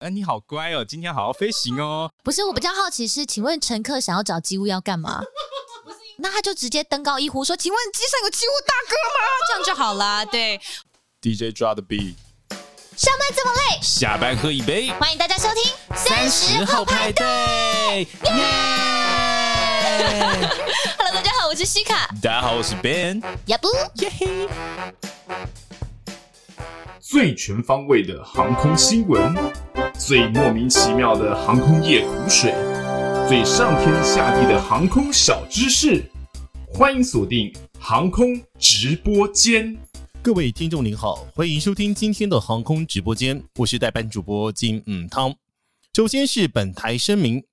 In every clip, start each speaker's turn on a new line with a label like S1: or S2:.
S1: 哎、你好乖哦，今天好好飞行哦。
S2: 不是，我比较好奇是，请问乘客想要找机务要干 嘛？那他就直接登高一呼说：“请问机上有机务大哥吗
S3: 这样就好啦。对，
S1: DJ 抓的 B，？”
S2: 上班这么累，
S1: 下班喝一杯，
S2: 欢迎大家收听《三十后派对》。
S1: 对，耶！
S2: Hello，大家好，我是西卡。
S1: 大家好，我是 Ben。
S2: 呀不，
S4: 最全方位的航空新闻，最莫名其妙的航空业苦水，最上天下地的航空小知识，欢迎锁定航空直播间。
S5: 各位听众您好，欢迎收听今天的航空直播间，我是代班主播金嗯汤。首先是本台声明，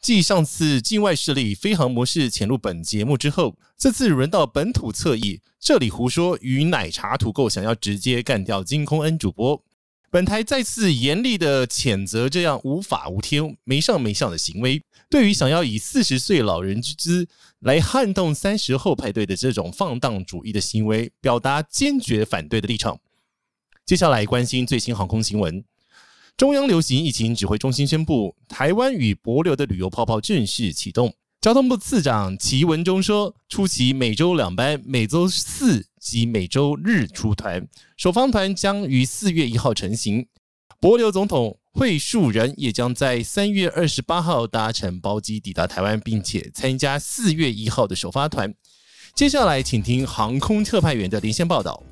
S5: 继上次境外势力飞航模式潜入本节目之后，这次轮到本土侧翼，这里胡说与奶茶土狗想要直接干掉金空恩主播。本台再次严厉的谴责这样无法无天、没上没下的行为。对于想要以四十岁老人之姿来撼动三十后派对的这种放荡主义的行为，表达坚决反对的立场。接下来关心最新航空新闻。中央流行疫情指挥中心宣布，台湾与帛琉的旅游泡泡正式启动。交通部次长齐文忠说，初期每周两班，每周四及每周日出团，首方团将于四月一号成型。帛琉总统惠树人也将在三月二十八号搭乘包机抵达台湾，并且参加四月一号的首发团。接下来，请听航空特派员的连线报道。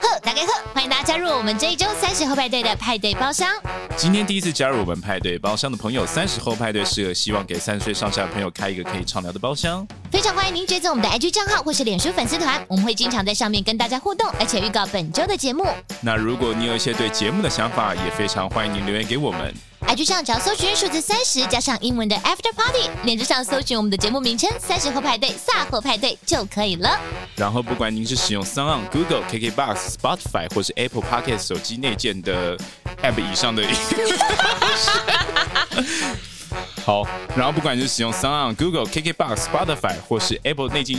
S2: 呵，大家好，欢迎大家加入我们这一周三十后派对的派对包厢。
S1: 今天第一次加入我们派对包厢的朋友，三十后派对适合希望给三十岁上下的朋友开一个可以畅聊的包厢。
S2: 非常欢迎您追踪我们的 IG 账号或是脸书粉丝团，我们会经常在上面跟大家互动，而且预告本周的节目。
S1: 那如果你有一些对节目的想法，也非常欢迎您留言给我们。
S2: IG 上只要搜寻数字三十加上英文的 After Party，脸书上搜寻我们的节目名称“三十后派对”“萨后派对”就可以了。
S1: 然后，不管您是使用 s o n Google、KKBox、Spotify 或是 Apple Podcast 手机内建的 App 以上的，好，然后不管是使用 s o n Google、KKBox、Spotify 或是 Apple 内建、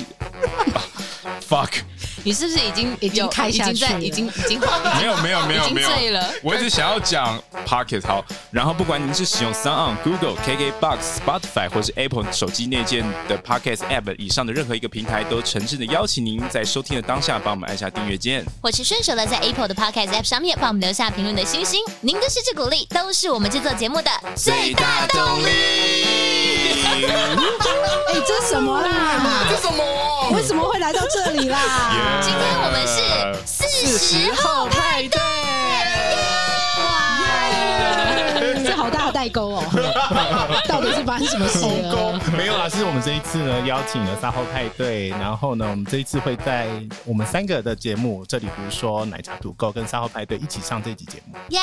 S1: fuck，
S3: 你是不是已经已
S6: 经开下
S3: 已经
S6: 去
S3: 在
S6: 了哎
S3: 已经已 经
S1: 没有没有没
S3: 已
S1: 有
S3: 经
S1: 没有
S3: 醉了，
S1: 我一直想要讲 Pocket 好，然后不管您是使用 s o n Google、KKBox、Spotify 或是 Apple 手机内建的 Podcast App 以上的任何一个平台，都诚挚的邀请您在收听的当下帮我们按下订阅键。
S2: 或是顺手的在 Apple 的 Podcast App 上面帮我们留下评论的星星，您的支持鼓励都是我们制作节目的最大动力。
S1: 力。
S6: 哎、这是什么啦？
S1: 这什么？
S6: 为什么会来到这 里啦？
S2: 今天我们是四十后派对，
S6: 这好大的代沟哦！到底是发生什么事了？
S5: 没有啦，是我们这一次呢邀请了三号派对，然后呢，我们这一次会在我们三个的节目这里，比如说奶茶独购跟三号派对一起上这集节目。
S2: 耶！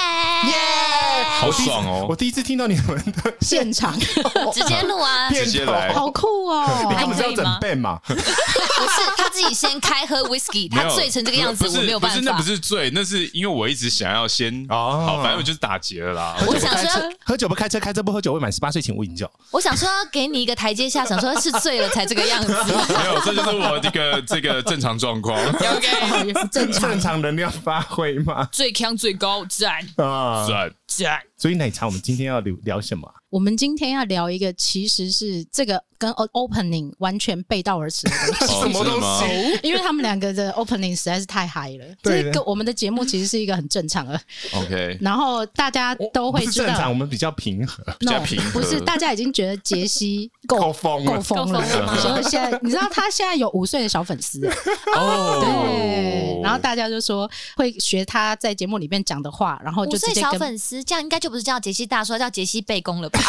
S1: 好爽哦！
S5: 我第一次听到你们的
S6: 现场
S2: 直接录啊！
S1: 直接来，
S6: 好酷
S5: 你
S6: 哦！
S5: 根本是要整备嘛？
S2: 不是他自己先开喝 whisky，
S1: 没有
S2: 他醉成这个样子，
S1: 不是
S2: 我没有办
S1: 不是，那
S2: 法
S1: 不。是醉，那是因为我一直想要先
S5: 哦
S1: 好，反正我就是打劫了啦。
S2: 我想说，
S5: 喝酒不开车，开车不喝酒，未满十八岁请勿饮酒。
S2: 我想说要给你一个台阶下，想说是醉了才这个样 子。
S1: 没有，这就是我这个这个正常状 况。
S6: 也不正常，
S5: 正常能量发挥嘛？
S3: 最强最高赞
S5: 啊，
S1: 算
S3: 赞。
S5: 所以奶茶，我们今天要聊聊什么啊？
S6: 我们今天要聊一个，其实是这个跟 o- opening 完全背道而驰的东西，
S1: 什么东西？
S6: 因为他们两个的 opening 实在是太嗨了。
S5: 对
S6: 这个我们的节目其实是一个很正常的，
S1: ？OK，
S6: 然后大家都会
S5: 哦不是
S6: 知
S5: 正常，
S6: 道啊
S5: 我。们比较平和。
S1: 比较平和
S6: 不是，大家已经觉得 杰西够
S5: 够疯了
S6: 够疯了
S2: 够疯了吗，
S6: 所以现在你知道他现在有五岁的小粉丝，
S1: 哦
S6: 对，然后大家就说会学他在节目里面讲的话，然后
S2: 五
S6: 就直
S2: 岁
S6: 接
S2: 小
S6: 跟
S2: 粉丝，这样应该就不是叫杰西大叔，叫杰西背公 了吧？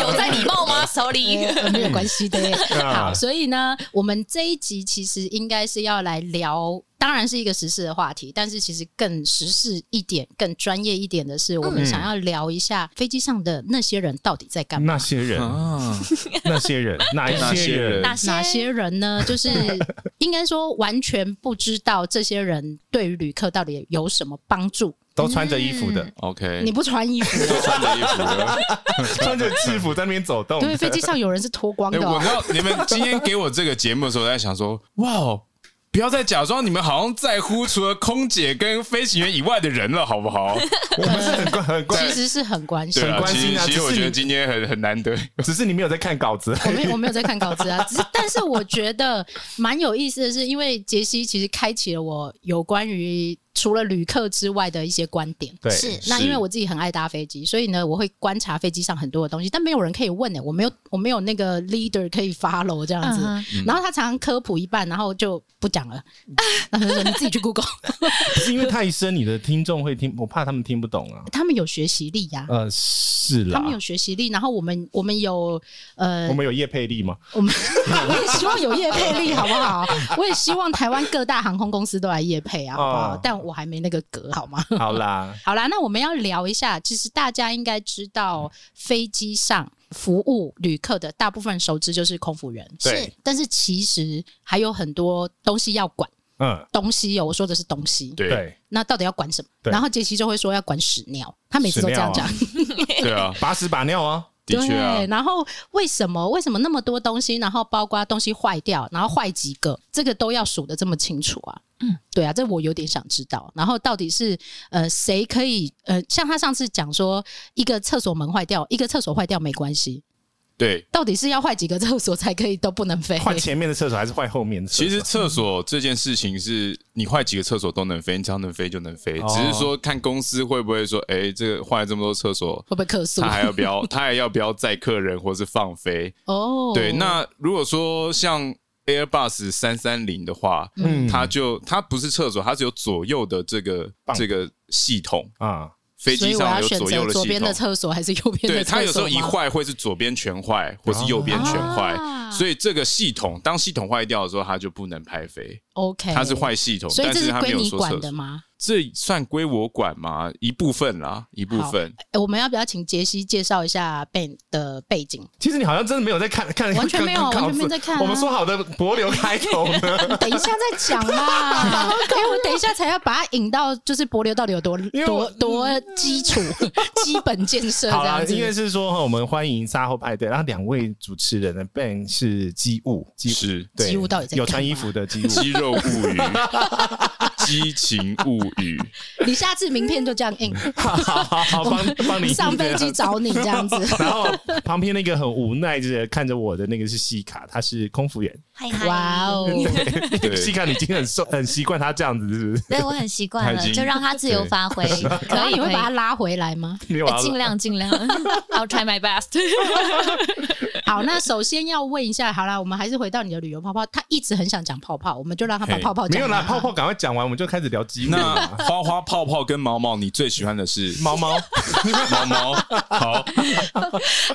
S3: 有在礼貌吗？Sorry，
S6: 呃没有关 系的。
S5: 啊
S6: 好，所以呢，我们这一集其实应该是要来聊，当然是一个时事的话题，但是其实更时事一点、更专业一点的是，我
S1: 嗯
S6: 们想要聊一下飞机上的那些人到底在干嘛。
S5: 那些 人，
S1: 啊，
S5: 那 些人，
S1: 那
S5: 哪一
S1: 些
S5: 些
S1: 人
S5: 人？
S2: 哪
S6: 哪些人呢？ 就是应该说完全不知道这些人对于旅客到底有什么帮助。
S5: 都穿着衣服的，
S1: OK，
S6: 你不穿衣 服的，
S1: 穿着衣服了。
S5: 穿着制服在那边走动的。
S6: 嗯对，飞机上有人是脱光
S1: 哎、
S6: 的
S1: 我
S6: 哦、
S1: 知道你们今天给我这个节目的时候，我在想说，哇哦，不要再假装你们好像在乎除了空姐跟飞行员以外的人了，好不好？
S5: 我们是很关很 关，
S6: 其实是很关心
S1: 对。啊，
S5: 关
S1: 其
S5: 心
S1: 实
S5: 啊
S1: 其
S5: 只
S1: 实
S5: 是
S1: 我觉得
S5: 你
S1: 今天很很难得，
S5: 只是你没有在看稿子。
S6: 我没有我没有在看稿子啊，只是但是我觉得蛮有意思的是，因为杰西其实开启了我有关于除了旅客之外的一些观点。
S5: 对，
S2: 是
S6: 那
S1: 是
S6: 因为我自己很爱搭飞机，所以呢，我会观察飞机上很多的东西，但没有人可以问呢、欸我没有我没有那个 leader 可以 follow 这样子。
S2: 嗯
S6: 然后他常常科普一半，然后就不讲了，然后就说你自己去 Google，
S5: 不是因为太深，你的听众会听，我怕他们听不懂啊。
S6: 他们有学习力呀、
S5: 呃，是哦啦
S6: 他，们有学习力，然后我们我们有呃
S5: 我，们有叶佩丽 吗？
S6: 我们我也希望有业配力，好不好？我也希望台湾各大航空公司都来业配啊，好不好？
S5: 哦
S6: 但我还没那个格，好吗？
S5: 好啦，
S6: 好啦，那我们要聊一下，其实大家应该知道，飞机上服务旅客的大部分熟知就是空服员，
S5: 对，
S6: 但是其实还有很多东西要管，
S5: 嗯，
S6: 东西哦，我说的是东西，
S1: 对
S5: 对，
S6: 那到底要管什么？
S5: 对
S6: 然后杰西就会说要管屎尿，他每次都这样讲，
S1: 对啊，
S5: 把屎把尿啊，
S1: 的确啊
S6: 对，，然后为什么为什么那么多东西，然后包括东西坏掉，然后坏几个，这个都要数的这么清楚啊？嗯，对啊，这我有点想知道。然后到底是呃谁可以呃，像他上次讲说，一个厕所门坏掉，一个厕所坏掉没关系，
S1: 对。
S6: 到底是要坏几个厕所才可以都不能 飞？
S5: 换前面的厕所还是换后面的厕所？
S1: 其实厕所这件事情是你坏几个厕所都能飞，你只要能飞就能飞，
S5: 哦
S1: 只是说看公司会不会说，哎、这个换了这么多厕所，
S6: 会不会客诉
S1: 他？还要不要，他还要不要载客人或是放飞？
S6: 哦，
S1: 对，那如果说像 Airbus 三三零的话，
S5: 嗯
S1: 它就它不是厕所，它只有左右的这个
S5: 棒
S1: 这个系统，
S5: 啊，
S1: 飞
S6: 所
S1: 机
S6: 以我
S1: 上
S6: 要
S1: 有
S6: 选
S1: 左右
S6: 择
S1: 的
S6: 左
S1: 系
S6: 边的
S1: 统。
S6: 厕所还是右边
S1: 对，
S6: 的厕所
S1: 它
S6: 吗？
S1: 有时候一坏会是左边全坏，或是右边全坏，
S6: 啊
S1: 所以这个系统当系统坏掉的时候，它就不能拍飞，
S6: OK，
S1: 它是，坏系统，
S6: 哎所以
S1: 但
S6: 这
S1: 是它没
S6: 归
S1: 有
S6: 你
S1: 说
S6: 管
S1: 厕
S6: 的
S1: 所，
S6: 吗？
S1: 这算归我管吗？一部分啦，一部
S6: 好
S1: 分。
S6: 诶我们要不要请杰西介绍一下 Ben 的背景？
S5: 其实你好像真的没有在看看，
S6: 完全没有
S5: 看看
S6: 完全没
S5: 稿子
S6: 在看啊
S5: 我们说好的柏流开头呢？
S6: 等一下再讲嘛，因为我等一下才要把它引到，就是柏流到底有多
S5: 因为我
S6: 多多基 础、基本建设
S5: 好
S6: 这
S5: 啦，
S6: 样
S5: 因为
S6: 子。
S5: 是说哦我们欢迎沙后派对，然后两位主持人的 Ben 是机务，机务
S1: 是
S5: 对
S6: 机务到底在
S5: 有
S6: 干
S5: 穿衣
S6: 嘛
S5: 服的机务，
S1: 肌肉物 语，激情物语，
S6: 你下次名片就这样 印，
S5: 好好好，帮帮你
S6: 上飞机找你这样子。
S5: 然后旁边那个很无奈，就是看着我的那个是西卡，他是空服员。
S2: 嗨嗨，
S6: 哇哦！
S1: 对
S5: 西卡，你已经很受很习惯他这样子，是不是？
S2: 对我很习惯
S1: 他已
S2: 了，
S1: 经
S2: 就让他自由发挥，
S6: 然
S2: 可
S6: 后
S2: 以
S6: 你会把它
S2: 可
S6: 拉回来吗？
S5: 没有
S2: 以
S5: 啊，
S2: 尽量尽量。
S3: I'll try my best。
S6: 好，那首先要问一下，好啦，我们还是回到你的旅游泡泡。他一直很想讲泡泡，我们就让他把
S1: 嘿
S6: 泡泡
S5: 没
S6: 讲
S5: 有
S6: 完啊。
S5: 啦，泡泡赶快讲完，我们就开始聊机务
S1: 那
S5: 啦。
S1: 花花泡泡跟毛毛，你最喜欢的是
S5: 猫猫，
S1: 毛毛？好，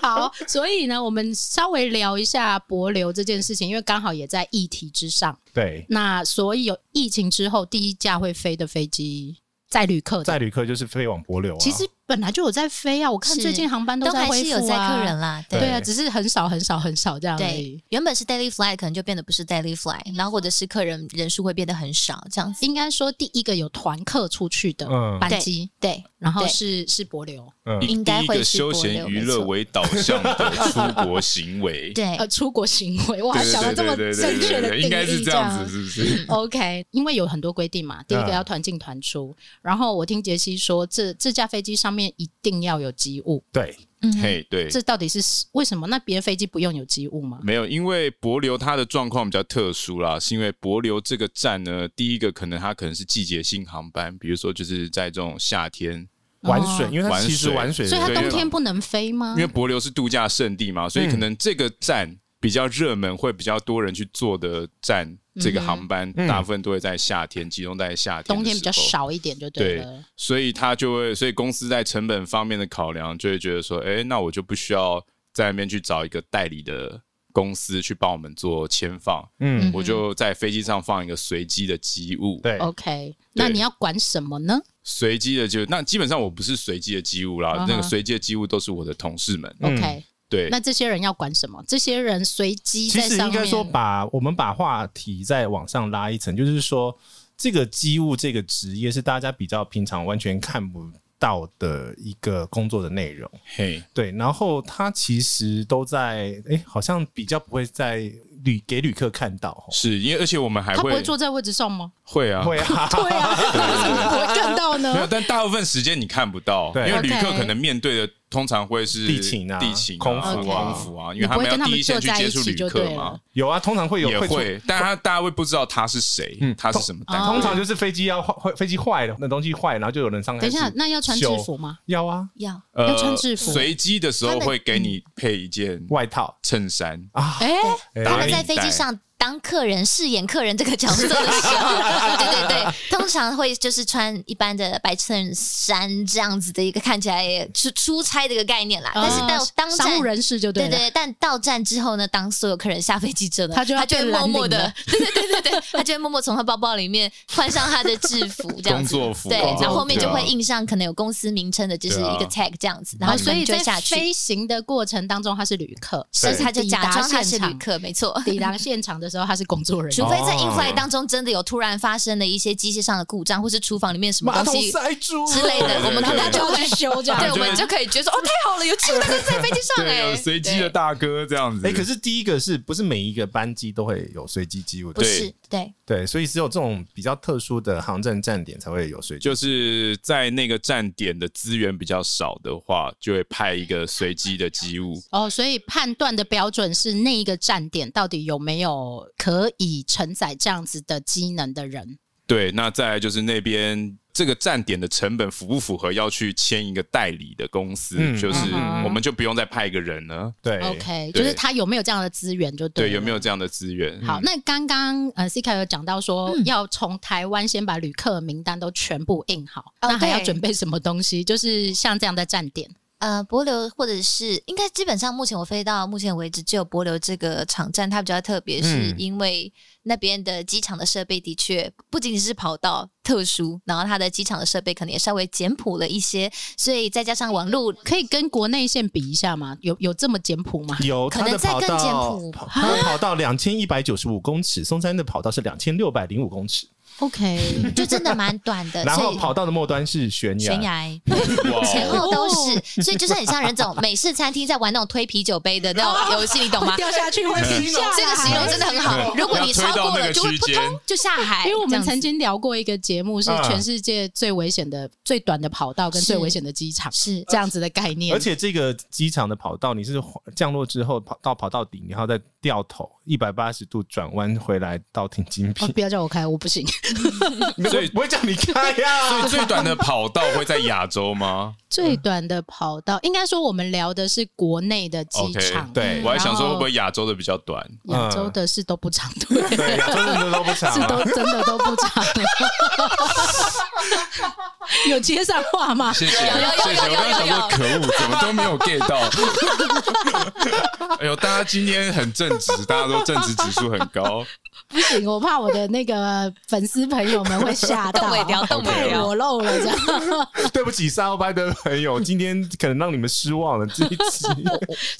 S6: 好，所以呢，我们稍微聊一下博流这件事情，因为刚好也在议题之上。
S5: 对，
S6: 那所以有疫情之后，第一架会飞的飞机载旅客的
S5: 载旅客就是飞往柏流啊。
S6: 其实本来就有在飞啊。我 看
S2: 是
S6: 最近航班
S2: 都
S6: 在
S2: 还
S6: 恢
S2: 是
S6: 复、啊、
S2: 有载客人啦，对。
S6: 对啊，只是很少很少很少这样而
S2: 对
S6: 已。，
S2: 原本是 daily fly，可能就变得不是 daily fly，然后或者是客人人数会变得很少，这样子。
S6: 应该说第一个有团客出去的
S5: 嗯
S6: 班机，
S2: 对，
S6: 然后
S2: 对
S6: 是是博流，
S5: 嗯
S1: 以
S2: 应该
S1: 第一
S2: 会
S1: 个
S2: 是
S1: 休
S2: 多
S1: 闲
S2: 流
S1: 娱
S2: 没
S1: 乐
S2: 错
S1: 为导向的出国行为。
S2: 对，
S6: 呃，出国行为，哇，
S1: 对
S6: 想到
S1: 对
S6: 这么
S1: 对对对
S6: 正
S1: 对
S6: 确的定
S1: 对，
S6: 义，
S1: 应该是
S6: 这
S1: 这样子，嗯
S6: 啊。
S1: 是不是？
S6: OK，因为有很多规定嘛，第一个要团进团出，然后我听杰西说，这这架飞机上面一定要有机务，
S5: 对，
S2: 嗯，
S1: 嘿，对，
S6: 这到底是为什么？那别的飞机不用有机务吗？
S1: 没有，因为博流它的状况比较特殊啦，是因为博流这个站呢，第一个可能它可能是季节性航班，比如说就是在这种夏天，
S5: 玩水，因为它
S1: 玩
S5: 其实
S1: 水
S5: 玩水的
S6: 哦所以它
S1: 对
S6: 冬天不能飞吗
S1: 因？为博流是度假胜地嘛，所以可
S5: 嗯
S1: 能这个站比较热门，会比较多人去坐的站，这个航班
S5: 嗯
S1: 大部分都会在夏天，集中在夏天，
S6: 冬天比较。少一点就
S1: 对
S6: 对了。，
S1: 所以他就会，所以公司在成本方面的考量，就会觉得说，哎，那我就不需要在那边去找一个代理的公司去帮我们做签放，
S5: 嗯，
S1: 我就在飞机上放一个随机的机务，
S5: 对，
S6: OK，那你要管什么呢？
S1: 随机的就那基本上我不是随机的机务啦，
S6: 嗯哼
S1: 那个随机的机务都是我的同事们，
S5: 嗯
S6: OK，
S1: 对，
S6: 那这些人要管什么？这些人随机
S5: 其
S6: 在
S5: 实
S6: 上
S5: 应该
S6: 面，
S5: 说把，我们把话题再往上拉一层，就是说，这个机务这个职业是大家比较平常完全看不到的一个工作的内容。
S1: 嘿，
S5: 对，然后它其实都在，哎、好像比较不会在旅给旅客看 到。吼
S1: 是因为而且我们还
S6: 他不
S1: 会
S6: 会坐在位置上吗？
S1: 会啊，
S5: 会啊，
S6: 对啊，那为什么不会看到
S1: 没有，
S6: 呢？
S1: 但大部分时间你看不到，
S5: 对
S1: 因为旅客
S6: OK
S1: 可能面对的通常会是
S5: 地勤啊
S1: 地勤、
S5: 空
S6: 服
S1: 啊、
S6: 啊
S1: 空服啊，因
S6: 你
S1: 为
S6: 不会
S1: 们
S6: 跟
S1: 要
S6: 他
S1: 第一
S6: 们
S1: 线
S6: 坐
S1: 去
S6: 在
S1: 接
S6: 一
S1: 触
S6: 起
S1: 旅
S6: 就
S1: 客
S6: 对
S1: 嘛
S6: 了，。
S5: 有啊，通常会有
S1: 也
S5: 出
S1: 会，但他大家会不知道他是谁，
S5: 嗯
S1: 他是什么单位。
S5: 通常就是飞机要坏，坏飞机坏了，那东西坏了，然后就有人上来。
S6: 等一下，那要穿制服？吗？
S5: 要啊，
S6: 要，
S1: 呃
S6: 要穿制服。
S1: 随机的时候会给你配一件
S5: 外套
S1: 衬衫，
S5: 啊，
S6: 哎，
S2: 他
S5: 哎
S1: 打
S2: 们
S1: 领
S2: 在飞机
S1: 带
S2: 上当客人饰演客人这个角色的时 候，对对对，通常会就是穿一般的白衬衫这样子的一个看起来也出出差的一个概念啦。但是到
S6: 哦
S2: 当
S6: 商
S2: 站
S6: 务人士就
S2: 对
S6: 了。
S2: 对，但到站之后呢，当所有客人下飞机之后呢，
S6: 他就要
S2: 他就会
S6: 变蓝
S2: 默默
S6: 领
S2: 的
S6: 了，
S2: 对对对对对，他就会默默从他包包里面换上他的制服，这样子，
S1: 工作服
S2: 对
S1: 工，
S5: 作
S2: 然后后面
S1: 服
S2: 就会
S1: 对啊
S2: 印上可能有公司名称的，就是
S1: 对啊
S2: 一个 tag 这样子，然
S6: 然
S2: 后
S6: 后哦所以
S2: 追
S6: 在
S2: 下去，
S6: 飞行的过程当中，他是旅客，
S2: 所以他就
S6: 抵
S2: 假
S6: 达
S2: 装他
S6: 现
S2: 是旅
S6: 场
S2: 客，没错。
S6: 抵达现场的时候，他是工作人
S2: 除
S6: 员。
S2: 非在 in
S5: 哦
S2: flight 当中真的有突然发生的一些机械上的故障，或是厨房里面什么
S5: 马
S2: 东
S5: 桶
S2: 西
S5: 塞住
S2: 之类
S1: 对
S2: 的
S1: 对，
S2: 我们
S1: 对
S2: 可能
S1: 对
S2: 就会
S6: 去修这样
S2: 对，
S1: 就
S2: 我
S1: 是
S2: 们就可以觉得说，哦，太好了，有这个大哥 在飞机上
S1: 对，
S2: 哎，
S1: 有随机的
S2: 对
S1: 大哥这样子。
S5: 哎、可是第一个是不是每一个班机都会有随机机务？
S2: 不是对，
S5: 对，所以只有这种比较特殊的航站站点才会有随机。
S1: 就是在那个站点的资源比较少的话，就会派一个随机的机务。
S6: 哦，所以判断的标准是那一个站点到底有没有可以承载这样子的机能的人。
S1: 对，那再来就是那边这个站点的成本符不符合要去签一个代理的公司，
S5: 嗯
S1: 就是
S6: 嗯哼
S1: 我们就不用再派一个人了。
S5: 对
S6: OK，
S1: 对
S6: 就是他有没有这样的资源就
S1: 对，
S6: 了
S1: 有没有嗯这样的资源？
S6: 好，那刚刚呃，C K 有讲到说、
S2: 嗯
S6: 要从台湾先把旅客名单都全部印好，
S2: 哦
S6: 那还要
S2: 对
S6: 准备什么东西？就是像这样的站点，
S2: 呃，博流或者是应该基本上，目前我飞到目前为止，只有博流这个场站它比较特别，是
S5: 嗯
S2: 因为那边的机场的设备的确不仅仅是跑道特殊，然后它的机场的设备可能也稍微简朴了一些，所以再加上网络
S6: 可以跟国内线比一下吗？有有这么简朴吗？
S5: 有
S2: 可
S5: 它的
S2: 能再
S5: 跑
S2: 更简
S5: 道
S2: 朴，
S5: 它的跑道两千一百九十五公尺，松山的跑道是两千六百零五公尺，
S6: OK，
S2: 就真的蛮短 的，
S5: 然
S2: 所
S5: 后
S2: 以
S5: 跑道的末端是悬崖。
S2: 悬
S1: 啊
S2: 崖。
S1: 哇
S2: 前
S1: 哦，
S2: 后都是，所以就是很像人这种美式餐厅在玩那种推啤酒杯的那
S6: 哦
S2: 种游戏，你懂 吗？
S6: 掉下去会停 下
S2: 这个形容真的很好。如果你超过了，就会扑通就下海。
S6: 因为我
S2: 这
S6: 们
S2: 样子
S6: 曾经聊过一个节目，是
S1: 啊
S5: 嗯
S6: 全世界最危险的、最短的跑道跟
S2: 是
S6: 最危险的机场，
S2: 是
S6: 这样子的概念。
S5: 而且这个机场的跑道，你是降落之后跑到跑道顶，然后再掉头一百八十度转弯回来到停金
S6: 哦，
S5: 坪，
S6: 不要叫我开，我不 行。
S1: 所以
S5: 不会叫你开 呀、
S1: 所以最短的跑道会在亚洲吗？
S6: 最
S5: 嗯
S6: 短的跑道，应该说我们聊的是国内的机
S1: OK，
S6: 场，
S5: 对嗯
S1: 我还想说会不会亚洲的比亚洲的比较短？
S6: 亚洲的是都不长，对，
S5: 对，亚洲真的都不长
S6: 是都
S5: 啊。
S6: 真的都不长。 有接上话吗？
S1: 谢谢，谢谢。
S2: 有有有
S1: 我刚刚想
S2: 有
S1: 说，可恶，怎么都没有 get 到。 哎呦，大家今天很正直，大家都正直指数很高。
S6: 不行，我怕我的那个粉丝朋友们会吓 到，
S2: 动尾雕动
S1: 尾
S6: 太
S1: 雕
S6: 裸露了这样。
S5: 对不起，沙欧班的朋友，今天可能让你们失望了。这一集
S6: 所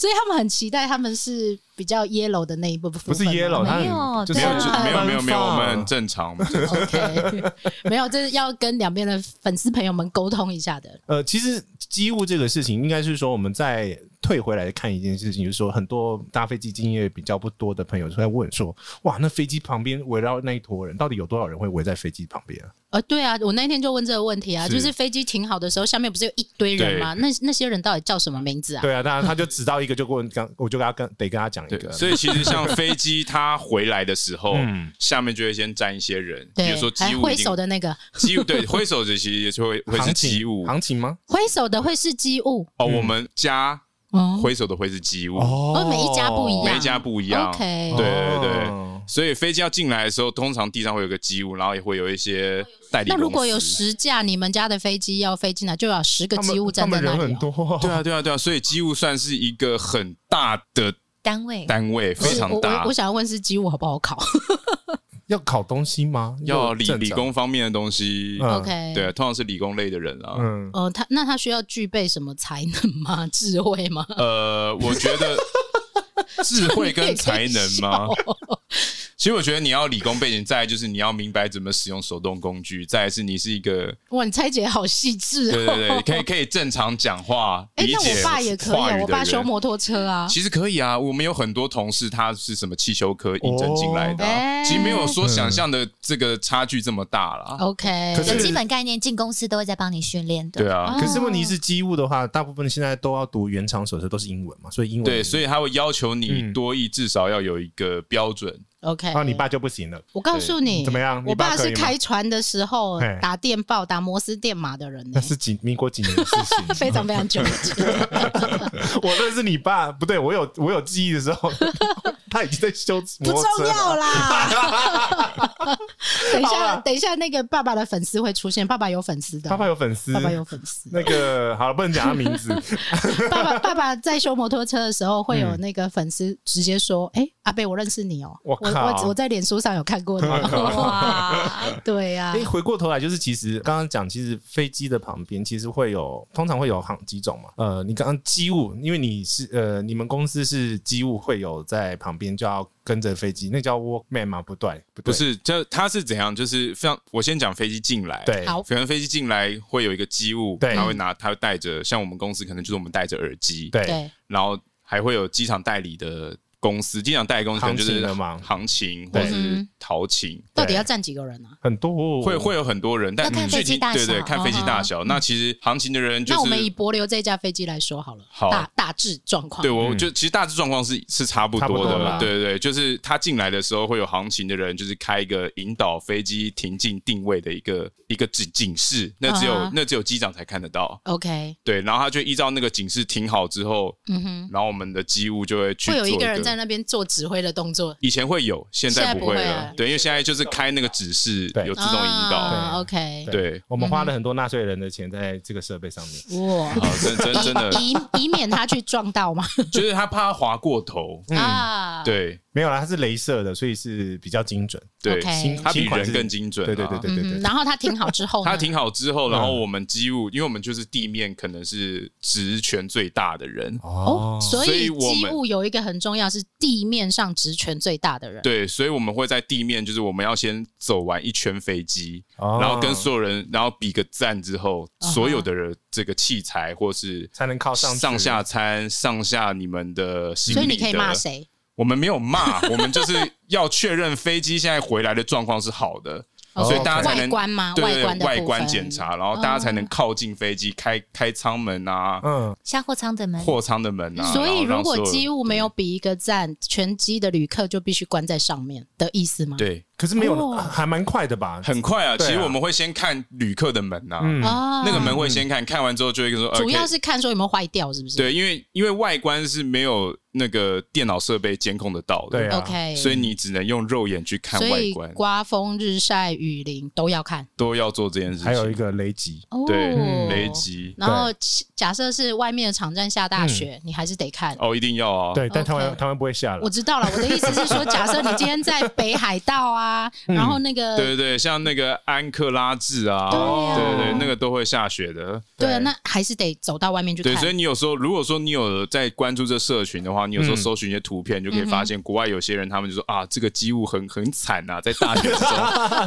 S6: 以他们很期待，他们是比较 yellow 的那一部分吗，
S5: 不是 yellow，它
S2: 没有
S5: 很就是
S1: 没有
S2: 对啊
S1: 没有没有没有，我们很
S5: 很
S1: 正常。我们
S6: OK，没有，这是要跟两边的粉丝朋友们沟通一下的。
S5: 呃，其实机务这个事情，应该是说我们再退回来看一件事情，就是说很多搭飞机经验比较不多的朋友就在问说，哇，那飞机旁边围绕那一坨人，到底有多少人会围在飞机旁边啊？
S6: 呃，对啊，我那天就问这个问题啊，
S5: 是
S6: 就是飞机停好的时候，下面不是有一堆人吗？那那些人到底叫什么名字啊？
S5: 对啊，当然他就指到一个，就问刚，我就跟他跟得跟他讲一
S1: 对，
S5: 个，
S1: 所以其实像飞机它回来的时候
S5: 嗯，
S1: 下面就会先站一些人，比
S6: 对，
S1: 如说
S6: 还
S1: 机务
S6: 挥
S1: 一定
S6: 手的那个，
S1: 机务对挥手的其实也就会会是
S5: 行
S1: 机务
S5: 情行情吗？
S6: 挥手的会是机务
S1: 哦，我们家
S6: 哦，
S1: 挥手的会是机务，
S5: 哦
S6: 每一家不一
S1: 每
S6: 样
S1: 一家不一样。
S6: 哦 OK
S1: 对对对
S5: 哦，
S1: 所以飞机要进来的时候，通常地上会有个机务，然后也会有一些代理
S6: 那
S1: 公司。
S6: 如果有十架你们家的飞机要飞进来，就要十个
S5: 他们
S6: 机务
S5: 他
S6: 站在
S5: 们
S6: 那
S5: 人
S6: 里
S5: 很
S6: 哦、
S5: 多啊，
S1: 对啊，对啊，对啊，所以机务算是一个很大的
S2: 单位
S1: 单位，非
S6: 是
S1: 常
S6: 我我
S1: 大
S6: 我。想要问是机务好不好考？
S5: 要考东西吗？
S1: 要理
S5: 正常
S1: 理，工方面的东西，
S5: 嗯
S6: OK，
S1: 对，通常是理工类的人啊。
S5: 嗯，
S6: 呃，他那他需要具备什么才能吗？智慧吗？
S1: 呃，我觉得智慧跟才能吗？其实我觉得你要理工背景，再来就是你要明白怎么使用手动工具，再来是你是一 个
S6: 哇，你拆解好细致
S1: 对
S6: 哦！
S1: 对对，可以可以正常讲话，
S6: 哎，
S1: 理
S6: 那
S1: 解
S6: 我爸也可以
S1: 话语
S6: 啊，
S1: 的
S6: 我爸
S1: 人
S6: 修摩托车啊。
S1: 其实可以啊，我们有很多同事他是什么汽修科应征进来的啊、
S6: 哦
S1: 其实没有说想象的这个差距这么大啦。
S6: OK，
S5: 可是
S2: 有基本概念，进公司都会在帮你训练的。
S1: 对啊，
S6: 哦
S5: 可是问题是机务的话，大部分现在都要读原厂手册，都是英文嘛，所以英文
S1: 对，所以他会要求你
S5: 嗯
S1: 多艺至少要有一个标准。
S6: OK，
S5: 啊，你爸就不行了。
S6: 我告诉你
S5: 怎么样你
S6: 我
S5: 爸
S6: 爸
S5: 可
S6: 是
S5: 以吗
S6: 开船的时候
S5: 嘿
S6: 打电报、打摩斯电码的人呢
S5: 那，是几民国几年的事 情？
S6: 非常非常久之前。
S5: 我认识你爸，不对，我有我有记忆的时 候，他已经在修摩
S6: 不
S5: 托车
S6: 重
S5: 了。
S6: 要啦。 等一
S5: 好
S6: 下
S5: 啦，
S6: 等一下，那个爸爸的粉丝会出现，爸爸有粉丝的，
S5: 爸爸有粉丝，
S6: 爸爸有粉丝，
S5: 那个好了，不能讲他名字。
S6: 爸爸爸爸在修摩托车的时候，会有那个粉丝直接说：“哎、阿贝，我认识你哦、
S5: 我
S6: 我
S5: 靠
S6: 我我在脸书上有看 过你。
S3: 哇，”
S6: 对啊呀、
S5: 哎，回过头来，就是其实刚刚讲，其实飞机的旁边其实会有，通常会有航几种嘛。呃，你刚刚机务，因为你是呃，你们公司是机务，会有在旁边就要跟着飞机，那叫 workman 吗？不对，不对
S1: 不是，这他是怎样？就是非常，我先讲飞机进来，啊
S5: 对，
S6: 好
S1: 可能飞机进来会有一个机务，
S5: 对
S1: 他会拿，他会带着，像我们公司可能就是我们带着耳机，
S5: 对，
S6: 对，
S1: 然后还会有机场代理的公司，机场代理公司可能就是
S5: 行情的嘛
S1: 行情或
S5: 对哦
S1: 是
S2: 嗯
S1: 陶琴，
S6: 到底要站几个人啊？
S5: 很多
S1: 会会有很多人，但嗯
S2: 要看
S1: 具
S2: 飞机
S1: 体
S2: 大
S1: 对对，
S2: 小哦
S1: 看飞机大小。那其实行情的人就
S6: 那我们以
S1: 是。
S6: 博流这架飞机来说好了，
S1: 好
S6: 大大致状况。
S1: 对，我就其实大致状况是是差不
S5: 嗯差不
S1: 多
S5: 多
S1: 的
S5: 啦，
S1: 对对对，就是他进来的时候会有行情的人，就是开一个引导飞机停进定位的一个一个警警示，那只
S6: 嗯
S1: 有
S6: 哼
S1: 那只有机长才看得到，
S6: OK，
S1: 对，然后他就依照那个警示停好之后，
S6: 嗯哼，
S1: 然后我们的机务就会去
S6: 会有
S1: 做
S6: 一
S1: 个
S6: 个人在那边做指挥的动作。
S1: 以前会有，现
S6: 现
S1: 在
S6: 在
S1: 不
S6: 不
S1: 会
S6: 会
S1: 了
S6: 了，
S1: 对，因为现在就是开那个指示
S5: 对
S1: 有自动引导，
S6: 啊、OK，
S1: 对，
S5: 我们花了很多纳税人的钱在这个设备上
S1: 嗯
S5: 面。
S6: 哇，
S1: 好，真真真的，
S6: 以以免他去撞到嘛。
S1: 就是他怕他滑过头，
S6: 啊，
S1: 对
S5: 没有啦，它是镭射的，所以是比较精准。
S1: 对，
S6: OK
S5: 新
S1: 他比
S5: 新款
S1: 人
S5: 是
S1: 更精准啊，
S5: 对对对对
S6: 嗯
S5: 对
S6: 哼
S5: 对。
S6: 然后他停好之后呢，
S1: 他停好之后，然后
S5: 嗯
S1: 我们机务，因为我们就是地面可能是职权最大的人，
S6: 哦，所
S1: 所以
S6: 以
S1: 我
S6: 机
S1: 们
S6: 务有一个很重要是地面上职权最大的人。
S1: 对，所以我们会在地面，就是我们要先走完一圈飞机，
S5: 哦
S1: 然后跟所有人，然后比个赞之后，
S6: 嗯
S1: 所有的人这个器材或是
S5: 才能靠上去
S1: 上下餐上下你们的行李
S6: 所以你可以
S1: 的
S6: 骂谁？
S1: 我们没有骂，我们就是要确认飞机现在回来的状况是好的，所以大家才能
S6: 哦外观吗
S1: 对
S6: 外观的部分嗯
S1: 外观检查，然后大家才能靠近飞机，开开舱门啊，
S5: 嗯，
S2: 下货舱的门，
S1: 货舱的门啊。
S6: 所以
S1: 然后让
S6: 如
S1: 所
S6: 果
S1: 有
S6: 机务没有比一个赞，全机的旅客就必须关在上面的意思吗？，
S1: 对，
S5: 可是没有，
S6: 哦
S5: 还蛮快的吧？
S1: 很快啊，其
S5: 对啊
S1: 实我们会先看旅客的门啊，
S5: 嗯，
S6: 哦，
S1: 那个门会先看，看完之后就会说，
S6: 主要
S1: OK
S6: 是看说有没有坏掉，是不是？
S1: 对，因为因为外观是没有那个电脑设备监控得到的，
S5: 对啊
S6: ，OK，
S1: 所以你只能用肉眼去看
S6: 所
S1: 外
S6: 以
S1: 观，
S6: 刮风、日晒、雨淋都要看。
S1: 都要做这件事情。
S5: 还有一个雷击，
S6: 哦
S1: 对
S5: 嗯
S1: 雷。击
S6: 然后假设是外面的场站下大雪，你还是得看。
S1: 哦，一定要啊，
S5: 对，但台湾
S6: OK
S5: 台湾不会下了
S6: 我。知道了，我的意思是说，假设你今天在北海道 啊，然后那个
S1: 对对对，像那个安克拉治啊，
S6: 对啊
S1: 对对对，那个都会下雪的。
S6: 对啊，那还是得走到外面去
S1: 对，
S6: 看。
S1: 所以你有时候如果说你有在关注这社群的话，你有时候
S5: 嗯
S1: 搜寻一些图片，就可以发现国外有些人他们就说啊，这个机务很很惨呐，在大雪 中，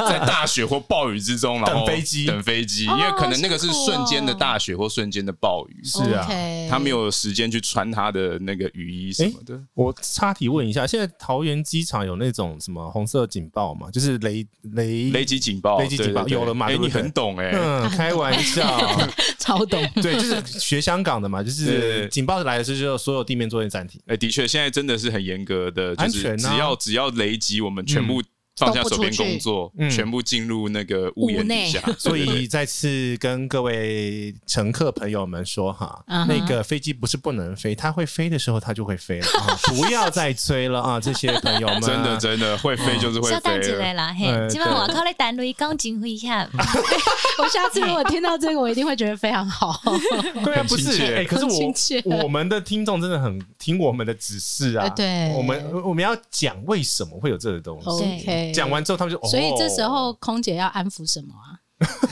S1: 在大雪或暴雨之中，然后
S5: 等飞机
S1: 等飞机，因
S6: 哦
S1: 为可能那个是
S6: 辛苦哦
S1: 瞬间的大雪或瞬间的暴雨，
S5: 是啊
S6: OK
S1: 他没有时间去穿他的那个雨衣什么的。
S5: 我插题问一下，现在桃园机场有那种什么红色警报嘛？就是雷雷
S1: 雷击警报，
S5: 雷击警报
S1: 对对对
S5: 有了嘛
S1: 哎，
S5: 对不
S1: 你
S5: 对
S1: 很懂哎，
S6: 啊
S5: 嗯，开玩笑，
S6: 超懂。
S5: 对，就是学香港的嘛，就
S1: 对对
S5: 是
S1: 对
S5: 警报来的时候，就所有地面作业暂停。
S1: 哎、的确，现在真的是很严格的，就
S5: 安
S1: 是
S5: 全
S1: 只
S5: 啊
S1: 要、只要雷击，我们全部放下手边工作，
S5: 嗯
S1: 全部进入那个屋檐底下。
S5: 所
S1: 对对
S5: 以
S1: 对
S5: 再次跟各位乘客朋友们说哈，
S6: 嗯哼
S5: 那个飞机不是不能飞，它会飞的时候它就会飞了， 啊、不要再催了啊，这些朋友们。
S1: 真的真的会
S6: 嗯
S1: 飞就是会
S2: 稍等一
S1: 飞了哎
S2: 下啦，
S5: 呃
S2: 嘿，今晚
S5: 对
S2: 我靠咧单位讲真危 险，
S6: 我下次如果听到这个，我一定会觉得非常 好。
S5: 对啊，
S1: 很
S5: 不
S1: 亲
S5: 是
S1: 切
S5: 哎、可是
S6: 很亲切
S5: 我我们的听众真的很听我们的指示啊，
S6: 呃对哦
S5: 我们我们要讲为什么会有这个东西。
S2: 对
S6: OK，对，
S5: 讲完之后他们就，哦
S6: 所以这时候空姐要安抚什么啊？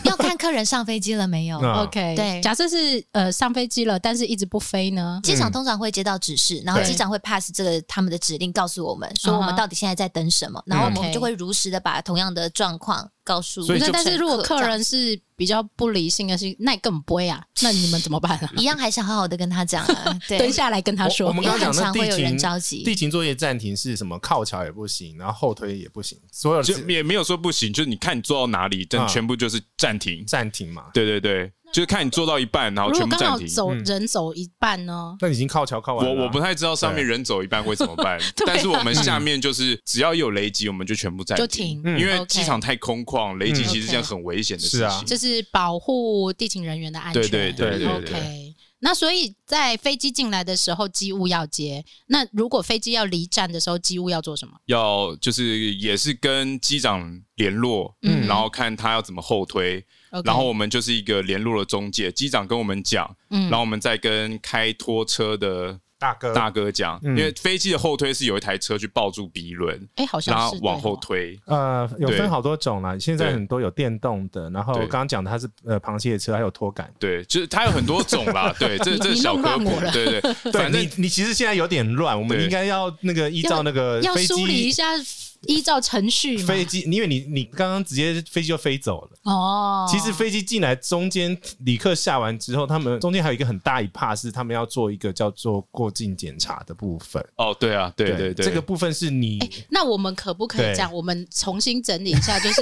S2: 要看客人上飞机了没有。
S5: 啊
S6: OK，
S2: 对
S6: 假设是呃上飞机了，但是一直不飞呢？
S2: 机
S1: 嗯
S2: 场通常会接到指示，然后
S5: 对
S2: 机长会 pass 这个他们的指令，告诉我们说我
S6: 嗯
S2: 们
S6: 哼嗯
S2: 到底现在在等什么，然后我们
S6: OK
S2: 就会如实的把同样的状况告诉
S5: 所
S2: 乘
S5: 以
S2: 客。
S6: 那但是如果客
S2: 这样
S6: 人是比较不理性的是，那更不会啊，那你们怎么办 啊？
S2: 一样，还是好好的跟他讲啊， 对
S6: 蹲，下来跟他
S5: 我
S6: 说
S5: 我们
S2: 因
S5: 刚
S2: 为
S5: 刚
S2: 很
S5: 讲
S2: 常
S5: 的
S2: 会有
S5: 地
S2: 人
S5: 勤
S2: 着急。
S5: 地勤作业暂停是什么？靠桥也不行，然后后推也不行，所有
S1: 就
S5: 的
S1: 也没有说不行，就是你看你做到哪里，但
S5: 嗯
S1: 全部就是暂停。
S5: 暂停嘛。
S1: 对对对，就是看你做到一半，然后
S6: 如
S1: 全部
S6: 果刚
S1: 暂
S6: 好
S1: 停。
S6: 走
S5: 嗯
S6: 人走一半呢？
S5: 那已经靠桥靠完了
S1: 我
S5: 啊，
S1: 我不太知道上面
S5: 对
S1: 人走一半会怎么 办，但是我们下面就是只要有雷击，我们就全部暂
S6: 啊就
S1: 停
S6: 停，嗯
S1: 因为
S6: OK
S1: 机场太空旷，雷击
S5: 嗯
S1: 其实是件很危险的事
S5: 是啊
S1: 情。
S6: 就是保护地勤人员的安全。
S1: 对对对
S5: 对对
S6: OK，那所以在飞机进来的时候，机务要接。那如果飞机要离站的时候，机务要做什么？
S1: 要就是也是跟机长联络，
S6: 嗯
S1: 然后看他要怎么后推，
S6: OK
S1: 然后我们就是一个联络的中介，机长跟我们讲，
S6: 嗯
S1: 然后我们再跟开拖车的
S5: 大哥
S1: 大哥讲，
S5: 嗯
S1: 因为飞机的后推是有一台车去抱住鼻轮，
S6: 哎、好像
S1: 然
S6: 是
S1: 后
S6: 对
S1: 往后
S6: 哦
S1: 推，
S5: 呃，有
S1: 对
S5: 分好多种啦，现在
S1: 对
S5: 很多有电动的，然后
S1: 对
S5: 刚刚讲的它是呃螃蟹车，还有拖杆。
S1: 对，就是它有很多种 啦，对，这
S6: 你
S1: 这
S6: 你
S1: 小
S6: 弄
S1: 科
S6: 乱
S1: 普
S6: 我，了
S1: 对 对，
S5: 对
S1: 反正
S5: 你，你其实现在有点乱，我们
S1: 对
S5: 应该要那个依照那个
S6: 要
S5: 飞
S6: 梳理一
S5: 机
S6: 下，依照程序嘛。
S5: 飞机，因为你你刚刚直接飞机就飞走了。
S6: 哦，
S5: 其实飞机进来中间，旅客下完之后，他们中间还有一个很大一 part 是他们要做一个叫做过境检查的部分。
S1: 哦，对啊，对对对，
S5: 这个部分是你
S6: 那我们可不可以
S5: 对
S6: 这样？我们重新整理一下，就是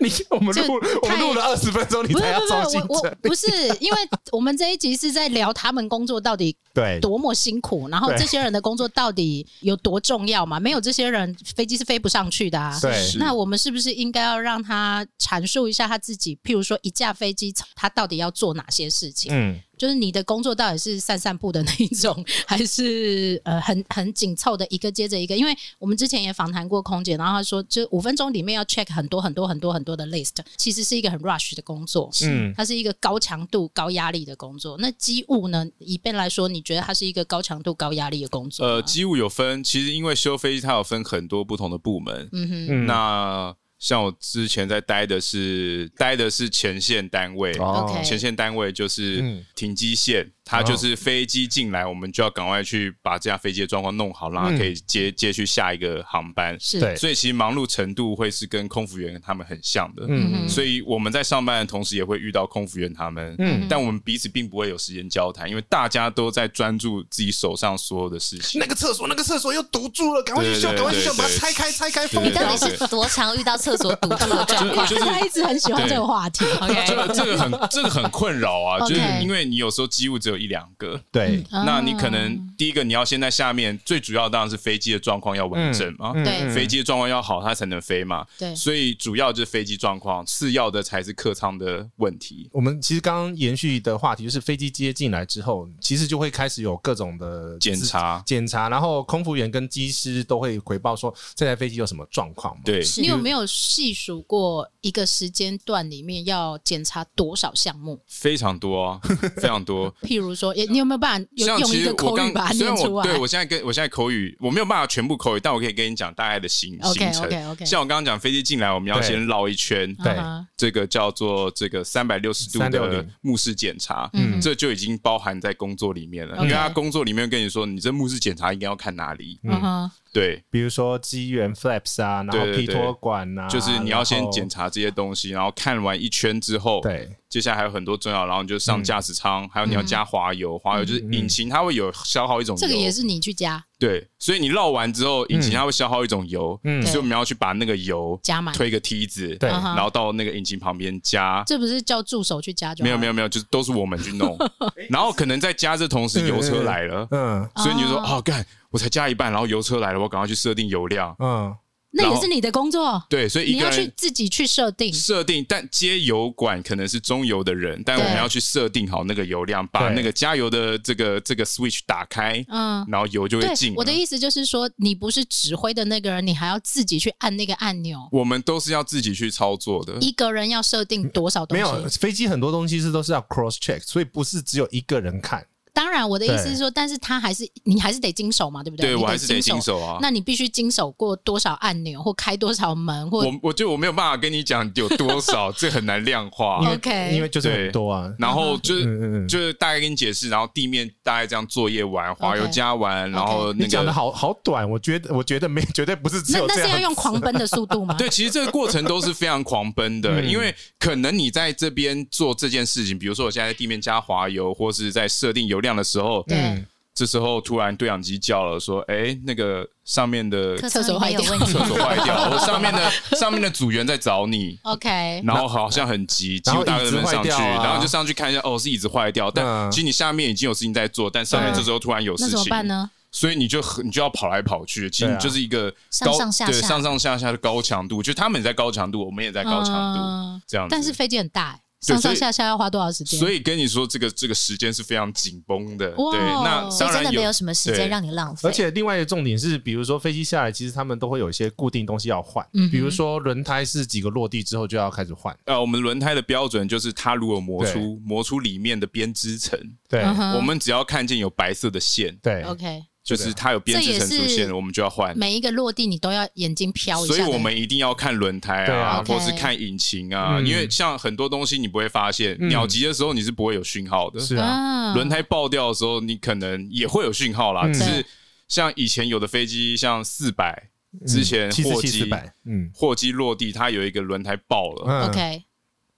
S5: 你我们
S6: 这
S5: 录我们
S6: 太
S5: 录了二十分钟，你
S6: 不是
S5: 才要重
S6: 不是
S5: 新
S6: 不是我我
S5: 整理。
S6: 不是，因为我们这一集是在聊他们工作到底
S5: 对，
S6: 多么辛苦，然后
S5: 对
S6: 这些人的工作到底有多重要嘛？没有这些人，飞机是飞不上去的啊。
S5: 对
S1: 是
S6: 那我们是不是应该要让他阐述一下他自己？譬如说，一架飞机他到底要做哪些事情？
S5: 嗯，
S6: 就是你的工作到底是散散步的那一种，还是呃很很紧凑的一个接着一个？因为我们之前也访谈过空姐，然后她说，就五分钟里面要 check 很多很多很多很多的 list，其实是一个很 rush 的工作，
S5: 嗯
S6: 它是一个高强度、高压力的工作。那机务呢，以便来说，你觉得它是一个高强度、高压力的工作吗？
S1: 呃，机务有分，其实因为修飞机它有分很多不同的部门，
S6: 嗯哼，
S5: 嗯
S1: 那像我之前在待的是待的是前线单位。
S5: 哦
S6: OK
S1: 前线单位就是
S5: 嗯
S1: 停机线，它就是飞机进来，我们就要赶快去把这架飞机的状况弄好，让
S5: 嗯
S1: 它可以接接去下一个航班。
S6: 是
S5: 对
S1: 所以其实忙碌程度会是跟空服员他们很像的。
S5: 嗯
S6: 嗯
S1: 所以我们在上班的同时也会遇到空服员他们，
S5: 嗯
S1: 但我们彼此并不会有时间交谈，因为大家都在专注自己手上所有的事情。
S5: 那个厕所那个厕所又堵住了，赶快去修，
S1: 对对
S5: 赶快去修，
S1: 对
S5: 把它
S1: 对
S5: 拆开拆开封
S1: 对
S2: 你
S1: 对
S2: 到
S5: 掉
S2: 底。是多常遇到厕所堵住的状况？
S1: 就是
S6: 他一直很喜欢
S1: 对
S6: 这个 话题。
S1: 这个这个很这个很困扰啊，就
S6: OK 啊
S1: 是因为你有时候机务只有一两个，
S5: 对，
S1: 那你可能第一个你要先在下面，最主要当然是飞机的状况要完整嘛，
S6: 对嗯
S1: 飞机的状况要好，它才能飞嘛。
S6: 对
S1: 所以主要就是飞机状况，次要的才是客舱的问题。
S5: 我们其实刚刚延续的话题就是飞机接进来之后，其实就会开始有各种的
S1: 检查
S5: 检查，然后空服员跟机师都会回报说这台飞机有什么状况嘛。
S1: 对，
S6: 你有没有细数过一个时间段里面要检查多少项目？
S1: 非常多 啊，非常多。
S6: 譬如说，也你有没有办法有
S1: 像
S6: 用
S1: 其
S6: 一
S1: 实
S6: 个
S1: 我
S6: 口
S1: 刚
S6: 语把它
S1: 虽然
S6: 念出
S1: 我
S6: 来？
S1: 对我现在跟我现在口语我没有办法全部口语，但我可以跟你讲大概的行
S6: OK，
S1: 行程。
S6: OK，OK
S1: 像我刚刚讲飞机进来，我们要
S5: 对
S1: 先绕一圈，
S5: 对
S6: 啊
S1: 这个叫做这个三百六十度的
S5: 360
S1: 目视检查，
S6: 嗯
S1: 这就已经包含在工作里面了。
S6: OK
S1: 因为他工作里面跟你说，你这目视检查应该要看哪里，
S6: 哈嗯哼，
S1: 对，
S5: 比如说机缘 flaps 啊，然后
S1: 对对
S5: 劈
S1: 对
S5: 托管啊，
S1: 就是你要先检
S5: 查。
S1: 查这些东西，然后看完一圈之后，
S5: 对，
S1: 接下来还有很多重要，然后你就上驾驶舱，还有你要加滑油，滑油就是引擎它会有消耗一种油，
S6: 这个也是你去加
S1: 对，所以你绕完之后，引擎它会消耗一种油，
S5: 嗯
S1: 所以我们要去把那个油
S6: 加满，
S1: 推个梯子，
S5: 对
S6: 嗯哼
S1: 然后到那个引擎旁边加。
S6: 这不是叫助手去加就
S1: 没有没
S6: 有，
S1: 有没有，就是都是我们去 弄，
S5: 哎
S1: 然后可能在加这同时油车来了，
S5: 嗯
S1: 所以你就说
S6: 哦
S1: 哦干，我才加一半，然后油车来了，我赶快去设定油量。
S5: 嗯，
S6: 那
S1: 然
S6: 也
S1: 后
S6: 是你的工作，
S1: 对，所以
S6: 你
S1: 一个
S6: 要去
S1: 人
S6: 自己去设定。
S1: 设定，但接油管可能是中油的人，但我
S6: 对
S1: 们要去设定好那个油量，把
S5: 对
S1: 那个加油的这个这个 switch 打开，
S6: 嗯，
S1: 然后油就
S6: 对
S1: 会进。，
S6: 我的
S1: 思，
S6: 意思就是说，你不是指挥的那个人，你还要自己去按那个按钮，
S1: 我们都是要自己去操作的。
S6: 一个人要设定多少东
S5: 没
S6: 西？
S5: 有飞机很多东西是都是要 cross check，所以不是只有一个人看。
S6: 当然，我的意思是说，但是它还是你还是得经手嘛，对不
S1: 对
S6: 你
S1: 我还是得
S6: 经
S1: 经手啊。
S6: 那你必须经手过多少按钮，或开多少门，或
S1: 我我觉得我没有办法跟你讲有多少，这很难量化
S5: 因。为
S6: OK
S5: 因为就是很多啊，
S1: 然后就是、
S5: 嗯嗯嗯
S1: 就是大概跟你解释，然后地面大概这样作业完，滑油加完，然后那
S5: 你讲的
S1: 个。
S5: 好好短，我觉得 我觉得没绝对不是只
S6: 那
S5: 有
S6: 那
S5: 这
S6: 是要
S5: 样
S6: 用狂奔的速度吗？
S1: 对，其实这个过程都是非常狂奔的，
S5: 嗯
S1: 因为可能你在这边做这件事情，比如说我现在在地面加滑油，或是在设定油量的时候，
S6: 对
S5: 嗯
S1: 这时候突然对讲机叫了，说：“哎，那个上面的
S2: 厕
S1: 厕
S2: 所里面有问题，
S1: 所坏掉了，我上面的上面的组员在找你。”
S6: ，OK，
S1: 然后好像很
S6: 嗯
S1: 急，几
S5: 然后
S1: 乎大家都
S5: 椅子
S1: 能上去，
S5: 坏掉啊
S1: 然后就上去看一下，哦，是椅子坏掉，但
S5: 嗯
S1: 其实你下面已经有事情在做，但上面
S5: 对
S1: 这时候突然有
S6: 那
S1: 事
S6: 怎么
S1: 情，
S6: 办呢？
S1: 所以你就很你就要跑来跑去，其实
S5: 对
S1: 你
S5: 啊
S1: 就是一个
S2: 上
S1: 高
S2: 上下
S1: 对
S2: 下
S1: 上上下下的高强度，就他们也在高强度，我们也在高强度，
S6: 嗯
S1: 这样子。
S6: 但是飞机很大、欸，
S1: 对
S6: 上
S1: 所以
S6: 上下下要花多少时间？
S1: 所以跟你说，这个这个时间是非常紧绷的，
S6: 哇哦哎
S1: 对。那
S2: 所以
S1: 当
S2: 真
S1: 然
S2: 的没有什么时
S1: 对
S2: 间让你浪费。
S5: 而且另外一个重点是，比如说飞机下来，其实他们都会有一些固定东西要换，
S6: 嗯哼
S5: 比如说轮胎是几个落地之后就要开始换，
S1: 呃，我们轮胎的标准就是它如果磨
S5: 对
S1: 出磨出里面的编织层，
S5: 对
S6: 嗯哼
S1: 我们只要看见有白色的线，
S5: 对啊
S6: OK，
S1: 就是它有编
S6: 这
S1: 织
S6: 也
S1: 层出现
S6: 是
S1: 了，我们就要换。
S6: 每一个落地你都要眼睛瞟一下
S1: 嗯所
S6: 的，
S1: 以我们一定要看轮胎
S5: 对
S1: 啊，
S5: 啊
S1: 或
S6: OK
S1: 是看引擎啊，
S5: 嗯
S1: 因为像很多东西你不会发现，
S5: 嗯
S1: 鸟急的时候你是不会有讯号的，
S5: 是啊，
S6: 啊
S1: 轮胎爆掉的时候你可能也会有讯号啦，
S5: 嗯
S1: 只是像以前有的飞机，像四百
S5: 嗯
S1: 之前
S5: 七
S1: 货
S5: 四七四
S1: 机
S5: 百，嗯，
S1: 货机落地，它有一个轮胎爆了，
S5: 嗯
S6: OK，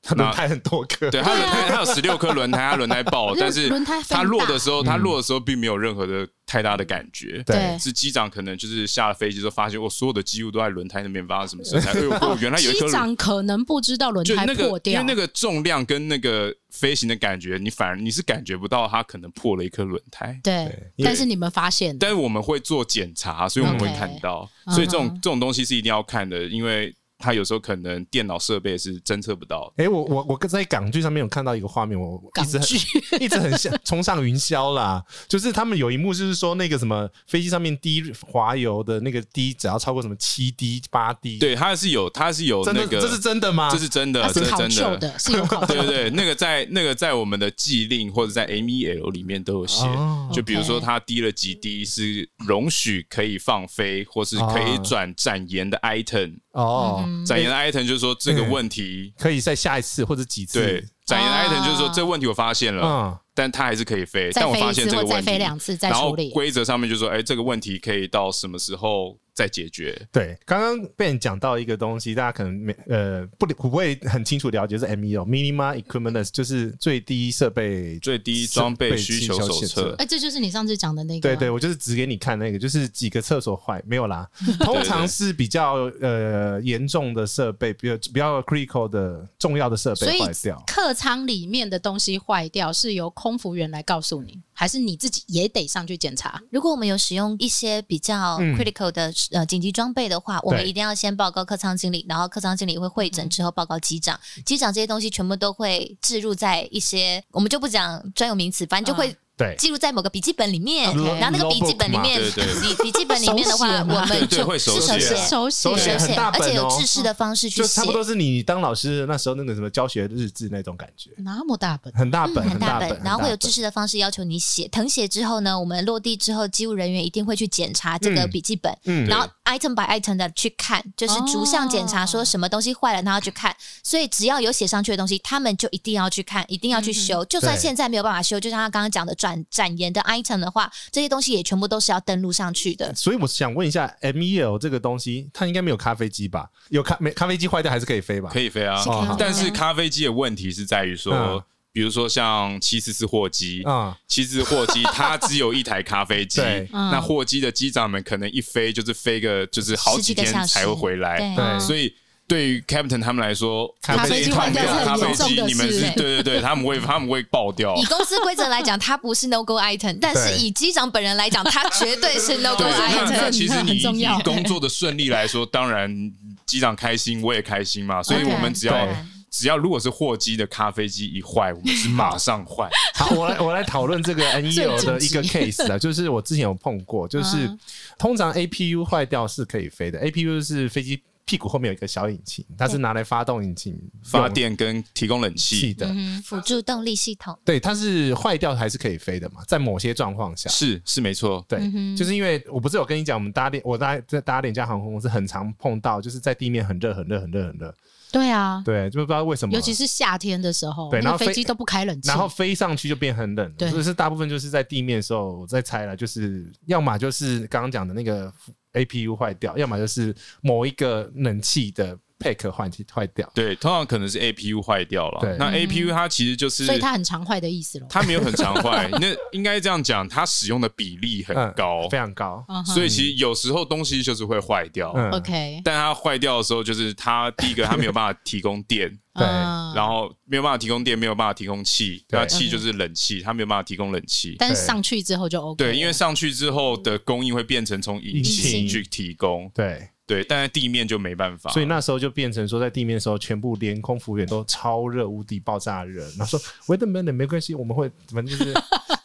S5: 它轮胎很多颗，
S1: 对，它轮胎它有十六颗轮胎，它轮胎爆了，
S6: 可
S1: 但
S6: 是
S1: 是
S6: 啊轮胎非常
S1: 它落的时候，
S5: 大
S1: 它落的时候并没有任何的太大的感觉，
S6: 对
S1: 是机长可能就是下了飞机之后发现，我哦所有的机务都在轮胎那边发生什么事？才 哎呦，我原来有一颗
S6: 机
S1: 轮。
S6: 长可能不知道轮
S1: 就
S6: 胎
S1: 那个
S6: 破，
S1: 因
S6: 掉，
S1: 为那个重量跟那个飞行的感觉，你反而你是感觉不到它可能破了一颗轮胎。
S6: 对，
S5: 因为
S6: 但是你们发现的
S1: 但是我们会做检查，所以我们会
S6: OK
S1: 看到。所以这种
S6: 嗯哼
S1: 这种东西是一定要看的，因为它有时候可能电脑设备是侦测不到的。
S5: 哎，我我我在港剧上面有看到一个画面，我一
S6: 港
S5: 直很
S6: 剧
S5: 一直很像冲上云霄啦，就是他们有一幕就是说那个什么飞机上面滴滑油的那个滴，只要超过什么七滴八滴，，
S1: 对，它是有，它是有
S5: 真
S1: 那
S5: 的啊
S1: 个，
S5: 这是真的吗？
S1: 这是真的，
S6: 它
S1: 这
S6: 是
S1: 是
S6: 考
S1: 真
S6: 究
S1: 的。
S6: 的，是有考究
S1: 对
S6: 的，
S1: 对，那个在那个在我们的技令或者在 MEL 里面都有写，
S5: 哦
S1: 就比如说
S6: OK
S1: 它滴了几滴是容许可以放飞或是可以
S5: 哦
S1: 转展延的 item，
S5: 哦，
S6: 嗯
S1: 展延的 item 就是说这个问题，
S5: 可以在下一次或者几次，
S1: 对，展延的 item 就是说这问题我发现了，
S5: 嗯，
S1: 但它还是可以飞，
S6: 啊再
S1: 但我
S6: 飞
S1: 发
S6: 一
S1: 现
S6: 次
S1: 这
S6: 或
S1: 个
S6: 再
S1: 问
S6: 飞
S1: 题，
S6: 两次再
S1: 然后
S6: 处理，
S1: 规则上面就说，哎，这个问题可以到什么时候再解决？
S5: 对，刚刚被你讲到一个东西，大家可能没呃不不会很清楚了解，是 MEO Minima Equipment，就是最低设备
S1: 最低装备需求手
S5: 设
S1: 册
S6: 哎，这就是你上次讲的那个，
S5: 对
S2: 啊
S5: 对，我就是指给你看那个，就是几个厕所坏没有 啦，通常是比较呃严重的设备，比较比较 critical 的重要的设
S6: 所
S5: 备
S6: 以
S5: 坏掉。
S6: 客舱里面的东西坏掉是由空服员来告诉你，还是你自己也得上去检查？
S2: 如果我们有使用一些比较
S5: 嗯
S2: critical 的、呃紧急装备的话，我们
S5: 对
S2: 一定要先报告客舱经理，然后客舱经理会会诊之后报告机长，机长这些东西全部都会置入在一些我们就不讲专有名词，反正就会
S5: 对，
S2: 记录在某个笔记本里面，
S5: OK
S2: 然后那个笔记本里面
S1: Logbook 嘛对对
S2: 笔笔记本里面的
S6: 手
S2: 话，
S6: 写嘛
S2: 我
S1: 对
S2: 们
S1: 对
S2: 就
S1: 会手
S2: 是
S1: 写
S2: 写。
S6: 手
S5: 手
S2: 是
S5: 写
S2: 手
S5: 很
S2: 写，
S5: 大
S2: 而
S5: 本
S2: 且有
S5: 哦
S2: 制式的方式去
S5: 就
S2: 写
S5: 差不，多是你当老师那时候那个什么教学日志那种感觉，
S6: 那么大本，
S5: 很大本，
S2: 嗯很
S5: 大
S2: 大本，然后会有制
S5: 识。
S2: 式的方式要求你写。誊写之后呢，我们落地之后，机务人员一定会去检查这个
S5: 嗯
S2: 笔记本，
S5: 嗯
S2: 然后 item by item 的去看，就是逐项检查，
S6: 哦
S2: 说什么东西坏了，然后去看。所以只要有写上去的东西，他们就一定要去看，一定要去修。就算
S5: 对
S2: 现在没有办法修，就像他刚刚讲的转展延的 item 的话，这些东西也全部都是要登录上去的。
S5: 所以我想问一下，MEL 这个东西，它应该没有咖啡机吧？有咖没咖啡机坏掉还是可以飞吧？
S1: 可
S5: 以，
S1: 以飞啊
S2: 是可以
S5: 哦，
S1: 但是咖啡机的问题是在于说
S5: 嗯，
S1: 比如说像七四四货机，
S5: 嗯，
S1: 其实货 机它只有一台咖啡机
S5: 对，
S6: 嗯
S1: 那货机的机长们可能一飞就是飞个就是好几天
S2: 10个小时
S1: 才会回来，
S2: 对
S6: 嗯
S5: 对
S1: 所以。对于 Captain 他们来说，
S5: 咖
S1: 这
S5: 啡
S1: 一
S5: 机
S1: 趟
S5: 坏掉
S1: 没有
S5: 是
S1: 咖
S5: 很
S1: 啡
S5: 严
S6: 重
S1: 机，
S6: 的
S1: 你们
S6: 事
S1: 是
S6: 欸
S1: 对对对，他们会他们会爆掉。
S2: 以公司规则来讲，它不是 no go item，但是
S5: 对
S2: 以机长本人来讲，它绝对是 no go
S1: 对，
S6: 很
S1: 那
S2: item。
S1: 那其实
S6: 很
S1: 你
S6: 重
S1: 以
S6: 要
S1: 工作的顺利来说，当然机长开心，我也开心嘛。所以我们
S6: OK
S1: 只要
S5: 对
S1: 只要如果是货机的咖啡机一坏，我们是马上 换。
S5: 好，我来我来讨论这个 NEO 的一个 case 啊，就是我之前有碰过，就是
S6: 嗯
S5: 通常 APU 坏掉是可以飞的，APU 是飞机屁股后面有一个小引擎，它是拿来发动引擎
S1: 发电跟提供冷
S5: 用
S1: 气
S5: 器的。
S2: 嗯哼辅助动力系统，
S5: 对，它是坏掉还是可以飞的嘛？在某些状况下，
S1: 是是没错，
S5: 对，
S2: 嗯哼
S5: 就是因为我不是有跟你讲，我们搭电，我搭在搭廉价航空公司很常碰到，就是在地面很热、很热、很热、很热，
S6: 对啊，
S5: 对，就不知道为什么，
S6: 尤其是夏天的时候，
S5: 对
S6: 那
S5: 然后飞
S6: 个飞机都不开冷气，
S5: 然后飞上去就变很冷了，
S6: 对
S5: 所以是大部分就是在地面的时候，我在猜了，就是要么就是刚刚讲的那个 APU 坏掉，要么就是某一个冷气的 pack 换气坏掉，
S1: 对，通常可能是 APU 坏掉
S5: 对
S1: 了。那 APU 它其实就是，
S6: 嗯所以它很常坏的意思咯。
S1: 它没有很常坏，那应该这样讲，它使用的比例很高，
S5: 非常高，
S6: 嗯哼
S1: 所以其实有时候东西就是会坏掉。
S5: 嗯
S6: OK，
S1: 但它坏掉的时候，就是它第一个它没有办法提供电，
S5: 对
S6: 嗯
S1: 然后没有办法提供电，没有办法提供气，
S5: 对
S1: 那气就是冷气，它没有办法提供冷气。
S6: 但是上去之后就 OK，
S1: 对，因为上去之后的供应会变成从引
S5: 引
S1: 擎
S5: 擎
S1: 去提供，
S5: 对，
S1: 对，但在地面就没办法。
S5: 所以那时候就变成说，在地面的时候，全部连空服务员都超热，无敌爆炸热。然后说 Wait a minute，没关系，我们会反正就是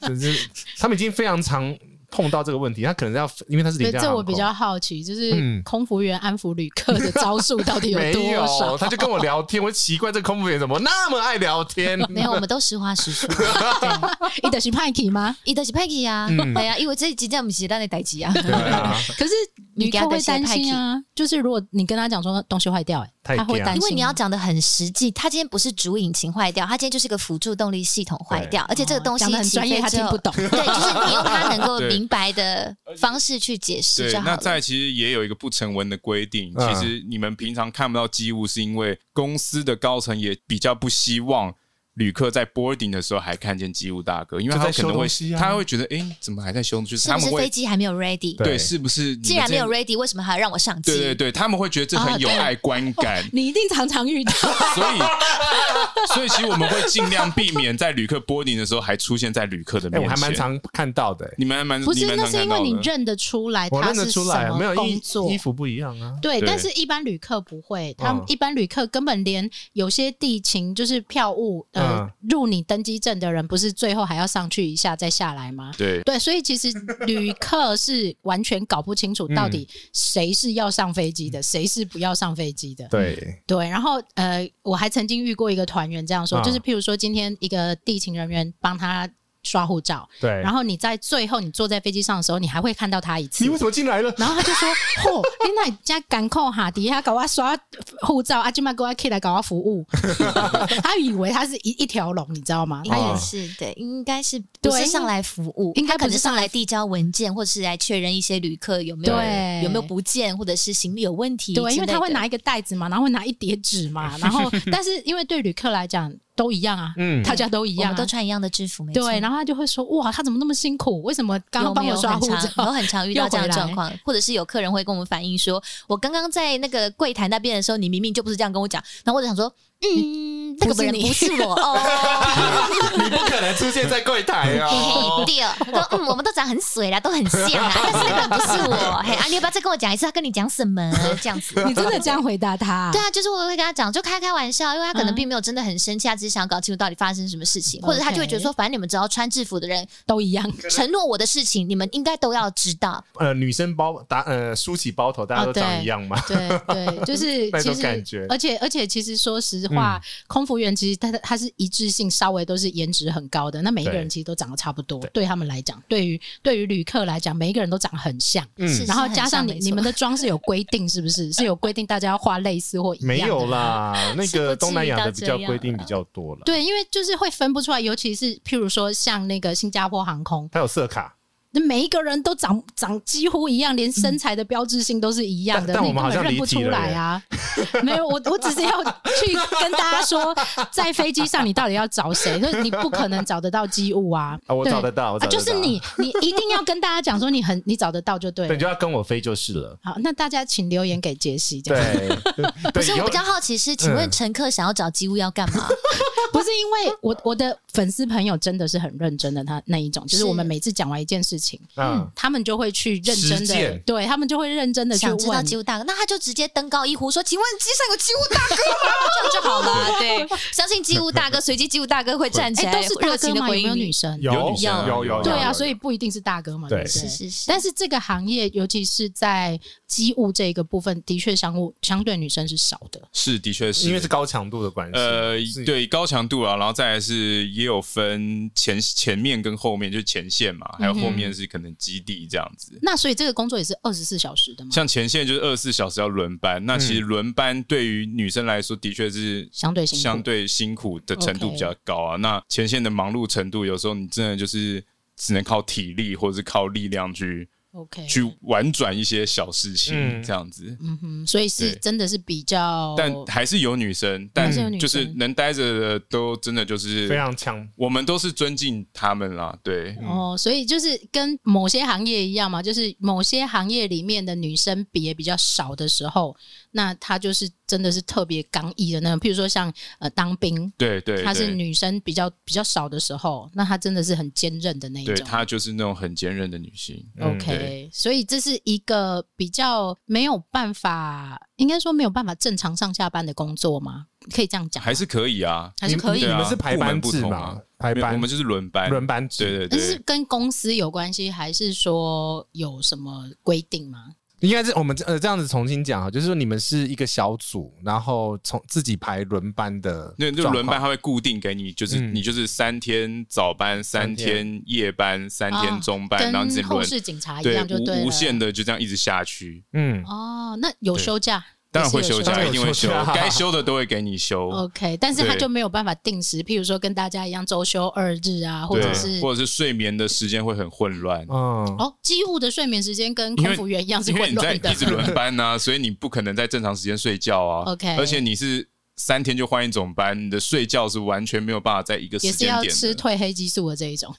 S5: 就是他们已经非常常碰到这个问题，他可能要因为他是廉
S6: 对，
S5: 价
S6: 这
S5: 航
S6: 我
S5: 空
S6: 比较好奇，就是
S5: 嗯
S6: 空服员安抚旅客的招数到 底
S5: 没
S6: 多
S5: 有，
S6: 少？
S5: 他就跟我聊天，我就奇怪这空服员怎么那么爱聊 天。
S2: 没有，我们都实话实说。
S6: 你的是派 y 吗？
S2: 伊都是派去啊，
S1: 嗯
S2: 对啊，因为这一集这样不是咱的代 志啊。
S5: 对啊，
S6: 可是旅客会担心啊，就是如果你跟他讲说东西坏掉、欸，
S5: 太
S6: 他会
S5: 惊
S6: 担心，
S2: 因为你要讲的很实际，它今天不是主引擎坏掉，它今天就是一个辅助动力系统坏掉，而且这个东西
S6: 哦讲的很
S2: 起飞
S6: 专业，他
S2: 之
S6: 听
S2: 后
S6: 不。懂。
S2: 对，就是你用它能够
S1: 对
S2: 明白的方式去解释
S1: 对
S2: 就，好
S1: 那
S2: 了。
S1: 在其实也有一个不成文的规定，
S5: 嗯
S1: 其实你们平常看不到机务，是因为公司的高层也比较不希望旅客在 boarding 的时候还看见机务大哥，因为
S5: 就
S1: 他
S5: 在
S1: 可能
S5: 修
S1: 会
S5: 东西啊
S1: 他会觉得，哎，怎么还在修？就是
S2: 是
S1: 他
S2: 不
S1: 们
S2: 是
S1: 会
S2: 飞机还没有 ready？
S5: 对
S1: 对，是不是？
S2: 既然没有，ready，为什么还要让我上机？啊
S1: 对对对，他们会觉得这很有碍观 感。
S6: 你一定常常遇到，
S1: 所以，所以其实我们会尽量避免在旅客 boarding 的时候还出现在旅客的
S5: 哎，
S1: 面
S5: 我
S1: 前。
S5: 还蛮，常看到的欸，
S1: 你们还蛮
S6: 不
S1: 你
S6: 是？
S1: 蛮
S6: 那
S1: 常
S6: 是
S1: 看
S6: 因
S1: 到
S6: 为
S1: 的
S6: 你认得出来
S5: 我
S6: 他
S5: 认得
S6: 是什
S5: 出来，啊没有
S6: 么
S5: 衣
S6: 工作
S5: 衣。服不一样啊。
S6: 对，
S1: 对
S6: 但是一般旅客不会，他们
S5: 嗯
S6: 一般旅客根本连有些地勤就是票务，呃
S5: 嗯，
S6: 入你登机证的人，不是最后还要上去一下再下来吗？
S1: 对
S6: 对，所以其实旅客是完全搞不清楚到底
S5: 嗯
S6: 谁是要上飞机的，谁是不要上飞机的。
S5: 对，
S6: 对，然后呃，我还曾经遇过一个团员这样说，
S5: 嗯
S6: 就是譬如说今天一个地勤人员帮他刷护照，
S5: 对，
S6: 然后你在最后你坐在飞机上的时候，你还会看到他一次
S5: 你。为什么进来了？
S6: 然后他 就说：“嚯、你哪家敢扣哈迪下搞我刷护照，阿舅妈给我 K 来搞我服 务。”他以为他是一一条龙，你知道吗？
S2: 应
S6: 他
S2: 该
S1: 哦
S6: 也
S2: 是对，应该是不
S6: 对
S2: 是上来服务，
S6: 应该
S2: 他可
S6: 不是
S2: 能
S6: 上
S2: 上来递交文件，或是来确认一些旅客有没有
S6: 对
S2: 有没有不见，或者是行李有问题之类的。
S6: 对，因为他会拿一个袋子嘛，然后会拿一叠纸 嘛，然后但是因为对旅客来讲都一样啊，
S5: 嗯
S6: 大家都一
S2: 我
S6: 样
S2: 们
S6: 啊、
S2: 都穿一样的制服，没错。
S6: 对，然后他就会说哇，他怎么那么辛苦？为什么刚刚
S2: 有
S6: 帮
S2: 没
S6: 我
S2: 有
S6: 刷
S2: 很
S6: 护
S2: 常有
S6: 照？
S2: 很常遇到
S6: 又
S2: 这样的
S6: 回来
S2: 状况，或者是有客人会跟我们反映说，我刚刚在那个柜台那边的时候，你明明就不是这样跟我讲，然后我就想说，嗯，那
S6: 不
S2: 个
S6: 是
S2: 本人
S6: 你
S2: 不是我哦，
S5: 你不可能出现在柜台
S2: 嘿
S5: 哦。
S2: 对哦，他说嗯，我们都长得很水啦，都很像啊，但是那个人不是我，嘿啊，你要不要再跟我讲一次？他跟你讲什么？这样子，
S6: 你真的这样回答 他、
S2: 对啊，就是我会跟他讲，就开开玩笑，因为他可能
S6: 嗯
S2: 并没有真的很生气，他只是想搞清楚到底发生什么事情，或者他就会觉得说，反正你们只要穿制服的人
S6: 都一样。
S2: 承诺我的事情，你们应该都要知道。
S5: 呃，女生包打呃梳起包头，大家
S6: 哦
S5: 都长
S6: 对
S5: 一样嘛。
S6: 对对，就是
S5: 那
S6: 其
S5: 种感觉嗯
S6: 实，而且而且，其实说实话，空服员其实他他是一致性，稍微都是颜值很高的。那每一个人
S5: 对
S6: 其实都长得差不多，
S5: 对
S6: 对他们来讲，对于对于旅客来讲，每一个人都长得很像。
S5: 嗯
S2: 是
S6: 然后加上
S2: 是很像没
S6: 你
S2: 错
S6: 你们的妆是有规定，是不是？是有规定大家要画类似或一样的
S5: 没有。啦，那
S2: 是
S5: 个
S2: 不至
S5: 东南
S2: 于
S5: 亚
S2: 到
S5: 的比
S2: 这
S5: 较
S2: 样
S5: 规定比
S2: 啦
S5: 较多了。
S6: 对，因为就是会分不出来，尤其是譬如说像那个新加坡航空，
S5: 它有色卡，
S6: 那每一个人都长长几乎一样，连
S2: 嗯
S6: 身材的标志性都是一样的，
S5: 但但我
S6: 你根
S5: 们好
S6: 本
S5: 像
S6: 认不
S5: 离题
S6: 出
S5: 了
S6: 来
S5: 耶
S6: 啊。 没有，我我只是要去跟大家说，在飞机上你到底要找谁？就是你不可能找得到机务啊。
S5: 啊我
S6: 对
S5: 找得到我找
S6: 啊，
S5: 得
S6: 就是
S5: 到
S6: 你，你一定要跟大家讲说你很你找得到就对
S5: 对，
S6: 了
S5: 你。就要跟我飞就是 了。
S6: 好，那大家请留言给杰西。这
S5: 对
S2: 不
S5: 对对，嗯
S6: 样，
S2: 是
S5: 以
S2: 我
S5: 后
S2: 比较好奇是，请问乘客想要找机务要干 嘛？
S6: 不是因为我我的粉丝朋友真的是很认真的，他那一种，就是
S2: 是
S6: 我们每次讲完一件事情，
S5: 嗯，
S6: 他们就会去认真
S5: 实
S6: 的
S5: 践，
S6: 对他们就会认真的去
S2: 想知道
S6: 问。
S2: 机务大哥，那他就直接登高一呼说：“请问机上有机务大哥吗？” 这样就好了。对，相信机务大哥，随机机务大哥会站起
S6: 哎，
S2: 来，
S6: 都是大
S2: 热情
S6: 哥
S2: 的
S6: 吗？
S2: 回应
S6: 有没有女
S2: 你。
S6: 生？
S5: 有
S1: 女生
S5: 有有
S6: 对
S5: 有
S6: 啊，
S5: 有
S6: 所以不一定是大哥嘛，
S5: 对
S6: 对不对？
S2: 是是是，
S6: 但是这个行业，尤其是在机务这一个部分，的确相互相对女生是少的。
S1: 是的确是
S5: 因为是高强度的关系，
S1: 呃
S5: 是，
S1: 对，高强度啊，然后再来是也有分前前面跟后面，就是前线嘛，
S5: 嗯
S1: 还有后面是可能基地这样子。
S6: 那所以这个工作也是二十四小时的嘛，
S1: 像前线就是二十四小时要轮班，那
S5: 嗯
S1: 其实轮班对于女生来说的确是
S6: 相对辛苦
S1: 相对辛苦的程度比较高啊。那前线的忙碌程度，有时候你真的就是只能靠体力或者是靠力量去
S6: OK，
S1: 去婉转一些小事情
S5: 嗯
S1: 这样子。
S6: 嗯哼，所以是
S1: 对
S6: 真的是比较，
S1: 但还是有女生，但
S6: 是有女
S1: 就是
S6: 生
S1: 能待着的都真的就是
S5: 非常强，
S1: 我们都是尊敬他们啦，对，
S6: 哦，所以就是跟某些行业一样嘛，就是某些行业里面的女生比也比较少的时候，那她就是真的是特别刚毅的那种，譬如说像呃当兵，
S1: 对对，
S6: 她是
S1: 对，
S6: 女生比较比较少的时候，那她真的是很坚韧的那一
S1: 对
S6: 种。
S1: 她就是那种很坚韧的女性，
S5: 嗯
S6: OK，、所以这是一个比较没有办法，应该说没有办法正常上下班的工作吗？可以这样讲吗，
S1: 还是可以啊，
S6: 还是可以
S5: 你
S1: 对啊
S5: 们是排班
S1: 部
S5: 制
S1: 门不同
S5: 嘛
S1: 啊？
S5: 排
S1: 没有
S5: 班，
S1: 我们就是轮班，
S5: 轮班制，
S1: 对对
S6: 但是
S1: 对，
S6: 跟公司有关系，还是说有什么规定吗？
S5: 应该是我们呃这样子重新讲啊，就是说你们是一个小组，然后从自己排轮班的，
S1: 那就轮班，，它会固定给你，就是
S5: 嗯
S1: 你就是三天早班，三天夜班，三
S6: 啊
S1: 天中班，然后你自己
S6: 跟后
S1: 轮，
S6: 世警察一
S1: 对
S6: 样就对
S1: 无
S6: 了。
S1: 无限的就这样一直下去，
S5: 嗯，
S6: 哦，那有
S1: 对
S6: 休假，
S1: 当然
S6: 也
S1: 会
S6: 是有哦
S1: 休
S5: 当
S1: 假，
S5: 然有
S1: 一定会休
S5: 休假，
S1: 该休的都会给你休，
S6: OK，但是他
S1: 对
S6: 就没有办法定时，譬如说跟大家一样周休二日啊，或
S1: 对
S6: 者是，
S1: 或者是睡眠的时间会很混乱，
S5: 嗯，
S6: 哦，机务的睡眠时间跟
S1: 因
S6: 空
S1: 为
S6: 服员一啊样是
S1: 因为
S6: 混
S1: 你在
S6: 乱的
S1: 一。直轮班呐、所以你不可能在正常时间睡觉啊。
S6: OK
S1: 而且你是三天就换一种班，你的睡觉是完全没有办法在一个时
S6: 也是
S1: 间
S6: 要
S1: 点
S6: 吃
S1: 的，
S6: 褪黑激素的这一 种，